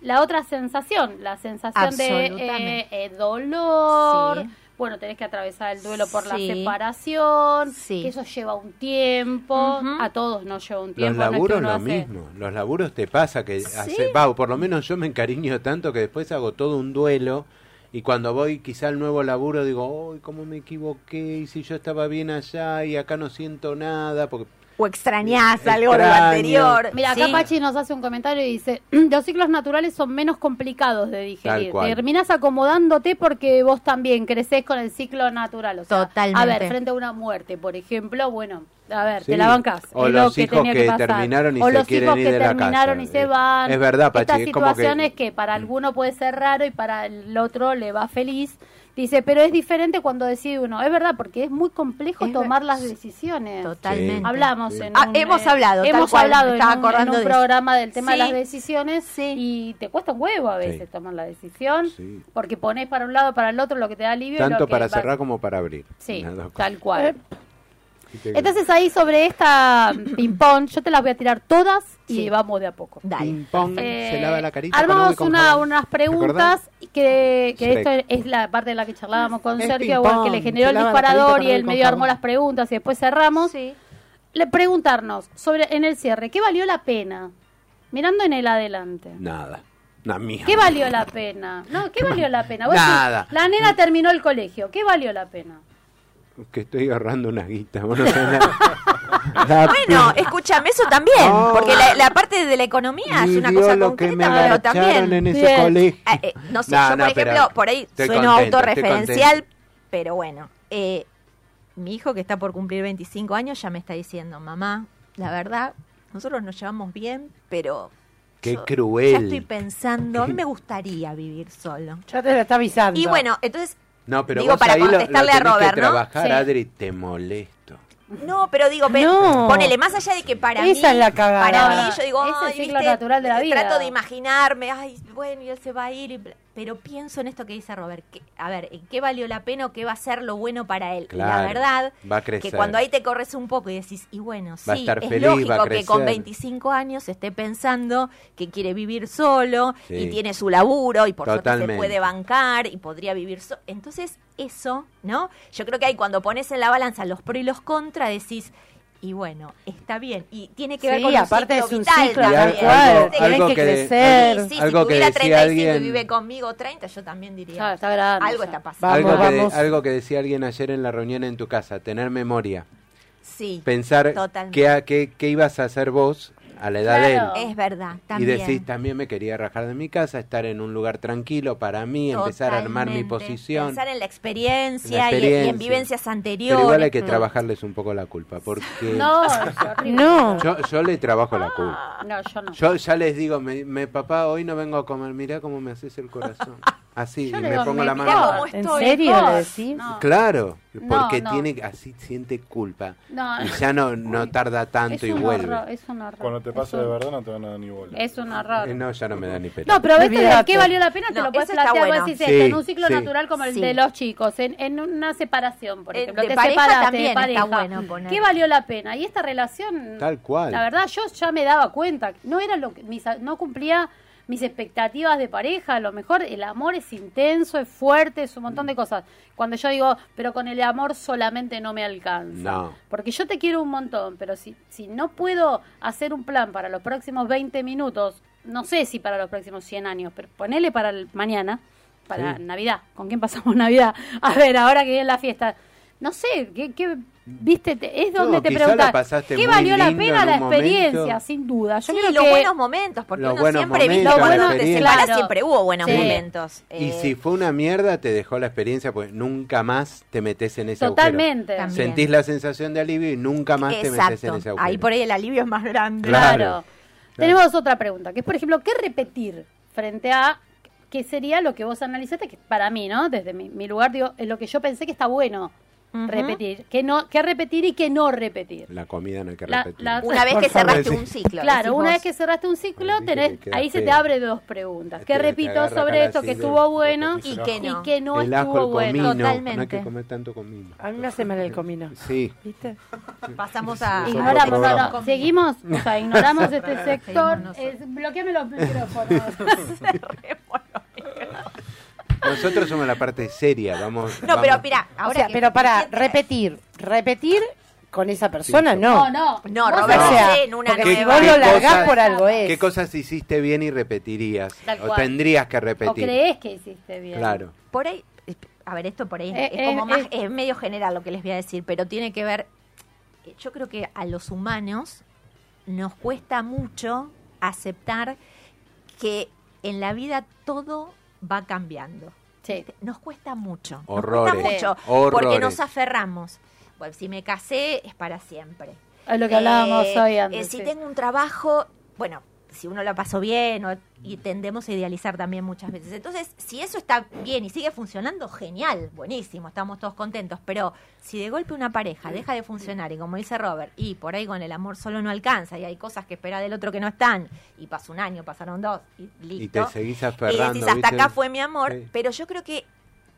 Speaker 2: la otra sensación, la sensación de eh,
Speaker 7: Absolutamente.
Speaker 2: eh, dolor,
Speaker 7: Sí.
Speaker 2: bueno, tenés que atravesar el duelo por la
Speaker 7: Sí.
Speaker 2: separación,
Speaker 7: Sí.
Speaker 2: que eso lleva un tiempo,
Speaker 7: Ujú.
Speaker 2: a todos nos lleva un
Speaker 3: Los
Speaker 2: tiempo. no es que
Speaker 3: laburos
Speaker 2: uno
Speaker 3: lo
Speaker 2: hace-
Speaker 3: mismo, los laburos te pasa que hace, va, o por lo menos yo me encariño tanto que después hago todo un duelo y cuando voy quizá al nuevo laburo digo, uy, cómo me equivoqué, y si yo estaba bien allá y acá no siento nada, porque
Speaker 7: O extrañás algo de lo
Speaker 3: Extraño.
Speaker 7: anterior.
Speaker 2: Mira, acá
Speaker 7: Sí.
Speaker 2: Pachi nos hace un comentario y dice, los ciclos naturales son menos complicados de
Speaker 3: Tal
Speaker 2: digerir.
Speaker 3: cual.
Speaker 2: Terminás acomodándote porque vos también creces con el ciclo natural. O sea,
Speaker 7: Totalmente.
Speaker 2: A ver, frente a una muerte, por ejemplo, bueno, a ver,
Speaker 3: Sí.
Speaker 2: te la bancás.
Speaker 3: O
Speaker 2: es
Speaker 3: los
Speaker 2: lo que
Speaker 3: hijos
Speaker 2: tenía
Speaker 3: que
Speaker 2: pasar.
Speaker 3: terminaron y
Speaker 2: o
Speaker 3: se
Speaker 2: los
Speaker 3: quieren
Speaker 2: hijos
Speaker 3: ir
Speaker 2: que
Speaker 3: de la casa.
Speaker 2: terminaron y se van.
Speaker 3: Es verdad, Pachi,
Speaker 2: Estas
Speaker 3: es como que-
Speaker 2: situaciones que para alguno puede ser raro y para el otro le va feliz. Dice, pero es diferente cuando decide uno. Es verdad, porque es muy complejo
Speaker 7: Es ver-
Speaker 2: tomar las decisiones.
Speaker 7: Totalmente.
Speaker 2: Hablamos en
Speaker 7: Ah,
Speaker 2: un, eh,
Speaker 7: hemos hablado, tal
Speaker 2: hemos
Speaker 7: cual, me
Speaker 2: hablado en
Speaker 7: estaba
Speaker 2: un, en
Speaker 7: acordando
Speaker 2: un
Speaker 7: de eso.
Speaker 2: programa del tema
Speaker 7: Sí.
Speaker 2: de las decisiones
Speaker 7: Sí.
Speaker 2: y te cuesta un huevo a veces
Speaker 3: Sí.
Speaker 2: tomar la decisión
Speaker 3: Sí.
Speaker 2: porque pones para un lado para el otro lo que te da alivio y lo
Speaker 3: tanto
Speaker 2: que
Speaker 3: para
Speaker 2: va-
Speaker 3: cerrar como para abrir.
Speaker 2: sí
Speaker 3: Las dos cosas.
Speaker 2: tal cual
Speaker 3: Así que-
Speaker 2: entonces ahí sobre esta ping pong yo te las voy a tirar todas y
Speaker 7: Sí.
Speaker 2: vamos de a poco
Speaker 7: Dale.
Speaker 3: Ping pong,
Speaker 2: Eh,
Speaker 3: se lava la carita. con agua y
Speaker 2: armamos
Speaker 3: con
Speaker 2: una,
Speaker 3: jabón.
Speaker 2: unas
Speaker 3: ¿Recordás?
Speaker 2: preguntas que, que esto
Speaker 3: Shrek.
Speaker 2: es la parte de la que charlábamos con
Speaker 4: Es
Speaker 2: Sergio,
Speaker 4: ping-pong,
Speaker 2: bueno, que le generó
Speaker 4: se
Speaker 2: el
Speaker 4: lava la carita
Speaker 2: disparador
Speaker 4: con
Speaker 2: y
Speaker 4: agua y
Speaker 2: él
Speaker 4: con
Speaker 2: medio armó
Speaker 4: jabón.
Speaker 2: las preguntas y después cerramos.
Speaker 7: Sí.
Speaker 2: Le preguntarnos sobre en el cierre, ¿qué valió la pena? Mirando en el adelante.
Speaker 3: Nada. Una mierda.
Speaker 2: ¿Qué valió la pena? No, ¿qué valió la pena? Vos
Speaker 3: Nada.
Speaker 2: decís, la nena terminó el colegio. ¿Qué valió la pena?
Speaker 3: Que estoy ahorrando una guita. vos no sabés la- la
Speaker 7: Bueno,
Speaker 3: puta.
Speaker 7: escúchame eso también,
Speaker 3: No.
Speaker 7: porque la, la parte de la economía es
Speaker 3: Ni
Speaker 7: una
Speaker 3: Dios
Speaker 7: cosa
Speaker 3: Ah. lo que me
Speaker 7: concreta, pero
Speaker 3: garcharon
Speaker 7: también
Speaker 3: en ese
Speaker 2: Bien.
Speaker 3: colegio.
Speaker 7: Ah, eh, no sé,
Speaker 3: No,
Speaker 7: yo
Speaker 3: no,
Speaker 7: por
Speaker 3: pero
Speaker 7: ejemplo, por ahí
Speaker 3: estoy
Speaker 7: sueno
Speaker 3: contento, estoy
Speaker 7: autorreferencial, pero bueno, eh, mi hijo que está por cumplir 25 años ya me está diciendo, mamá, la verdad, nosotros nos llevamos bien, pero
Speaker 3: Qué
Speaker 7: yo ya
Speaker 3: cruel.
Speaker 7: estoy pensando, a mí me gustaría vivir solo.
Speaker 4: Ya te lo está avisando.
Speaker 7: Y bueno, entonces,
Speaker 3: No, pero
Speaker 7: digo,
Speaker 3: vos
Speaker 7: para
Speaker 3: ahí lo- lo
Speaker 7: contestarle a
Speaker 3: tenés
Speaker 7: Robert,
Speaker 3: que
Speaker 7: ¿no?
Speaker 3: trabajar,
Speaker 2: Sí.
Speaker 3: Adri, te molesto.
Speaker 7: no, pero digo, pe-
Speaker 4: No.
Speaker 7: ponele más allá de que para
Speaker 4: Esa
Speaker 7: mí,
Speaker 4: es la cagada.
Speaker 7: para
Speaker 2: No,
Speaker 7: mí,
Speaker 2: no,
Speaker 7: yo digo,
Speaker 2: es el
Speaker 7: "Ay,
Speaker 2: ciclo
Speaker 7: viste,
Speaker 2: natural de la vida".
Speaker 7: Trato de imaginarme, ay, bueno, y él se va a ir, y bla- pero pienso en esto que dice Robert, que, a ver, ¿en qué valió la pena o qué va a ser lo bueno para él? Y
Speaker 3: Claro,
Speaker 7: la verdad,
Speaker 3: va a crecer.
Speaker 7: que cuando ahí te corres un poco y decís, y bueno, sí,
Speaker 3: Va a estar
Speaker 7: es
Speaker 3: feliz, va a
Speaker 7: lógico que con
Speaker 3: crecer.
Speaker 7: 25 años esté pensando que quiere vivir solo
Speaker 3: Sí.
Speaker 7: y tiene su laburo y por suerte
Speaker 3: Totalmente.
Speaker 7: se puede bancar y podría vivir solo. Entonces, eso, ¿no? Yo creo que ahí cuando pones en la balanza los pro y los contra, decís, y bueno, está bien. Y tiene que ver
Speaker 4: Sí,
Speaker 7: con un
Speaker 4: aparte
Speaker 7: ciclo
Speaker 4: es un
Speaker 7: vital
Speaker 4: ciclo
Speaker 7: también.
Speaker 3: tal cual,
Speaker 7: Viste que-
Speaker 4: tenés
Speaker 3: algo
Speaker 4: que,
Speaker 3: que-
Speaker 4: crecer.
Speaker 7: Sí, sí,
Speaker 3: Algo
Speaker 7: si
Speaker 3: que
Speaker 7: tuviera
Speaker 3: decía
Speaker 7: 35 y
Speaker 3: alguien-
Speaker 7: vive conmigo 30, yo también diría.
Speaker 2: Claro, está grande
Speaker 7: Algo
Speaker 2: ya.
Speaker 7: está pasando.
Speaker 4: Vamos,
Speaker 3: algo, que de-
Speaker 4: vamos.
Speaker 3: algo que decía alguien ayer en la reunión en tu casa, tener memoria.
Speaker 7: Sí.
Speaker 3: Pensar
Speaker 7: Totalmente.
Speaker 3: qué, a- qué- qué ibas a hacer vos a la edad
Speaker 2: Claro.
Speaker 3: de él.
Speaker 7: Es verdad,
Speaker 3: Y
Speaker 7: también.
Speaker 3: decís, también me quería rajar de mi casa, estar en un lugar tranquilo para mí, empezar a armar mi
Speaker 7: Totalmente.
Speaker 3: posición.
Speaker 7: Pensar en la
Speaker 3: La
Speaker 7: experiencia, y- Y, en
Speaker 3: experiencia.
Speaker 7: vivencias anteriores.
Speaker 3: Pero igual hay que
Speaker 7: Mm.
Speaker 3: trabajarles un poco la culpa, porque
Speaker 2: No, es horrible.
Speaker 4: No.
Speaker 3: yo, yo le trabajo la culpa.
Speaker 2: No, yo no.
Speaker 3: Yo ya les digo, me, me- papá, hoy no vengo a comer, mirá cómo me haces el corazón. Así,
Speaker 2: Yo
Speaker 3: y
Speaker 2: le
Speaker 3: me
Speaker 2: digo,
Speaker 3: pongo
Speaker 2: me
Speaker 3: la
Speaker 2: picó.
Speaker 3: mano.
Speaker 4: ¿En
Speaker 2: Estoy
Speaker 4: serio
Speaker 2: mejor.
Speaker 4: le decís?
Speaker 2: No.
Speaker 3: Claro,
Speaker 2: No,
Speaker 3: porque
Speaker 2: no.
Speaker 3: tiene así siente culpa.
Speaker 2: No.
Speaker 3: Y ya no, no tarda
Speaker 2: Es
Speaker 3: tanto y
Speaker 2: un
Speaker 3: vuelve.
Speaker 2: horror, es un horror.
Speaker 6: Cuando te pasa
Speaker 2: es
Speaker 6: de
Speaker 2: un-
Speaker 6: verdad no te van a dar ni bola.
Speaker 2: Es un horror.
Speaker 3: Eh, no, ya no me da ni pena.
Speaker 2: No, pero ves de
Speaker 4: Olvídate.
Speaker 2: qué valió la pena, te
Speaker 7: No,
Speaker 2: lo puedes
Speaker 7: eso está
Speaker 2: plantear
Speaker 7: bueno.
Speaker 2: vos decís,
Speaker 3: Sí,
Speaker 2: esto, en un ciclo
Speaker 3: sí.
Speaker 2: natural como el
Speaker 7: Sí.
Speaker 2: de los chicos, en, en una separación, por
Speaker 7: Eh,
Speaker 2: ejemplo,
Speaker 7: de
Speaker 2: te
Speaker 7: pareja
Speaker 2: separaste
Speaker 7: también
Speaker 2: de
Speaker 7: está
Speaker 2: pareja.
Speaker 7: bueno poner.
Speaker 2: ¿Qué valió la pena? Y esta relación,
Speaker 3: Tal cual.
Speaker 2: la verdad, yo ya me daba cuenta, que no era lo que mis, no cumplía mis expectativas de pareja, a lo mejor el amor es intenso, es fuerte, es un montón de cosas. Cuando yo digo, pero con el amor solamente no me alcanza.
Speaker 3: No.
Speaker 2: Porque yo te quiero un montón, pero si, si no puedo hacer un plan para los próximos 20 minutos, no sé si para los próximos 100 años, pero ponele para el mañana, para Navidad. ¿Con quién pasamos Navidad? A ver, ahora que viene la fiesta. No sé, ¿qué, qué- viste? Te- es donde
Speaker 3: No,
Speaker 2: te
Speaker 3: quizá
Speaker 2: preguntas,
Speaker 3: la pasaste
Speaker 2: ¿qué
Speaker 3: muy
Speaker 2: valió la
Speaker 3: lindo
Speaker 2: pena
Speaker 3: en
Speaker 2: la
Speaker 3: un momento?
Speaker 2: experiencia? Sin duda. Yo
Speaker 7: Sí,
Speaker 2: creo
Speaker 7: los
Speaker 2: que...
Speaker 7: buenos momentos, porque
Speaker 3: Los
Speaker 7: uno
Speaker 3: buenos
Speaker 7: siempre
Speaker 3: momentos,
Speaker 7: viste
Speaker 2: la
Speaker 7: cuando te
Speaker 2: experiencia.
Speaker 7: separas
Speaker 2: Claro.
Speaker 7: siempre hubo buenos
Speaker 2: Sí.
Speaker 7: momentos.
Speaker 3: Y
Speaker 7: Eh,
Speaker 3: si fue una mierda, te dejó la experiencia, pues nunca más te metes en ese agujero.
Speaker 2: Totalmente.
Speaker 7: También.
Speaker 3: Sentís la sensación de alivio y nunca más te metes en ese
Speaker 7: Exacto.
Speaker 3: agujero.
Speaker 7: Ahí por ahí el alivio es más grande.
Speaker 2: Claro.
Speaker 3: Claro.
Speaker 2: Tenemos otra pregunta, que es, por ejemplo, ¿qué repetir frente a que sería lo que vos analizaste, que para mí, ¿no? Desde mi, mi lugar, digo, es lo que yo pensé que está bueno repetir. Que, no, que repetir y que no repetir.
Speaker 3: La comida no hay que
Speaker 2: La-
Speaker 3: repetir.
Speaker 2: la-
Speaker 7: Una vez
Speaker 4: Por
Speaker 7: que
Speaker 4: favor,
Speaker 7: cerraste
Speaker 3: sí.
Speaker 7: un ciclo.
Speaker 2: Claro,
Speaker 7: decís
Speaker 2: una
Speaker 7: vos.
Speaker 2: vez que cerraste un ciclo,
Speaker 3: Dije
Speaker 2: tenés,
Speaker 3: que queda
Speaker 2: ahí se te
Speaker 3: feo. Este,
Speaker 2: abre dos preguntas. ¿Qué
Speaker 3: Te- te
Speaker 2: repito
Speaker 3: agarra
Speaker 2: sobre
Speaker 3: acá
Speaker 2: esto
Speaker 3: la
Speaker 2: que
Speaker 3: silla,
Speaker 2: estuvo
Speaker 3: te
Speaker 2: bueno
Speaker 3: pones
Speaker 7: y
Speaker 3: el
Speaker 7: que
Speaker 3: ajo.
Speaker 7: no.
Speaker 2: y que no
Speaker 3: el ajo,
Speaker 2: estuvo
Speaker 3: el comino,
Speaker 2: bueno?
Speaker 3: no hay
Speaker 7: Totalmente.
Speaker 3: que comer tanto comino.
Speaker 4: A mí me hace mal el comino.
Speaker 3: Sí,
Speaker 4: ¿Viste?
Speaker 7: Pasamos a.
Speaker 6: Eso
Speaker 2: Ignoramos,
Speaker 6: otro
Speaker 2: no, no,
Speaker 6: programa.
Speaker 2: seguimos, o sea, ignoramos este
Speaker 7: Programa,
Speaker 2: sector.
Speaker 7: seguimos
Speaker 2: Eh, bloqueame los micrófonos.
Speaker 3: nosotros somos la parte seria, vamos.
Speaker 7: No, pero
Speaker 3: vamos.
Speaker 7: mira, ahora.
Speaker 4: o sea,
Speaker 7: que-
Speaker 4: pero para
Speaker 7: ¿quién te-
Speaker 4: repetir, repetir con esa persona, no.
Speaker 2: No, no.
Speaker 7: No,
Speaker 2: Vos
Speaker 7: Robert,
Speaker 4: O sea,
Speaker 7: en una
Speaker 4: porque si
Speaker 7: nueva.
Speaker 4: vos lo
Speaker 3: ¿Qué
Speaker 4: largás
Speaker 3: cosas-
Speaker 4: por algo es.
Speaker 3: ¿Qué cosas hiciste bien y repetirías?
Speaker 2: Tal
Speaker 3: O
Speaker 2: cual.
Speaker 3: tendrías que
Speaker 2: o
Speaker 3: repetir.
Speaker 2: crees que hiciste bien.
Speaker 3: Claro.
Speaker 7: Por ahí. A ver, esto por ahí es-
Speaker 2: Eh,
Speaker 7: es,
Speaker 2: eh,
Speaker 7: como más.
Speaker 2: eh.
Speaker 7: Es medio general lo que les voy a decir, pero tiene que ver. Yo creo que a los humanos nos cuesta mucho aceptar que en la vida todo va cambiando.
Speaker 2: Sí.
Speaker 7: nos cuesta mucho.
Speaker 3: Horrores.
Speaker 7: Nos cuesta mucho.
Speaker 3: Sí. Horrores.
Speaker 7: Porque nos aferramos. Bueno, si me casé es para siempre.
Speaker 2: Es lo que hablábamos
Speaker 7: Eh,
Speaker 2: hoy antes.
Speaker 7: eh, si
Speaker 2: sí.
Speaker 7: tengo un trabajo, bueno, si uno la pasó bien o- y tendemos a idealizar también muchas veces. Entonces, si eso está bien y sigue funcionando, genial, buenísimo, estamos todos contentos. Pero si de golpe una pareja deja de funcionar y como dice Robert, y por ahí con el amor solo no alcanza y hay cosas que espera del otro que no están y pasó un año, pasaron dos y listo.
Speaker 3: Y te seguís
Speaker 7: Y
Speaker 3: aferrando.
Speaker 7: decís, hasta
Speaker 3: ¿viste?
Speaker 7: acá fue mi amor,
Speaker 3: Sí.
Speaker 7: pero yo creo que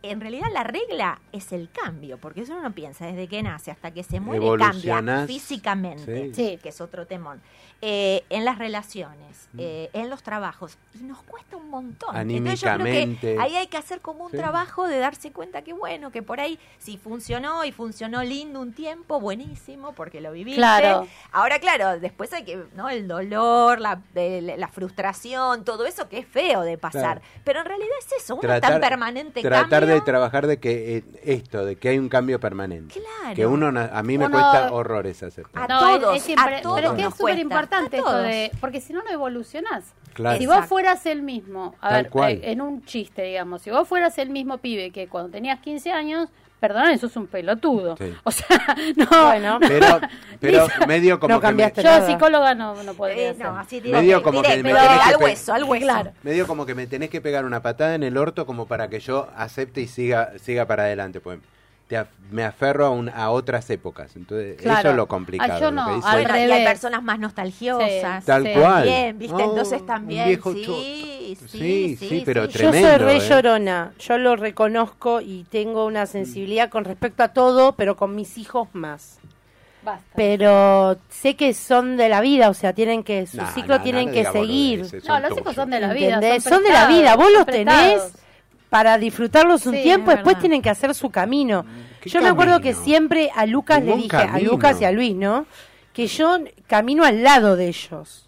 Speaker 7: en realidad la regla es el cambio, porque eso uno piensa desde que nace hasta que se muere, cambia
Speaker 3: Evolucionás.
Speaker 7: físicamente,
Speaker 3: Sí.
Speaker 2: Sí.
Speaker 7: que es otro temón, Eh, en las relaciones,
Speaker 3: Mm.
Speaker 7: eh, en los trabajos, y nos cuesta un montón. Entonces yo creo que
Speaker 3: Anímicamente.
Speaker 7: ahí hay que hacer como un
Speaker 3: Sí.
Speaker 7: trabajo de darse cuenta que bueno, que por ahí si funcionó y funcionó lindo un tiempo, buenísimo, porque lo viviste,
Speaker 2: Claro.
Speaker 7: Ahora, claro, después hay que, ¿no? El dolor, la, el- la frustración, todo eso que es feo de
Speaker 3: Claro.
Speaker 7: pasar. Pero en realidad es eso, uno está en
Speaker 3: tratar,
Speaker 7: permanente
Speaker 3: tratar
Speaker 7: cambio.
Speaker 3: de trabajar de que eh, esto, de que hay un cambio permanente.
Speaker 7: Claro.
Speaker 3: Que uno, na- a mí me
Speaker 2: Uno- Ah,
Speaker 3: cuesta horrores aceptar.
Speaker 7: A
Speaker 2: No,
Speaker 7: todos,
Speaker 2: es, es siempre-
Speaker 7: a todos
Speaker 2: pero es que
Speaker 7: nos
Speaker 2: es súper
Speaker 7: cuesta,
Speaker 2: importante
Speaker 7: a
Speaker 2: esto
Speaker 7: todos.
Speaker 2: de. Porque si no, no evolucionás.
Speaker 3: Claro.
Speaker 2: Si vos
Speaker 7: Exacto.
Speaker 2: fueras el mismo, a
Speaker 3: Tal
Speaker 2: ver,
Speaker 3: cual.
Speaker 2: eh, en un chiste, digamos, si vos fueras el mismo pibe que cuando tenías 15 años, perdón, eso es un pelotudo.
Speaker 3: Sí.
Speaker 2: O sea, no.
Speaker 4: Bueno.
Speaker 3: Pero, pero medio como
Speaker 4: No
Speaker 3: que me,
Speaker 4: cambiaste.
Speaker 2: Yo,
Speaker 4: nada.
Speaker 2: psicóloga, no, no podría
Speaker 7: Eh,
Speaker 2: ser.
Speaker 7: no, así
Speaker 3: Medio
Speaker 7: directo,
Speaker 3: como que
Speaker 7: directo,
Speaker 3: me
Speaker 7: pero
Speaker 3: tenés que
Speaker 7: al
Speaker 3: pe-
Speaker 7: hueso, al hueso.
Speaker 2: Claro.
Speaker 3: medio como que me tenés que pegar una patada en el orto como para que yo acepte y siga siga para adelante. Pues te af- me aferro a, un- a otras épocas. Entonces, eso
Speaker 2: Claro.
Speaker 3: es lo complicado.
Speaker 2: Ah, yo
Speaker 3: lo que
Speaker 2: no,
Speaker 3: dice-
Speaker 2: al
Speaker 7: Bueno, y hay
Speaker 2: revés.
Speaker 7: personas más nostalgiosas.
Speaker 2: Sí.
Speaker 3: Tal
Speaker 2: Sí.
Speaker 3: cual.
Speaker 7: Bien, ¿viste?
Speaker 3: Oh,
Speaker 7: Entonces también,
Speaker 3: un viejo
Speaker 7: sí,
Speaker 3: cho-
Speaker 7: sí,
Speaker 3: sí,
Speaker 7: sí,
Speaker 3: sí, pero
Speaker 7: sí.
Speaker 4: Yo
Speaker 3: tremendo.
Speaker 4: soy re
Speaker 3: ¿eh?
Speaker 4: llorona, yo lo reconozco y tengo una sensibilidad con respecto a todo, pero con mis hijos más.
Speaker 2: Basta.
Speaker 4: Pero sé que son de la vida, o sea, tienen que su
Speaker 3: Nah,
Speaker 4: ciclo
Speaker 3: nah,
Speaker 4: tienen
Speaker 3: nah,
Speaker 4: que
Speaker 3: diga
Speaker 4: seguir.
Speaker 3: boludeces,
Speaker 2: no,
Speaker 3: son
Speaker 2: los hijos
Speaker 3: tuyos.
Speaker 2: son de la vida.
Speaker 4: ¿Entendés?
Speaker 2: son
Speaker 4: Son de la
Speaker 2: prestados,
Speaker 4: vida, vos
Speaker 2: son
Speaker 4: los
Speaker 2: prestados.
Speaker 4: tenés para disfrutarlos un
Speaker 2: Sí,
Speaker 4: tiempo,
Speaker 7: es
Speaker 4: después
Speaker 7: verdad.
Speaker 4: tienen que hacer su camino.
Speaker 3: Mm, ¿Qué
Speaker 4: Yo me acuerdo que
Speaker 3: camino?
Speaker 4: siempre a Lucas le
Speaker 3: Ningún
Speaker 4: dije, a
Speaker 3: camino.
Speaker 4: Lucas y a Luis, ¿no? Que yo camino al lado de ellos.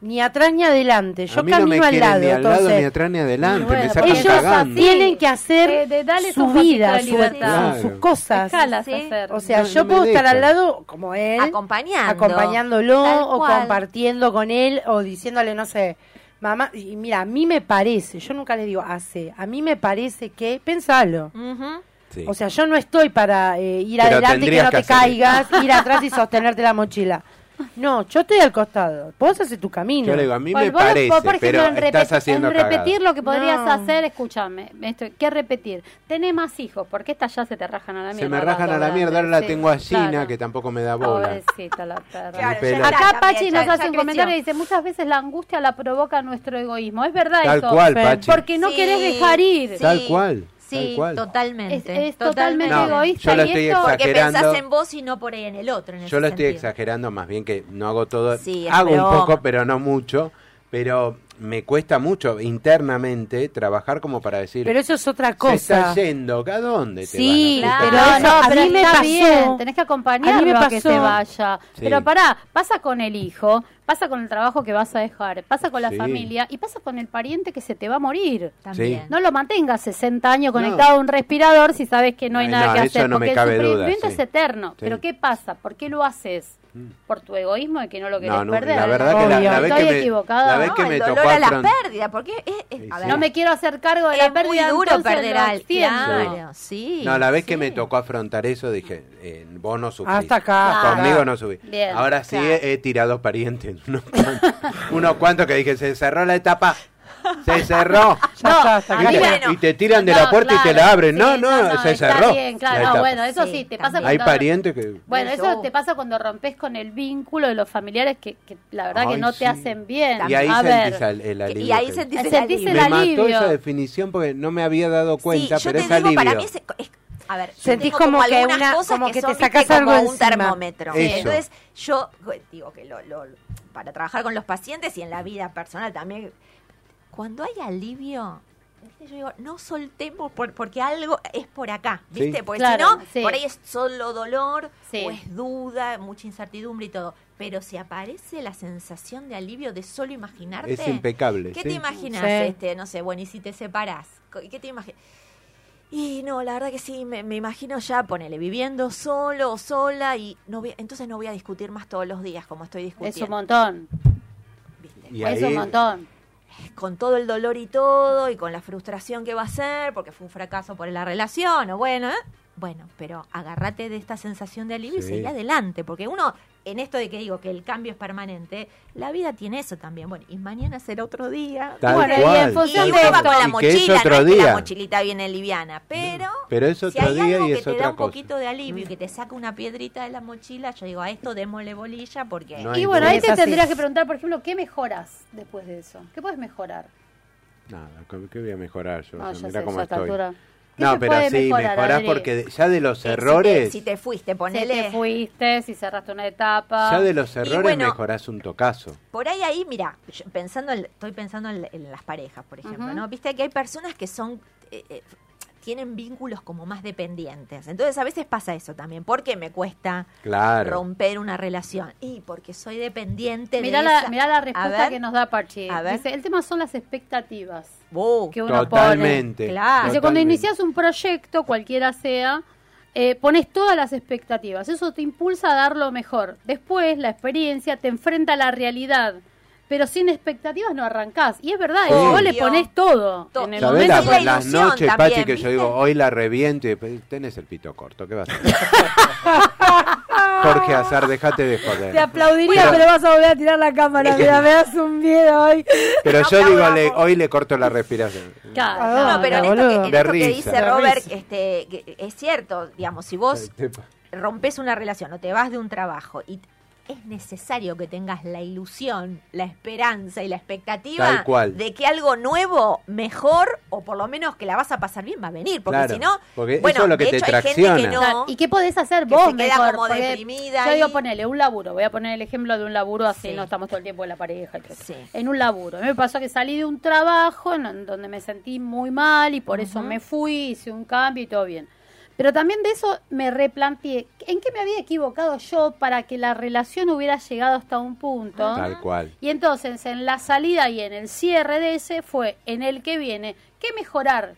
Speaker 4: Ni atrás ni adelante, yo
Speaker 3: a mí
Speaker 4: camino
Speaker 3: no me
Speaker 4: al
Speaker 3: quieren
Speaker 4: lado.
Speaker 3: ni al lado,
Speaker 4: entonces,
Speaker 3: ni atrás, ni adelante.
Speaker 2: Bueno,
Speaker 3: me sacan
Speaker 4: ellos
Speaker 3: cagando.
Speaker 4: tienen que hacer
Speaker 2: Eh, de- dale
Speaker 4: su
Speaker 2: un poquito
Speaker 4: vida,
Speaker 2: de
Speaker 4: su-
Speaker 2: libertad.
Speaker 4: sus
Speaker 3: Claro.
Speaker 4: cosas.
Speaker 2: Dejalas
Speaker 7: Sí.
Speaker 2: hacer.
Speaker 4: O sea,
Speaker 3: No,
Speaker 4: yo
Speaker 3: no me
Speaker 4: puedo estar
Speaker 3: dejan.
Speaker 4: al lado como él,
Speaker 7: Acompañando.
Speaker 4: acompañándolo
Speaker 7: Tal
Speaker 4: o
Speaker 7: cual.
Speaker 4: compartiendo con él o diciéndole, no sé, mamá, y mira, a mí me parece, yo nunca le digo hace, a mí me parece que, pensalo.
Speaker 2: Mm.
Speaker 7: Ujú.
Speaker 3: Sí.
Speaker 4: O sea, yo no estoy para eh, ir
Speaker 3: Pero
Speaker 4: adelante y que
Speaker 3: tendrías
Speaker 4: no
Speaker 3: que
Speaker 4: te
Speaker 3: hacer
Speaker 4: caigas, ir atrás y sostenerte la mochila. No, yo estoy al costado. Vos haces tu camino.
Speaker 3: Yo le digo, a mí
Speaker 2: Por-
Speaker 3: me
Speaker 2: vos lo-
Speaker 3: parece,
Speaker 2: vos, por ejemplo,
Speaker 3: pero
Speaker 2: en
Speaker 3: estás
Speaker 2: repeti-
Speaker 3: haciendo
Speaker 2: en repetir
Speaker 3: cagada.
Speaker 2: lo que podrías
Speaker 4: No.
Speaker 2: hacer, escúchame, esto, ¿qué repetir? Tener más hijos, porque estas ya se te rajan a la mierda.
Speaker 3: Se me rajan
Speaker 2: cuando
Speaker 3: a la
Speaker 2: grandes,
Speaker 3: mierda, ahora la
Speaker 2: sí,
Speaker 3: tengo a Gina,
Speaker 2: claro.
Speaker 3: que tampoco me da bola.
Speaker 2: Pobrecita la perra.
Speaker 3: Claro,
Speaker 7: ya
Speaker 3: pelo.
Speaker 7: está,
Speaker 2: Acá
Speaker 7: también,
Speaker 2: Pachi
Speaker 7: ya-
Speaker 2: nos hace
Speaker 7: ya
Speaker 2: un
Speaker 7: creció.
Speaker 2: comentario y dice, muchas veces la angustia la provoca nuestro egoísmo. Es verdad
Speaker 3: Tal
Speaker 2: eso.
Speaker 3: cual,
Speaker 4: Fer,
Speaker 3: Pachi.
Speaker 2: Porque no
Speaker 7: Sí,
Speaker 2: querés dejar ir.
Speaker 7: sí,
Speaker 3: Tal cual,
Speaker 7: Sí,
Speaker 3: tal cual.
Speaker 7: totalmente.
Speaker 2: Es, es totalmente
Speaker 3: No,
Speaker 2: egoísta.
Speaker 3: yo la
Speaker 2: y
Speaker 3: estoy
Speaker 2: esto,
Speaker 3: exagerando.
Speaker 7: Porque pensás
Speaker 3: exagerando.
Speaker 7: en vos y no por ahí en el otro. en
Speaker 3: Yo
Speaker 7: ese
Speaker 3: lo estoy
Speaker 7: sentido.
Speaker 3: exagerando, más bien que no hago todo.
Speaker 7: Sí, es
Speaker 3: hago
Speaker 7: broma.
Speaker 3: un poco, pero no mucho. Pero me cuesta mucho internamente trabajar como para decir.
Speaker 4: Pero eso es otra
Speaker 3: se
Speaker 4: cosa.
Speaker 3: está yendo, ¿a dónde te
Speaker 4: Sí,
Speaker 3: vas?
Speaker 4: pero
Speaker 2: Claro,
Speaker 4: eso a
Speaker 2: pero
Speaker 4: mí me
Speaker 2: está
Speaker 4: pasó.
Speaker 2: bien, tenés que acompañarlo
Speaker 4: A
Speaker 2: a,
Speaker 4: mí me
Speaker 2: que
Speaker 4: pasó.
Speaker 2: se vaya.
Speaker 3: Sí.
Speaker 2: Pero pará, pasa con el hijo, pasa con el trabajo que vas a dejar, pasa con la
Speaker 3: Sí.
Speaker 2: familia y pasa con el pariente que se te va a morir.
Speaker 7: También.
Speaker 3: Sí.
Speaker 2: No lo mantengas 60 años
Speaker 3: No.
Speaker 2: conectado a un respirador si sabes que no hay
Speaker 3: Ay,
Speaker 2: nada
Speaker 3: no,
Speaker 2: que
Speaker 3: eso
Speaker 2: hacer,
Speaker 3: no me
Speaker 2: porque
Speaker 3: cabe
Speaker 2: el
Speaker 3: duda,
Speaker 2: sufrimiento
Speaker 3: sí.
Speaker 2: es eterno.
Speaker 3: Sí. Mm.
Speaker 2: Pero ¿qué pasa? ¿Por qué lo haces? ¿Por tu egoísmo de que no lo querés
Speaker 3: No, no,
Speaker 2: perder?
Speaker 3: la verdad que la, la vez
Speaker 2: Estoy
Speaker 3: que me,
Speaker 2: equivocada.
Speaker 3: la vez
Speaker 7: No,
Speaker 3: que me
Speaker 7: el
Speaker 3: tocó
Speaker 7: dolor a la
Speaker 3: afron-
Speaker 7: pérdida, porque es, es-
Speaker 3: Sí,
Speaker 7: a
Speaker 3: sí.
Speaker 7: ver,
Speaker 2: No me quiero hacer cargo de la
Speaker 7: es
Speaker 2: pérdida.
Speaker 7: muy duro
Speaker 2: entonces
Speaker 7: perder
Speaker 2: lo
Speaker 7: a alguien.
Speaker 2: extiendo.
Speaker 7: Claro, sí.
Speaker 3: No, la vez
Speaker 7: sí.
Speaker 3: que me tocó afrontar eso dije, eh, vos no subís.
Speaker 4: Hasta acá, hasta
Speaker 3: Ah, Conmigo
Speaker 4: acá.
Speaker 3: no subís.
Speaker 2: Bien,
Speaker 3: Ahora sí he, he tirado parientes. Unos cuantos, unos cuantos que dije, se cerró la etapa. se cerró.
Speaker 4: Ya está, hasta
Speaker 3: Y
Speaker 4: acá.
Speaker 7: Ah,
Speaker 3: te-
Speaker 7: bueno.
Speaker 3: y te tiran de la
Speaker 2: No,
Speaker 3: puerta y te
Speaker 2: claro,
Speaker 3: la abren. no,
Speaker 2: sí,
Speaker 3: no, se
Speaker 2: está
Speaker 3: cerró.
Speaker 2: bien,
Speaker 3: Ahí
Speaker 2: claro,
Speaker 3: está.
Speaker 2: no, bueno, eso sí,
Speaker 7: Sí,
Speaker 2: te pasa
Speaker 7: también.
Speaker 3: Hay
Speaker 2: cuando-
Speaker 3: parientes que...
Speaker 2: Bueno,
Speaker 7: Eso.
Speaker 2: eso te pasa cuando rompes con el vínculo de los familiares que, que la verdad que
Speaker 3: Ay,
Speaker 2: no
Speaker 3: sí.
Speaker 2: te hacen bien.
Speaker 3: Y ahí
Speaker 2: a
Speaker 3: sentís
Speaker 2: ver,
Speaker 3: al- el alivio.
Speaker 7: y ahí
Speaker 3: que-
Speaker 7: sentís el
Speaker 2: Sentís
Speaker 7: alivio.
Speaker 2: el
Speaker 3: Me mató
Speaker 2: alivio.
Speaker 3: esa definición porque no me había dado cuenta,
Speaker 7: sí, yo
Speaker 3: pero
Speaker 7: te
Speaker 3: es
Speaker 7: digo,
Speaker 3: alivio.
Speaker 7: para mí es, es- a ver, yo
Speaker 4: Sentís
Speaker 7: tengo
Speaker 4: como que
Speaker 7: algunas
Speaker 4: una-
Speaker 7: cosas
Speaker 4: como que te
Speaker 7: son, viste,
Speaker 4: sacás
Speaker 7: como
Speaker 4: algo
Speaker 7: un
Speaker 4: encima.
Speaker 7: termómetro.
Speaker 3: Eso.
Speaker 7: Entonces, yo eh, digo que lo, lo- para trabajar con los pacientes y en la vida personal también, cuando hay alivio, viste, yo digo, no soltemos por- porque algo es por acá,
Speaker 3: Sí.
Speaker 7: ¿viste? Porque
Speaker 2: Claro,
Speaker 7: si no,
Speaker 2: sí.
Speaker 7: por ahí es solo dolor
Speaker 2: Sí.
Speaker 7: o es duda, mucha incertidumbre y todo. Pero si aparece la sensación de alivio de solo imaginarte,
Speaker 3: Es impecable.
Speaker 7: ¿Qué
Speaker 3: sí.
Speaker 7: te imaginas?
Speaker 4: Sí.
Speaker 7: Este, no sé, bueno, y si te separás, Co- ¿qué te imaginas? Y no, la verdad que sí, me, me imagino ya, ponele, viviendo solo o sola y no voy- entonces no voy a discutir más todos los días como estoy
Speaker 2: es un
Speaker 7: discutiendo.
Speaker 2: montón,
Speaker 7: ¿viste?
Speaker 3: Y
Speaker 2: es un
Speaker 3: ahí-
Speaker 2: montón.
Speaker 7: Con todo el dolor y todo y con la frustración que va a ser porque fue un fracaso por la relación o bueno, ¿eh? Bueno, pero agárrate de esta sensación de alivio
Speaker 3: Sí.
Speaker 7: y seguí adelante, porque uno, en esto de que digo que el cambio es permanente, la vida tiene eso también. Bueno, y mañana será otro día.
Speaker 3: Tal
Speaker 2: Bueno, y en
Speaker 3: cual,
Speaker 2: función
Speaker 3: tal
Speaker 7: Y
Speaker 2: de
Speaker 7: uno
Speaker 3: cual.
Speaker 7: va con la
Speaker 3: Y que es
Speaker 7: mochila,
Speaker 3: otro
Speaker 7: no es que la
Speaker 3: día.
Speaker 7: mochilita viene liviana, pero,
Speaker 3: Pero es otro
Speaker 7: si hay
Speaker 3: día
Speaker 7: algo
Speaker 3: y
Speaker 7: que
Speaker 3: es
Speaker 7: te da
Speaker 3: otra
Speaker 7: un
Speaker 3: cosa.
Speaker 7: poquito de alivio y que te saca una piedrita de la mochila, yo digo, a esto démosle bolilla porque...
Speaker 3: No hay
Speaker 2: Y bueno, ahí
Speaker 4: Es
Speaker 2: te
Speaker 4: así.
Speaker 2: tendrías que preguntar, por ejemplo, ¿qué mejoras después de eso? ¿Qué puedes mejorar?
Speaker 3: Nada, ¿qué- ¿qué voy a mejorar yo?
Speaker 2: No,
Speaker 3: O sea,
Speaker 2: ya
Speaker 3: mirá
Speaker 2: sé,
Speaker 3: cómo
Speaker 2: ya a esta
Speaker 3: estoy.
Speaker 2: altura. ¿Qué
Speaker 3: No,
Speaker 2: se
Speaker 3: pero
Speaker 2: puede
Speaker 3: sí,
Speaker 2: mejorar,
Speaker 3: mejorás
Speaker 2: Adri?
Speaker 3: porque de- ya de los
Speaker 7: eh, si te-
Speaker 3: errores,
Speaker 7: Si te, fuiste,
Speaker 2: Si te
Speaker 7: ponele...
Speaker 2: fuiste, si cerraste una etapa.
Speaker 3: ya de los errores
Speaker 7: bueno,
Speaker 3: mejorás un tocazo.
Speaker 7: Por ahí, ahí, mira, yo pensando, en- estoy pensando en, en las parejas, por ejemplo,
Speaker 2: Ujú.
Speaker 7: ¿no? Viste que hay personas que son... eh, eh, tienen vínculos como más dependientes. Entonces a veces pasa eso también. porque me cuesta
Speaker 3: Claro.
Speaker 7: romper una relación? Y porque soy dependiente
Speaker 2: Mirá
Speaker 7: de
Speaker 2: la,
Speaker 7: esa-
Speaker 2: mirá la
Speaker 7: A
Speaker 2: respuesta
Speaker 7: ver.
Speaker 2: que nos da Parche.
Speaker 7: A ver.
Speaker 2: Dice, el tema son las expectativas
Speaker 7: Wow.
Speaker 2: que uno pone.
Speaker 3: Totalmente.
Speaker 7: Claro.
Speaker 2: Dice, Ah, cuando
Speaker 3: totalmente.
Speaker 2: inicias un proyecto, cualquiera sea, eh, pones todas las expectativas. Eso te impulsa a dar lo mejor. Después, la experiencia te enfrenta a la realidad. Pero sin expectativas no arrancás. Y es verdad,
Speaker 3: Sí.
Speaker 2: vos le
Speaker 7: Obvio.
Speaker 2: pones todo.
Speaker 7: To-
Speaker 2: En el
Speaker 3: ¿Sabés
Speaker 7: Sabés
Speaker 2: momento
Speaker 3: la-
Speaker 7: la
Speaker 2: que-
Speaker 3: las
Speaker 7: ilusión
Speaker 3: noches,
Speaker 7: también,
Speaker 3: Pachi, que yo
Speaker 7: ¿viste?
Speaker 3: digo, hoy la reviento y después, tenés el pito corto, ¿qué vas a hacer? Jorge Azar, déjate de joder.
Speaker 4: Te aplaudiría,
Speaker 3: Pero-
Speaker 4: pero vas a volver a tirar la cámara. Mira, me das un miedo hoy.
Speaker 3: Pero yo
Speaker 7: No,
Speaker 3: digo,
Speaker 7: bravo.
Speaker 3: le- hoy le corto la respiración.
Speaker 2: Claro,
Speaker 4: Ah,
Speaker 7: No, pero
Speaker 2: este
Speaker 7: en
Speaker 4: boludo.
Speaker 7: esto, que, en
Speaker 3: De
Speaker 7: esto que
Speaker 3: risa.
Speaker 7: dice
Speaker 3: De
Speaker 7: Robert,
Speaker 4: risa.
Speaker 7: este, que es cierto, digamos, si vos rompes una relación o te vas de un trabajo y t- es necesario que tengas la ilusión, la esperanza y la
Speaker 3: Tal
Speaker 7: expectativa
Speaker 3: cual.
Speaker 7: de que algo nuevo, mejor o por lo menos que la vas a pasar bien va a venir, porque
Speaker 3: Claro,
Speaker 7: si no,
Speaker 3: porque eso
Speaker 7: bueno,
Speaker 3: es lo que
Speaker 7: de
Speaker 3: te
Speaker 7: hecho, hay gente que
Speaker 3: tracciona.
Speaker 7: no,
Speaker 2: Claro, ¿Y qué podés hacer
Speaker 7: que
Speaker 2: vos
Speaker 7: se queda
Speaker 2: mejor?
Speaker 7: como
Speaker 2: Porque
Speaker 7: deprimida
Speaker 2: Yo
Speaker 7: ahí.
Speaker 2: digo, ponele un laburo. Voy a poner el ejemplo de un laburo así,
Speaker 7: Sí.
Speaker 2: no estamos todo el tiempo en la pareja. y todo.
Speaker 7: Sí.
Speaker 2: En un laburo. A mí me pasó que salí de un trabajo en- en donde me sentí muy mal y por eso me fui, hice un cambio y todo bien. Pero también de eso me replanteé, ¿en qué me había equivocado yo para que la relación hubiera llegado hasta un punto?
Speaker 3: Tal cual.
Speaker 2: Y entonces en la salida y en el cierre de ese fue en el que viene, ¿qué mejorar?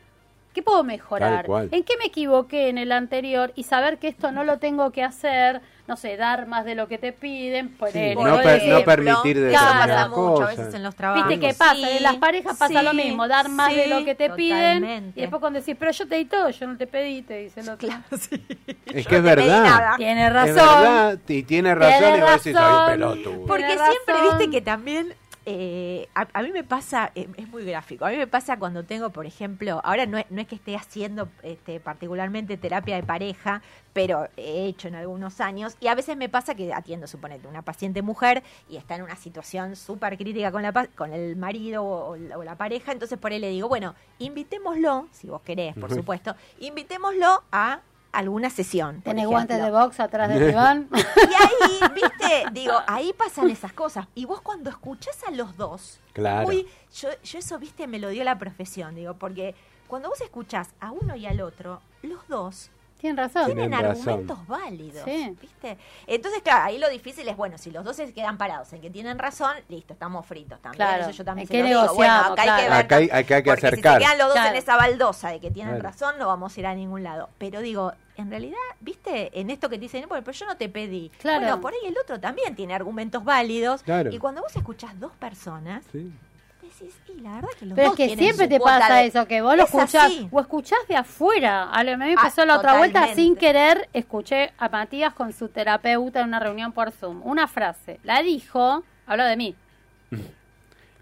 Speaker 2: ¿Qué puedo mejorar?
Speaker 3: Tal cual.
Speaker 2: ¿En qué me equivoqué en el anterior? Y saber que esto no lo tengo que hacer, no sé, dar más de lo que te piden. Por
Speaker 3: Sí, no per-
Speaker 7: ejemplo,
Speaker 3: no permitir
Speaker 7: claro,
Speaker 3: determinadas
Speaker 7: pasa mucho a
Speaker 3: cosas.
Speaker 7: veces en los trabajos.
Speaker 2: Viste que pasa, en las parejas pasa
Speaker 7: Sí,
Speaker 2: lo mismo, dar más de lo
Speaker 7: sí,
Speaker 2: que te piden. Y
Speaker 7: totalmente.
Speaker 2: después cuando decís, pero yo te di todo, yo no te pedí, te dicen lo
Speaker 7: Claro, sí.
Speaker 3: Es que es
Speaker 7: pedí
Speaker 3: verdad.
Speaker 7: nada.
Speaker 2: Tiene
Speaker 3: Es
Speaker 2: razón.
Speaker 3: verdad, y tiene razón, y vos decís, ay, pelotudo.
Speaker 2: Por-
Speaker 7: Porque
Speaker 2: Tenés
Speaker 7: siempre,
Speaker 2: razón.
Speaker 7: viste que también, eh, a, a mí me pasa, eh, es muy gráfico, a mí me pasa cuando tengo, por ejemplo, ahora no, es- no es que esté haciendo este, particularmente terapia de pareja, pero he hecho en algunos años, y a veces me pasa que atiendo, suponete, una paciente mujer y está en una situación súper crítica con, la, pa- con el marido o, o la- o la pareja, entonces por ahí le digo, bueno, invitémoslo, si vos querés, por supuesto, invitémoslo a alguna sesión. por
Speaker 2: Tenés
Speaker 7: ejemplo.
Speaker 2: guantes de box atrás del diván.
Speaker 7: Y ahí, viste, digo, ahí pasan esas cosas. Y vos cuando escuchás a los dos,
Speaker 3: Claro.
Speaker 7: muy- yo, yo eso, viste, me lo dio la profesión, digo, porque cuando vos escuchás a uno y al otro, los dos
Speaker 2: Tienen razón.
Speaker 7: tienen
Speaker 3: Tienen razón.
Speaker 7: argumentos válidos,
Speaker 2: Sí.
Speaker 7: viste. Entonces, claro, ahí lo difícil es, bueno, si los dos se quedan parados en que tienen razón, listo, estamos fritos también.
Speaker 2: Claro.
Speaker 7: Eso yo también
Speaker 2: ¿En
Speaker 7: se
Speaker 2: qué
Speaker 7: lo digo, bueno,
Speaker 2: negociamos?
Speaker 7: acá hay que
Speaker 2: Claro.
Speaker 7: ver.
Speaker 3: Acá hay- acá hay que
Speaker 7: porque
Speaker 3: acercar.
Speaker 7: Si se quedan los dos
Speaker 2: Claro.
Speaker 7: en esa baldosa de que tienen
Speaker 3: Claro.
Speaker 7: razón, no vamos a ir a ningún lado. Pero digo, en realidad, viste, en esto que te dicen, bueno, pero yo no te pedí.
Speaker 2: Claro.
Speaker 7: Bueno, por ahí el otro también tiene argumentos válidos.
Speaker 3: Claro.
Speaker 7: Y cuando vos escuchás dos personas,
Speaker 3: Sí.
Speaker 7: decís, y la verdad que los
Speaker 2: Pero es
Speaker 7: dos
Speaker 2: que
Speaker 7: tienen
Speaker 2: siempre
Speaker 7: su
Speaker 2: te
Speaker 7: cuota
Speaker 2: pasa
Speaker 7: de-
Speaker 2: eso, que vos lo
Speaker 7: Es
Speaker 2: escuchás
Speaker 7: así.
Speaker 2: o escuchás de afuera. A lo- a mí me
Speaker 7: Ah,
Speaker 2: pasó la otra vuelta
Speaker 7: totalmente.
Speaker 2: sin querer, escuché a Matías con su terapeuta en una reunión por Zoom. Una frase, la dijo, habló de mí.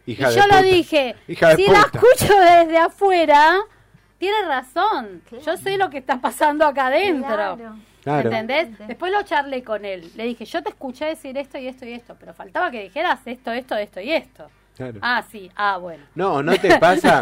Speaker 3: Hija
Speaker 2: y
Speaker 3: de
Speaker 2: yo
Speaker 3: puta.
Speaker 2: lo dije,
Speaker 3: Hija de
Speaker 2: si
Speaker 3: puta.
Speaker 2: la escucho desde afuera, tiene razón. Yo sé lo que está pasando acá adentro.
Speaker 3: Claro.
Speaker 2: ¿Entendés? Después lo charlé con él. Le dije, yo te escuché decir esto y esto y esto, pero faltaba que dijeras esto, esto, esto y esto.
Speaker 3: Claro.
Speaker 2: Ah, sí, ah, bueno.
Speaker 3: No, ¿no te pasa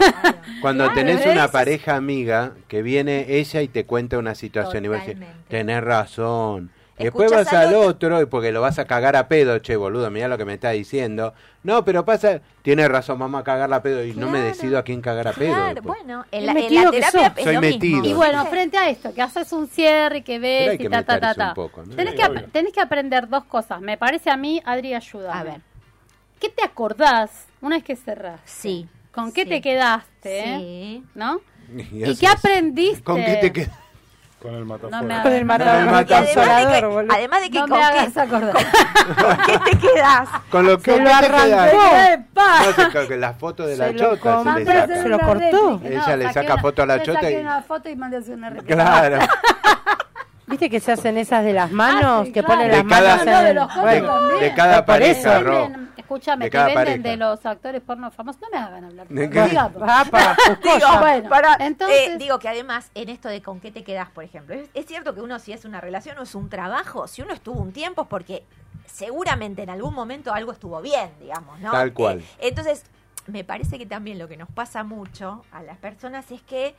Speaker 3: cuando
Speaker 2: Claro,
Speaker 3: tenés
Speaker 2: ¿ves?
Speaker 3: una pareja amiga que viene ella y te cuenta una situación y vos decís,
Speaker 7: Totalmente.
Speaker 3: tenés razón? Y después
Speaker 7: Escuchás
Speaker 3: vas
Speaker 7: al
Speaker 3: al otro y porque lo vas a cagar a pedo, che, boludo, mirá lo que me está diciendo. No, pero pasa, tiene razón, vamos a cagarla a pedo y no me
Speaker 7: Claro.
Speaker 3: decido a quién cagar a pedo.
Speaker 7: Claro,
Speaker 3: después.
Speaker 7: bueno, en
Speaker 4: Qué
Speaker 7: la, en la
Speaker 4: metido que
Speaker 7: terapia
Speaker 4: sos.
Speaker 7: es
Speaker 3: Soy
Speaker 7: lo
Speaker 3: metido.
Speaker 7: mismo.
Speaker 2: Y bueno, frente a esto, que haces un cierre y que
Speaker 3: Pero
Speaker 2: ves
Speaker 3: hay
Speaker 2: y
Speaker 3: que
Speaker 2: ta, ta, ta,
Speaker 3: meterse
Speaker 2: ta.
Speaker 3: un poco, ¿no?
Speaker 2: Tenés,
Speaker 6: Sí,
Speaker 2: que, ap-
Speaker 6: obvio.
Speaker 2: tenés que aprender dos cosas. Me parece a mí, Adri, ayuda.
Speaker 7: A ver.
Speaker 2: ¿Qué te acordás una vez que cerrás?
Speaker 7: Sí.
Speaker 2: ¿Con qué
Speaker 7: Sí.
Speaker 2: te quedaste? eh?
Speaker 7: Sí.
Speaker 2: ¿no?
Speaker 3: Y
Speaker 2: ¿Y
Speaker 3: eso
Speaker 2: qué
Speaker 3: es.
Speaker 2: aprendiste?
Speaker 3: ¿Con qué te quedas?
Speaker 6: Con el
Speaker 2: No
Speaker 6: matafuego.
Speaker 2: me
Speaker 4: Con el
Speaker 2: hagas,
Speaker 4: matador,
Speaker 3: Con el
Speaker 4: el
Speaker 3: matador.
Speaker 4: consolador,
Speaker 7: además de
Speaker 4: boludo.
Speaker 7: que, además de que
Speaker 2: no me
Speaker 7: con,
Speaker 2: hagas
Speaker 7: qué, eh,
Speaker 2: acordar.
Speaker 7: con qué te quedás.
Speaker 3: Con lo que
Speaker 4: Se
Speaker 3: ¿con
Speaker 4: lo
Speaker 3: qué te quedás?
Speaker 4: arrancó.
Speaker 3: No, se ca- que las fotos de la
Speaker 4: Se lo
Speaker 3: chota se
Speaker 4: comió.
Speaker 3: le
Speaker 4: Pero
Speaker 3: saca.
Speaker 4: se lo cortó.
Speaker 3: Ella le saca foto a la chota
Speaker 2: y...
Speaker 3: y-
Speaker 2: una foto y mandé hacer una réplica.
Speaker 3: Claro.
Speaker 4: ¿Viste que se hacen esas de las manos?
Speaker 2: Ah, sí,
Speaker 4: que
Speaker 2: claro.
Speaker 4: ponen
Speaker 2: De
Speaker 4: las
Speaker 3: cada-
Speaker 4: manos. en
Speaker 2: No, de
Speaker 4: el-
Speaker 2: los
Speaker 3: de-
Speaker 2: jóvenes también.
Speaker 3: de cada
Speaker 4: Por eso. ¿eh?
Speaker 3: pareja,
Speaker 4: Ro.
Speaker 2: Venden- Escúchame,
Speaker 3: De
Speaker 2: te
Speaker 3: cada
Speaker 2: venden
Speaker 3: pareja.
Speaker 2: de los actores porno famosos. No me hagan hablar.
Speaker 3: De
Speaker 2: tanto,
Speaker 3: cada-
Speaker 2: digamos.
Speaker 4: Apa, tus
Speaker 7: Digo,
Speaker 4: cosas.
Speaker 2: Bueno,
Speaker 7: para-
Speaker 2: entonces-
Speaker 7: eh, digo que además en esto de con qué te quedas, por ejemplo, es, es cierto que uno si es una relación o es un trabajo, si uno estuvo un tiempo es porque seguramente en algún momento algo estuvo bien, digamos, ¿no?
Speaker 3: Tal cual.
Speaker 7: Eh, entonces, me parece que también lo que nos pasa mucho a las personas es que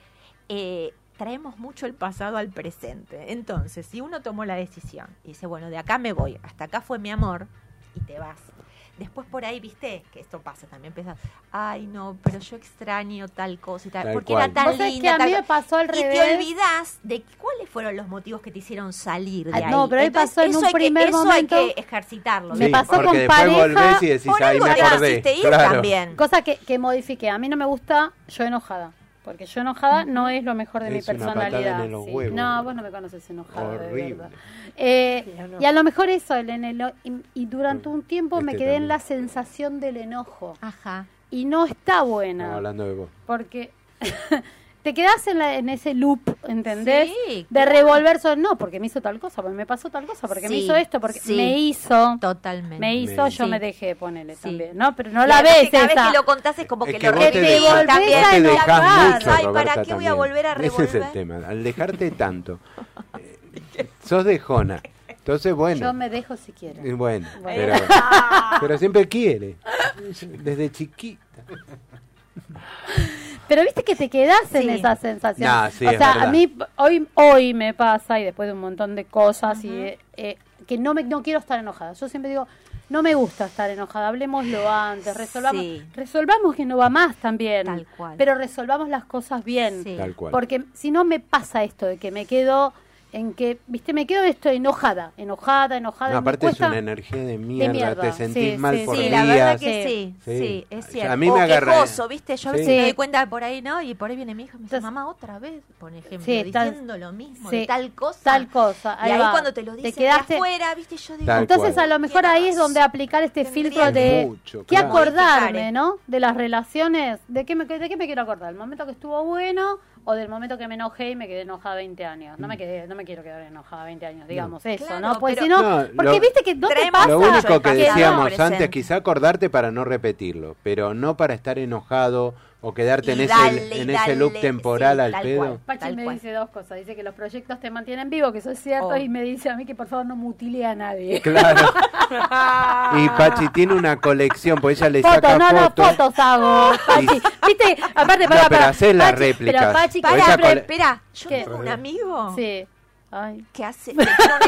Speaker 7: eh, traemos mucho el pasado al presente. Entonces, si uno tomó la decisión y dice, bueno, de acá me voy, hasta acá fue mi amor, y te vas. Después por ahí, viste, que esto pasa también, piensas, ay no, pero yo extraño tal cosa y tal,
Speaker 3: Tal
Speaker 7: porque
Speaker 3: cual.
Speaker 7: era tan
Speaker 2: Vos sabés que
Speaker 7: linda.
Speaker 2: a
Speaker 7: tal
Speaker 2: mí me
Speaker 7: cosa".
Speaker 2: pasó al
Speaker 7: y
Speaker 2: revés.
Speaker 7: te olvidás de que- cuáles fueron los motivos que te hicieron salir de
Speaker 2: Ah,
Speaker 7: ahí.
Speaker 2: no, pero ahí
Speaker 7: Entonces,
Speaker 2: pasó en un
Speaker 7: eso hay que-
Speaker 2: primer
Speaker 7: eso hay
Speaker 2: momento-
Speaker 7: que ejercitarlo.
Speaker 2: Me
Speaker 3: Sí,
Speaker 2: pasó
Speaker 3: porque
Speaker 2: con
Speaker 3: después
Speaker 2: pareja-
Speaker 3: volvés y decís,
Speaker 7: Por
Speaker 3: ahí
Speaker 7: algo
Speaker 3: me
Speaker 7: te
Speaker 3: acordé.
Speaker 7: hiciste ir
Speaker 3: Claro.
Speaker 7: también.
Speaker 2: Cosa que, que modifique. A mí no me gusta yo enojada. Porque yo enojada no es lo mejor de mi
Speaker 3: Es una
Speaker 2: personalidad.
Speaker 3: patada en los
Speaker 2: sí.
Speaker 3: huevos.
Speaker 2: No, vos no me conoces enojada. de
Speaker 3: Horrible.
Speaker 2: verdad. Eh,
Speaker 4: Sí, no.
Speaker 2: Y a lo mejor eso, el eno- y, y durante un tiempo me
Speaker 3: Este
Speaker 2: quedé
Speaker 3: también.
Speaker 2: en la sensación del enojo.
Speaker 7: Ajá.
Speaker 2: Y no está buena.
Speaker 3: No, hablando de vos.
Speaker 2: Porque te quedás en, la- en ese loop, ¿entendés?
Speaker 7: Sí,
Speaker 2: de revolver sobre, no, porque me hizo tal cosa, porque me pasó tal cosa, porque me
Speaker 7: Sí,
Speaker 2: hizo esto, porque
Speaker 7: sí.
Speaker 2: me hizo,
Speaker 7: Totalmente.
Speaker 2: me hizo, yo
Speaker 7: Sí.
Speaker 2: me dejé ponerle
Speaker 7: Sí.
Speaker 2: también, ¿no? Pero no
Speaker 7: Y
Speaker 2: la
Speaker 7: además
Speaker 2: ves
Speaker 7: que cada
Speaker 2: esa.
Speaker 7: vez que lo contás es como
Speaker 3: Es
Speaker 7: que,
Speaker 3: que
Speaker 7: lo
Speaker 3: vos te
Speaker 7: repetís
Speaker 3: dejás-
Speaker 7: también.
Speaker 3: vos te
Speaker 7: Te
Speaker 3: dejás
Speaker 7: acordás,
Speaker 3: mucho,
Speaker 7: Ay, ¿para
Speaker 3: Roberta,
Speaker 7: qué voy a
Speaker 3: también.
Speaker 7: volver a revolver?
Speaker 3: Ese es el tema. Al dejarte tanto, eh, sos dejona. Entonces,
Speaker 2: Yo
Speaker 3: bueno.
Speaker 2: me dejo si quiero.
Speaker 3: eh, Bueno,
Speaker 2: Bueno.
Speaker 3: pero, pero siempre quiere. Desde chiquita.
Speaker 2: Pero viste que te quedás en
Speaker 7: Sí.
Speaker 2: esa sensación.
Speaker 3: Nah, sí,
Speaker 2: o
Speaker 3: es
Speaker 2: sea, a
Speaker 3: verdad.
Speaker 2: mí hoy, hoy me pasa, y después de un montón de cosas, y eh, eh, que no, me, no quiero estar enojada. Yo siempre digo, no me gusta estar enojada, hablemoslo antes, resolvamos,
Speaker 7: Sí.
Speaker 2: resolvamos que no va más también.
Speaker 7: Tal cual.
Speaker 2: Pero resolvamos las cosas bien.
Speaker 7: Sí.
Speaker 3: Tal cual.
Speaker 2: Porque si no me pasa esto de que me quedo en que, viste, me quedo esto enojada, enojada, enojada.
Speaker 3: No,
Speaker 2: y me
Speaker 3: aparte es
Speaker 2: cuesta-
Speaker 3: una energía de mierda.
Speaker 2: mierda,
Speaker 3: Te sentís
Speaker 2: sí,
Speaker 3: mal
Speaker 2: sí,
Speaker 3: por
Speaker 7: sí,
Speaker 3: días.
Speaker 7: la verdad que sí,
Speaker 2: Sí.
Speaker 7: sí,
Speaker 3: Sí.
Speaker 7: es
Speaker 3: O sea,
Speaker 7: cierto.
Speaker 3: a mí
Speaker 7: O
Speaker 3: me agarra-
Speaker 7: quejoso, ¿viste? Yo a veces
Speaker 2: Sí.
Speaker 7: me doy cuenta por ahí, ¿no? Y por ahí viene mi hija y me dice,
Speaker 2: Entonces-
Speaker 7: mamá, otra vez, por ejemplo,
Speaker 2: Sí, tal-
Speaker 7: diciendo lo mismo,
Speaker 2: sí,
Speaker 7: de tal cosa.
Speaker 2: tal cosa,
Speaker 7: y
Speaker 2: ahí
Speaker 7: ahí
Speaker 2: va.
Speaker 7: cuando te lo dicen de
Speaker 2: quedaste-
Speaker 7: afuera, ¿viste? Yo digo,
Speaker 3: Tal
Speaker 2: Entonces
Speaker 3: cual.
Speaker 2: a lo mejor ahí es donde aplicar este
Speaker 7: Tendría
Speaker 2: filtro de
Speaker 3: Mucho,
Speaker 2: que
Speaker 3: claro.
Speaker 2: acordarme, ¿no? De las relaciones, de qué me de qué me quiero acordar, el momento que estuvo bueno o del momento que me enojé y me quedé enojada 20 años. No me quedé, no me quiero quedar enojada 20 años, digamos eso,
Speaker 7: Claro,
Speaker 2: ¿no? Pues
Speaker 7: pero-
Speaker 2: si no,
Speaker 3: No,
Speaker 2: porque
Speaker 3: lo-
Speaker 2: viste que no te
Speaker 7: Traemos
Speaker 2: pasa.
Speaker 3: Lo
Speaker 7: pasa,
Speaker 3: único que
Speaker 7: pasa.
Speaker 3: decíamos
Speaker 7: Presente.
Speaker 3: antes, quizá acordarte para no repetirlo, pero no para estar enojado o quedarte en
Speaker 7: Y
Speaker 3: ese,
Speaker 7: dale, y
Speaker 3: en ese look
Speaker 7: dale,
Speaker 3: temporal
Speaker 7: sí,
Speaker 3: al
Speaker 7: tal
Speaker 3: pedo.
Speaker 7: cual.
Speaker 2: Pachi
Speaker 7: Tal
Speaker 2: me
Speaker 7: cual.
Speaker 2: dice dos cosas, dice que los proyectos te mantienen vivo, que eso es cierto,
Speaker 7: Oh.
Speaker 2: y me dice a mí que por favor no mutile a nadie.
Speaker 3: Claro. Y Pachi tiene una colección, pues ella le saca
Speaker 2: Fotos, no, no,
Speaker 3: fotos.
Speaker 2: fotos hago, Pachi. Viste, aparte,
Speaker 3: No, pero
Speaker 2: para, para.
Speaker 3: hacés las
Speaker 2: Pachi,
Speaker 3: réplicas.
Speaker 2: Pero Pachi,
Speaker 3: Pero
Speaker 7: Pará,
Speaker 3: esa
Speaker 7: pero
Speaker 3: cole-
Speaker 7: espera, yo
Speaker 2: ¿Qué?
Speaker 7: tengo un amigo
Speaker 2: Sí. Ay.
Speaker 7: que hace que tiene una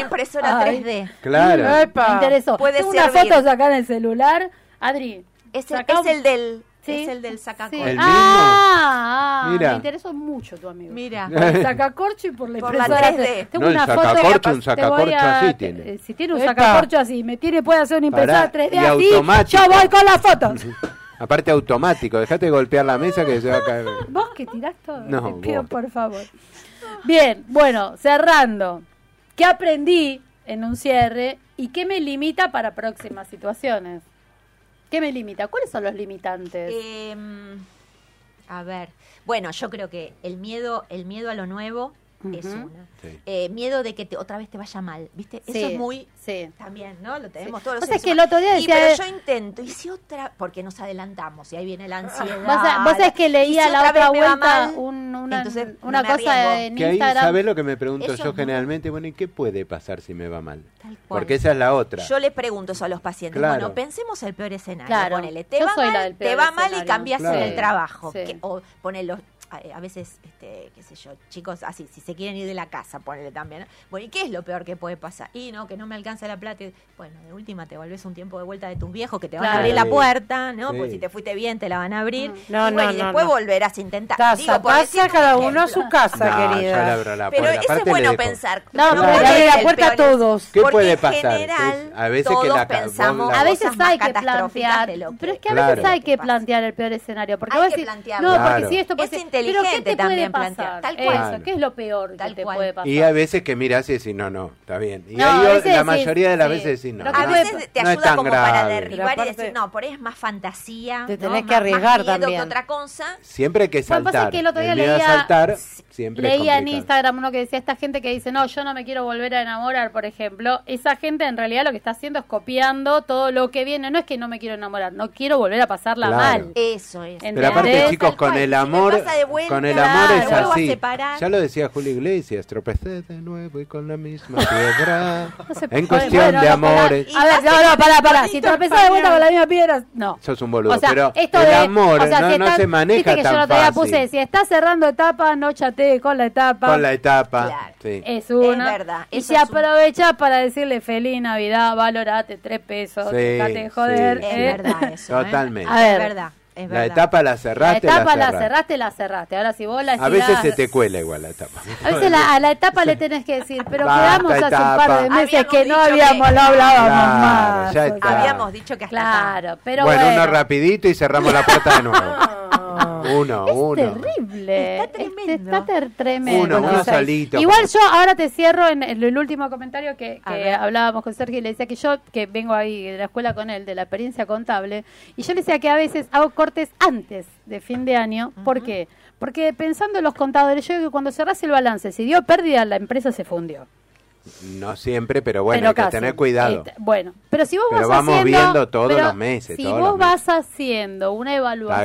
Speaker 7: impresora
Speaker 2: Ay.
Speaker 7: 3D.
Speaker 3: Claro.
Speaker 2: Me interesó.
Speaker 7: Puede
Speaker 2: Tengo
Speaker 7: servir.
Speaker 2: unas fotos acá en el celular. Adri.
Speaker 7: Es el,
Speaker 2: sacá
Speaker 7: es
Speaker 2: un-
Speaker 7: el del,
Speaker 2: Sí.
Speaker 7: es el del sacacorcho.
Speaker 3: Ah, ¿El
Speaker 2: Ah, ah,
Speaker 3: Mira.
Speaker 2: me interesó mucho tu amigo.
Speaker 7: Mira,
Speaker 2: Por el sacacorcho y por la
Speaker 7: Por la
Speaker 2: impresora.
Speaker 7: 3D.
Speaker 2: Tengo
Speaker 3: No, el
Speaker 2: una foto que
Speaker 3: sacacorcho, un
Speaker 2: capaz te voy
Speaker 3: sacacorcho
Speaker 2: a-
Speaker 3: así tiene.
Speaker 2: eh, Si tiene un
Speaker 4: Epa.
Speaker 2: sacacorcho así, me tiene, puede hacer una impresora
Speaker 3: Pará,
Speaker 2: 3D
Speaker 3: y
Speaker 2: así.
Speaker 3: automático.
Speaker 2: Yo voy con las fotos.
Speaker 3: Aparte automático, dejate de golpear la mesa que se va a caer.
Speaker 2: Vos que tirás todo.
Speaker 3: No,
Speaker 2: te pido
Speaker 3: vos.
Speaker 2: por favor. Bien, bueno, cerrando. ¿Qué aprendí en un cierre y qué me limita para próximas situaciones? ¿Qué me limita? ¿Cuáles son los limitantes?
Speaker 7: Eh, Em, a ver, bueno, yo creo que el miedo, el miedo a lo nuevo, es
Speaker 2: Ujú.
Speaker 7: una.
Speaker 3: Sí.
Speaker 7: Eh, miedo de que te- otra vez te vaya mal, ¿viste? Eso
Speaker 2: Sí,
Speaker 7: es muy
Speaker 2: sí.
Speaker 7: también, ¿no? Lo tenemos
Speaker 2: Sí.
Speaker 7: todos los
Speaker 2: O sea,
Speaker 7: seres
Speaker 2: que el otro día
Speaker 7: humanos. Y,
Speaker 2: decía-
Speaker 7: pero yo intento, y si otra, porque nos adelantamos y ahí viene la ansiedad.
Speaker 2: Vos, sa- vos sabés que leía
Speaker 7: Y si
Speaker 2: la
Speaker 7: otra
Speaker 2: otra,
Speaker 7: vez me va
Speaker 2: vuelta
Speaker 7: mal,
Speaker 2: un- una,
Speaker 7: entonces no
Speaker 2: una
Speaker 7: me
Speaker 2: cosa
Speaker 7: arriesgo.
Speaker 2: en
Speaker 3: Que ahí,
Speaker 2: Instagram.
Speaker 3: ¿sabés lo que me pregunto
Speaker 7: Eso
Speaker 3: yo
Speaker 7: es muy-
Speaker 3: generalmente? Bueno, ¿y qué puede pasar si me va mal?
Speaker 7: Tal cual.
Speaker 3: Porque esa es la otra.
Speaker 7: Yo les pregunto eso a los pacientes.
Speaker 3: Claro.
Speaker 7: Bueno, pensemos el peor escenario.
Speaker 2: Claro.
Speaker 7: Ponele, te
Speaker 2: Yo
Speaker 7: va,
Speaker 2: soy la
Speaker 7: mal,
Speaker 2: del
Speaker 7: te
Speaker 2: peor
Speaker 7: va mal y
Speaker 2: escenario.
Speaker 7: cambias
Speaker 3: Claro.
Speaker 7: el trabajo.
Speaker 2: Sí.
Speaker 7: Que- o ponelo, a a veces, este, qué sé yo, chicos, así, si se quieren ir de la casa, ponele también. ¿no? Bueno, ¿y qué es lo peor que puede pasar? Y no, que no me alcanza la plata. Y, Bueno, de última te volvés un tiempo de vuelta de tus viejos que te van
Speaker 2: Claro.
Speaker 7: a abrir la
Speaker 3: Sí.
Speaker 7: puerta, ¿no?
Speaker 3: Sí.
Speaker 7: Porque si te fuiste bien te la van a abrir.
Speaker 4: No,
Speaker 7: y, bueno,
Speaker 4: no,
Speaker 7: y
Speaker 4: no,
Speaker 7: después
Speaker 4: no.
Speaker 7: volverás a intentar. Digo,
Speaker 4: Casa,
Speaker 7: por
Speaker 4: pasa
Speaker 7: decirte
Speaker 4: cada
Speaker 7: un
Speaker 4: uno a
Speaker 7: ejemplo.
Speaker 4: su casa,
Speaker 3: No, yo le
Speaker 4: querida.
Speaker 3: abro la
Speaker 7: Pero
Speaker 3: puerta.
Speaker 7: eso es
Speaker 3: Aparte le
Speaker 7: bueno
Speaker 3: dejo.
Speaker 7: pensar.
Speaker 2: No, pero le
Speaker 7: es
Speaker 4: abre la
Speaker 7: el
Speaker 4: puerta a
Speaker 7: peor es-
Speaker 4: todos.
Speaker 3: ¿Qué
Speaker 7: porque
Speaker 3: puede
Speaker 7: en
Speaker 3: pasar?
Speaker 7: general,
Speaker 3: Es- a veces que
Speaker 7: todos
Speaker 3: la ca-
Speaker 7: pensamos
Speaker 3: vos la-
Speaker 7: cosas
Speaker 2: a veces
Speaker 7: más
Speaker 2: hay que
Speaker 7: catastróficas
Speaker 2: plantear,
Speaker 7: de lo
Speaker 2: pero es que a
Speaker 3: Claro.
Speaker 2: veces hay que
Speaker 7: pasa.
Speaker 2: plantear el peor escenario, porque
Speaker 7: Hay
Speaker 2: vos
Speaker 7: que
Speaker 2: decís,
Speaker 7: plantearlo.
Speaker 2: no,
Speaker 3: Claro.
Speaker 2: porque si esto,
Speaker 7: Es
Speaker 2: porque, pero ¿qué
Speaker 7: inteligente
Speaker 2: te puede
Speaker 7: también
Speaker 2: pasar?
Speaker 7: plantear, tal
Speaker 2: Eso,
Speaker 3: cual.
Speaker 2: ¿qué es lo peor que
Speaker 7: Tal
Speaker 2: te
Speaker 7: cual.
Speaker 2: puede pasar?
Speaker 3: Y a veces que mirás y decís, no, no, está bien. Y
Speaker 2: No,
Speaker 3: ahí
Speaker 2: a
Speaker 3: yo-
Speaker 2: veces
Speaker 3: la
Speaker 2: decís,
Speaker 3: mayoría de las
Speaker 2: sí.
Speaker 3: veces decís, no.
Speaker 2: Lo
Speaker 7: A
Speaker 3: no,
Speaker 7: veces te
Speaker 3: no es
Speaker 7: ayuda
Speaker 3: tan
Speaker 7: como para
Speaker 3: grave.
Speaker 7: derribar
Speaker 4: Pero
Speaker 7: y decir,
Speaker 4: aparte-
Speaker 7: no, por ahí es más fantasía.
Speaker 4: Te tenés
Speaker 7: ¿no?
Speaker 4: que
Speaker 7: Más- más
Speaker 4: arriesgar
Speaker 7: miedo que
Speaker 4: también.
Speaker 7: otra cosa.
Speaker 3: Siempre hay que
Speaker 2: Bueno, pasa
Speaker 3: saltar.
Speaker 2: que el otro día
Speaker 3: miedo a
Speaker 2: leía-
Speaker 3: saltar siempre es
Speaker 2: Leía en
Speaker 3: complicado.
Speaker 2: Instagram uno que decía esta gente que dice, no, yo no me quiero volver a enamorar, por ejemplo. Esa gente en realidad lo que está haciendo es copiando todo lo que viene. No es que no me quiero enamorar, no quiero volver a pasarla
Speaker 3: Claro.
Speaker 2: mal.
Speaker 7: Eso es.
Speaker 2: Pero
Speaker 3: Pero
Speaker 2: ¿Entendés?
Speaker 3: aparte,
Speaker 2: Tal
Speaker 3: chicos, con el amor, con el amor es así. Ya lo decía Julio Iglesias, tropecé de nuevo y con la misma piedra.
Speaker 2: No se puede.
Speaker 3: en cuestión
Speaker 2: Bueno,
Speaker 3: de
Speaker 2: no,
Speaker 3: amores.
Speaker 2: pará. A ver, no, no, pará, pará. Si tropezás de vuelta con la misma piedra, no.
Speaker 3: Sos un boludo,
Speaker 2: O sea,
Speaker 3: pero
Speaker 2: esto
Speaker 3: el
Speaker 2: de-
Speaker 3: amor
Speaker 2: o sea,
Speaker 3: no,
Speaker 2: si
Speaker 3: no
Speaker 2: están-
Speaker 3: se maneja
Speaker 2: viste que
Speaker 3: tan
Speaker 2: yo el otro día
Speaker 3: fácil.
Speaker 2: puse, si estás cerrando etapa, no chatee con la etapa.
Speaker 3: Con la etapa.
Speaker 7: Claro.
Speaker 3: sí.
Speaker 2: Es una.
Speaker 7: Es verdad,
Speaker 2: Y
Speaker 7: eso
Speaker 2: si
Speaker 7: es un-
Speaker 2: aprovechás para decirle feliz Navidad, valorate tres pesos,
Speaker 3: Sí,
Speaker 2: dejate de joder.
Speaker 3: sí,
Speaker 7: Es
Speaker 2: ¿eh?
Speaker 7: verdad eso. ¿eh?
Speaker 3: Totalmente.
Speaker 2: A ver.
Speaker 7: Es verdad. Es
Speaker 3: La
Speaker 7: verdad.
Speaker 3: etapa la
Speaker 2: La
Speaker 3: cerraste.
Speaker 2: etapa la
Speaker 3: cerraste.
Speaker 2: cerraste, la cerraste. Ahora si vos la
Speaker 3: A veces
Speaker 2: estirás-
Speaker 3: se te cuela igual la etapa.
Speaker 2: A veces la- a la etapa le tenés que decir, pero
Speaker 3: Basta,
Speaker 2: quedamos hace un
Speaker 3: etapa.
Speaker 2: par de meses
Speaker 7: Habíamos
Speaker 2: que no
Speaker 7: dicho que-
Speaker 2: habíamos, no hablábamos
Speaker 3: Claro,
Speaker 2: más.
Speaker 3: ya
Speaker 2: O sea,
Speaker 3: está.
Speaker 7: Habíamos dicho que hasta
Speaker 2: Claro, pero
Speaker 3: bueno,
Speaker 2: bueno.
Speaker 3: uno rapidito y cerramos la puerta de nuevo. uno, uno.
Speaker 2: Terrible.
Speaker 7: Está tremendo.
Speaker 2: Este, Está ter- tremendo.
Speaker 3: Uno, uno solito.
Speaker 2: Igual yo ahora te cierro en el, el último comentario que,
Speaker 7: A
Speaker 2: que
Speaker 7: ver.
Speaker 2: hablábamos con Sergio y le decía que yo, que vengo ahí de la escuela con él, de la experiencia contable, y yo le decía que a veces hago cortes antes de fin de año. ¿Por qué? Porque pensando en los contadores, yo digo que cuando cerrás el balance, si dio pérdida, la empresa se fundió.
Speaker 3: No siempre, pero bueno,
Speaker 2: Pero
Speaker 3: hay que
Speaker 2: casi.
Speaker 3: tener cuidado.
Speaker 2: Este, bueno, pero si vos
Speaker 3: Pero
Speaker 2: vas
Speaker 3: vamos
Speaker 2: haciendo,
Speaker 3: viendo todos
Speaker 2: pero
Speaker 3: los meses,
Speaker 2: Si
Speaker 3: todos
Speaker 2: vos
Speaker 3: los
Speaker 2: vas haciendo una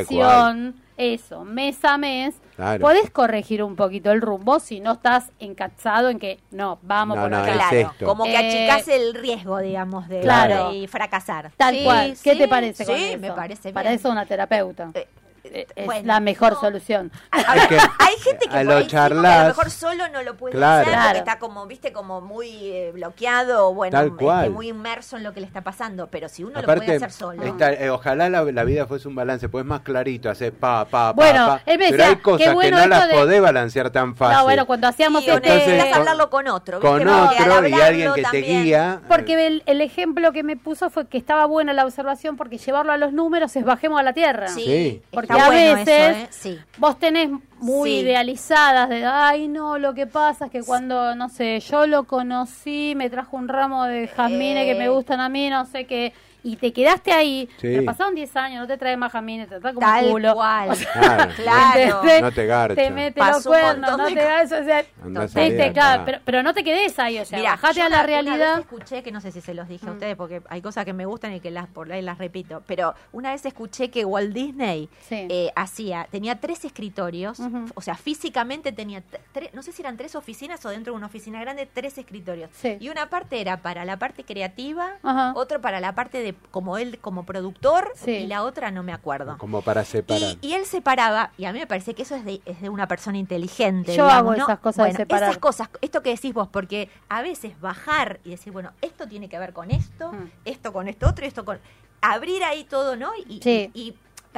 Speaker 2: evaluación, eso, mes a mes,
Speaker 3: Claro.
Speaker 2: podés corregir un poquito el rumbo si no estás encachado en que no, vamos
Speaker 3: No,
Speaker 2: por
Speaker 3: no,
Speaker 2: acá.
Speaker 3: es
Speaker 7: Claro,
Speaker 3: esto.
Speaker 7: como que
Speaker 2: Eh,
Speaker 7: achicás el riesgo, digamos, de,
Speaker 2: Claro.
Speaker 7: de fracasar.
Speaker 2: Tal
Speaker 7: Sí,
Speaker 2: cual. ¿Qué
Speaker 7: sí,
Speaker 2: te parece
Speaker 7: Sí,
Speaker 2: con eso?
Speaker 7: me parece bien.
Speaker 2: Para eso una terapeuta.
Speaker 7: Eh,
Speaker 2: Eh, es
Speaker 7: bueno,
Speaker 2: la mejor
Speaker 7: no.
Speaker 2: solución.
Speaker 7: A ver,
Speaker 3: que
Speaker 7: hay gente que
Speaker 3: a
Speaker 7: por
Speaker 3: lo
Speaker 7: ahí sí, porque a
Speaker 3: charlas-
Speaker 7: lo mejor solo no lo puede
Speaker 3: Claro.
Speaker 7: hacer
Speaker 2: Claro.
Speaker 7: porque está como, viste, como muy eh, bloqueado, bueno,
Speaker 3: Tal
Speaker 7: este,
Speaker 3: cual.
Speaker 7: muy inmerso en lo que le está pasando, pero si uno lo puede
Speaker 3: Aparte,
Speaker 7: hacer solo.
Speaker 3: está- eh, ojalá la, la vida fuese un balance, pues es más clarito, hacer pa, pa, pa,
Speaker 2: Bueno,
Speaker 3: pa.
Speaker 2: él me
Speaker 3: pero
Speaker 2: decía,
Speaker 3: hay
Speaker 2: qué
Speaker 3: cosas que
Speaker 2: bueno
Speaker 3: no
Speaker 2: esto
Speaker 3: las
Speaker 2: de-
Speaker 3: podés balancear tan fácil.
Speaker 2: No, bueno, cuando hacíamos
Speaker 7: Sí, o
Speaker 2: este...
Speaker 3: Entonces,
Speaker 7: necesitas hablarlo con otro, ¿viste?
Speaker 3: con
Speaker 7: Porque al
Speaker 3: otro y
Speaker 7: hablarlo
Speaker 3: alguien que te
Speaker 7: también-
Speaker 3: guía. eh,
Speaker 2: Porque el, el ejemplo que me puso fue que estaba buena la observación porque llevarlo a los números es bajemos a la tierra.
Speaker 7: Sí,
Speaker 3: Sí.
Speaker 2: Porque
Speaker 7: está
Speaker 2: a
Speaker 7: bueno eso,
Speaker 2: veces
Speaker 7: ¿eh? Sí.
Speaker 2: vos tenés muy
Speaker 7: Sí.
Speaker 2: idealizadas de, ay no, lo que pasa es que cuando, no sé, yo lo conocí, me trajo un ramo de jazmines que me
Speaker 7: Eh.
Speaker 2: gustan a mí, no sé qué, y te quedaste ahí,
Speaker 3: Sí.
Speaker 2: pero pasaron 10 años, no te trae más jazmines, te trae como
Speaker 7: Tal
Speaker 2: un culo.
Speaker 7: cual.
Speaker 2: O sea,
Speaker 3: Claro.
Speaker 7: Claro.
Speaker 2: ¿entendés?
Speaker 3: No te garcha.
Speaker 2: Te mete
Speaker 7: Pasó
Speaker 2: los
Speaker 7: un
Speaker 2: cuernos,
Speaker 7: montón
Speaker 2: no
Speaker 7: de
Speaker 2: te garcha, o sea,
Speaker 3: Andás
Speaker 2: viste,
Speaker 3: a ver,
Speaker 2: claro,
Speaker 3: ah.
Speaker 2: pero, pero no te quedes ahí, o sea,
Speaker 7: Mirá,
Speaker 2: bajate
Speaker 7: yo
Speaker 2: a
Speaker 7: una-
Speaker 2: la
Speaker 7: una
Speaker 2: realidad. Mm.
Speaker 7: vez escuché, que no sé si se los dije a ustedes, porque hay cosas que me gustan y que las por ahí las repito, pero una vez escuché que Walt Disney
Speaker 2: Sí.
Speaker 7: eh, hacía, tenía tres escritorios,
Speaker 2: Ujú.
Speaker 7: o sea, físicamente tenía, t- tre- no sé si eran tres oficinas o dentro de una oficina grande, tres escritorios.
Speaker 2: Sí.
Speaker 7: Y una parte era para la parte creativa,
Speaker 2: Ajá.
Speaker 7: otra para la parte de como él, como productor,
Speaker 2: Sí.
Speaker 7: y la otra no me acuerdo.
Speaker 3: Como para separar.
Speaker 7: Y, y él separaba, y a mí me parece que eso es de, es de una persona inteligente.
Speaker 2: Yo
Speaker 7: digamos,
Speaker 2: hago
Speaker 7: ¿no?
Speaker 2: esas cosas de
Speaker 7: Bueno,
Speaker 2: separar.
Speaker 7: Esas cosas, esto que decís vos, porque a veces bajar y decir, bueno, esto tiene que ver con esto,
Speaker 2: Mm.
Speaker 7: esto con esto otro, y esto con. Abrir ahí todo, ¿no? Y,
Speaker 2: Sí.
Speaker 7: y- y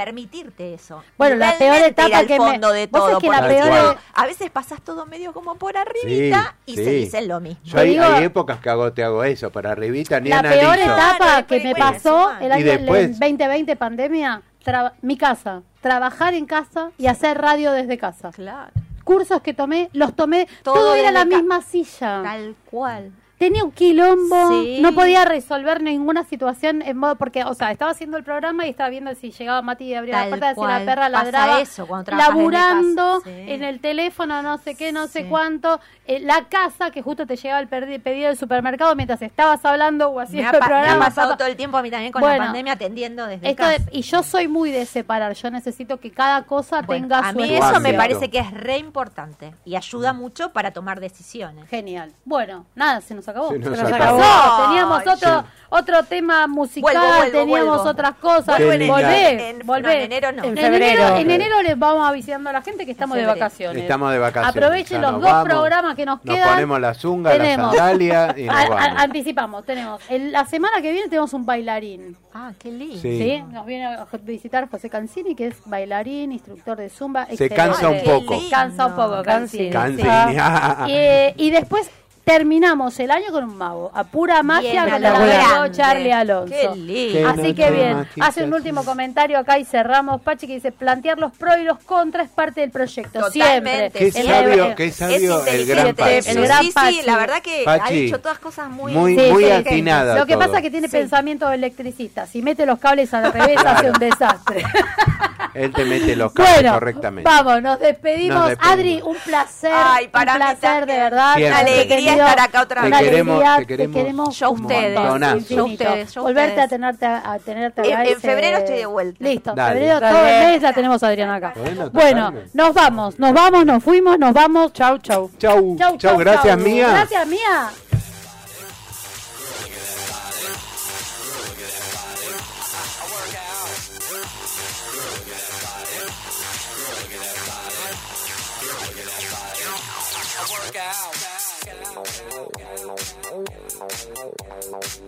Speaker 7: permitirte eso.
Speaker 2: Bueno,
Speaker 7: Y
Speaker 2: la
Speaker 7: realmente
Speaker 2: peor etapa
Speaker 7: ir al
Speaker 2: que me-
Speaker 7: fondo de
Speaker 2: vos
Speaker 7: todo,
Speaker 2: sabés que la e-
Speaker 7: porque si
Speaker 3: peor
Speaker 7: no,
Speaker 2: es-
Speaker 7: a veces pasas todo medio como por arribita
Speaker 3: Sí,
Speaker 7: y
Speaker 3: sí.
Speaker 7: se dicen lo mismo.
Speaker 3: Yo hay,
Speaker 2: digo-
Speaker 3: hay épocas que hago, te hago eso, para arribita ni
Speaker 2: la
Speaker 3: analizo.
Speaker 2: peor etapa
Speaker 7: Claro,
Speaker 2: que me
Speaker 7: después,
Speaker 2: pasó
Speaker 7: bueno,
Speaker 2: el año
Speaker 3: Y después-
Speaker 2: el 2020 pandemia, tra- mi casa, trabajar en casa y hacer radio desde casa.
Speaker 7: Claro,
Speaker 2: Cursos que tomé, los tomé, todo,
Speaker 7: Todo
Speaker 2: era
Speaker 7: desde
Speaker 2: la
Speaker 7: ca-
Speaker 2: misma silla.
Speaker 7: tal cual.
Speaker 2: Tenía un quilombo,
Speaker 7: Sí.
Speaker 2: no podía resolver ninguna situación en modo, porque, o sea, estaba haciendo el programa y estaba viendo si llegaba Mati y abría
Speaker 7: Tal
Speaker 2: la puerta, si la
Speaker 7: cual.
Speaker 2: perra
Speaker 7: Pasa
Speaker 2: ladraba,
Speaker 7: eso cuando trabajas desde
Speaker 2: laburando
Speaker 7: casa, sí.
Speaker 2: en el teléfono, no sé qué, no sé
Speaker 7: Sí.
Speaker 2: cuánto, eh, la casa, que justo te llegaba el perdi- pedido del supermercado mientras estabas hablando o
Speaker 7: Me
Speaker 2: haciendo
Speaker 7: ha,
Speaker 2: el
Speaker 7: pa- me ha
Speaker 2: programa.
Speaker 7: pasado
Speaker 2: papá.
Speaker 7: todo el tiempo a mí también con la
Speaker 2: Bueno,
Speaker 7: pandemia atendiendo desde
Speaker 2: Esto de-
Speaker 7: casa.
Speaker 2: y yo soy muy de separar, yo necesito que cada cosa
Speaker 7: Bueno,
Speaker 2: tenga
Speaker 7: a
Speaker 2: su
Speaker 7: mí
Speaker 3: espacio.
Speaker 7: eso me
Speaker 3: Claro.
Speaker 7: parece que es re importante y ayuda
Speaker 3: Mm.
Speaker 7: mucho para tomar decisiones.
Speaker 2: Genial. Bueno, nada, se nos acabó.
Speaker 3: Se nos
Speaker 4: acabó.
Speaker 2: pasó. Teníamos
Speaker 7: Ay,
Speaker 2: otro, otro tema musical,
Speaker 7: Vuelvo, vuelvo,
Speaker 2: teníamos
Speaker 7: vuelvo.
Speaker 2: otras cosas.
Speaker 3: Vuelvo en enero.
Speaker 2: volvé,
Speaker 7: En- no,
Speaker 2: volvé. Eh,
Speaker 7: en enero no.
Speaker 2: En
Speaker 4: En febrero.
Speaker 2: enero, en enero les vamos avisando a la gente que estamos de
Speaker 7: febrero.
Speaker 2: vacaciones.
Speaker 3: Estamos de vacaciones. ya
Speaker 2: Aprovechen los
Speaker 3: nos
Speaker 2: dos
Speaker 3: vamos,
Speaker 2: programas que nos, quedan.
Speaker 3: Nos ponemos la zunga,
Speaker 2: Tenemos-
Speaker 3: la sandalia y nos
Speaker 2: A- a-
Speaker 3: vamos.
Speaker 2: anticipamos, tenemos. el- la semana que viene tenemos un bailarín.
Speaker 7: Ah, qué lindo.
Speaker 3: Sí.
Speaker 2: ¿sí? Nos viene a visitar José Cancini, que es bailarín, instructor de zumba.
Speaker 3: Se cansa
Speaker 2: excelente.
Speaker 3: un poco.
Speaker 2: Se cansa un poco, Cancini.
Speaker 3: Cancini,
Speaker 2: sí.
Speaker 3: ah.
Speaker 2: Eh, y después terminamos el año con un mago, a pura magia,
Speaker 7: Bien,
Speaker 2: con
Speaker 7: a
Speaker 2: el
Speaker 7: lo
Speaker 2: amigo
Speaker 7: grande.
Speaker 2: Charlie Alonso.
Speaker 7: Qué lindo.
Speaker 3: Qué
Speaker 2: Así
Speaker 3: noche
Speaker 2: que bien,
Speaker 3: mágica,
Speaker 2: hace un último
Speaker 3: sí.
Speaker 2: comentario acá y cerramos, Pachi, que dice, plantear los pros y los contras es parte del proyecto,
Speaker 7: Totalmente.
Speaker 2: siempre.
Speaker 3: Qué
Speaker 7: Sí,
Speaker 2: El-
Speaker 3: sabio,
Speaker 2: eh,
Speaker 3: qué sabio el
Speaker 7: inteligente,
Speaker 3: gran Pachi.
Speaker 7: pero
Speaker 2: El gran
Speaker 7: sí, sí,
Speaker 2: Pachi.
Speaker 7: la verdad que ha
Speaker 3: Pachi,
Speaker 7: dicho todas cosas muy...
Speaker 3: muy-
Speaker 2: Sí, sí,
Speaker 3: atinada
Speaker 2: Lo que
Speaker 3: todo.
Speaker 2: pasa es que tiene pensamiento electricista. Si mete los cables al revés, hace un desastre.
Speaker 3: Él te mete los cables
Speaker 2: bueno,
Speaker 3: correctamente.
Speaker 2: Vamos, nos despedimos.
Speaker 3: Nos despedimos.
Speaker 2: Adri, un placer.
Speaker 7: Ay, para
Speaker 2: un
Speaker 7: mí
Speaker 2: placer,
Speaker 7: también.
Speaker 2: de verdad.
Speaker 3: Siempre. Una
Speaker 7: alegría estar acá otra
Speaker 3: Te
Speaker 2: Una
Speaker 3: vez. queremos,
Speaker 2: alegría,
Speaker 3: te queremos
Speaker 7: Yo a
Speaker 2: un
Speaker 7: ustedes,
Speaker 2: montonazo.
Speaker 3: yo a
Speaker 7: ustedes, yo a
Speaker 2: Volverte
Speaker 7: ustedes.
Speaker 2: a tenerte a, a tenerte
Speaker 7: En-
Speaker 2: acá,
Speaker 7: en
Speaker 2: ese-
Speaker 7: febrero estoy de vuelta.
Speaker 2: Listo, en
Speaker 3: Dale.
Speaker 2: febrero
Speaker 4: Dale.
Speaker 2: todo el mes la tenemos a Adriana acá.
Speaker 3: Bueno,
Speaker 2: Bueno,
Speaker 3: total.
Speaker 2: nos vamos, nos vamos, nos fuimos, nos vamos. Chau, chau.
Speaker 3: Chau,
Speaker 2: Chau,
Speaker 3: chau, gracias mía.
Speaker 2: Gracias mía.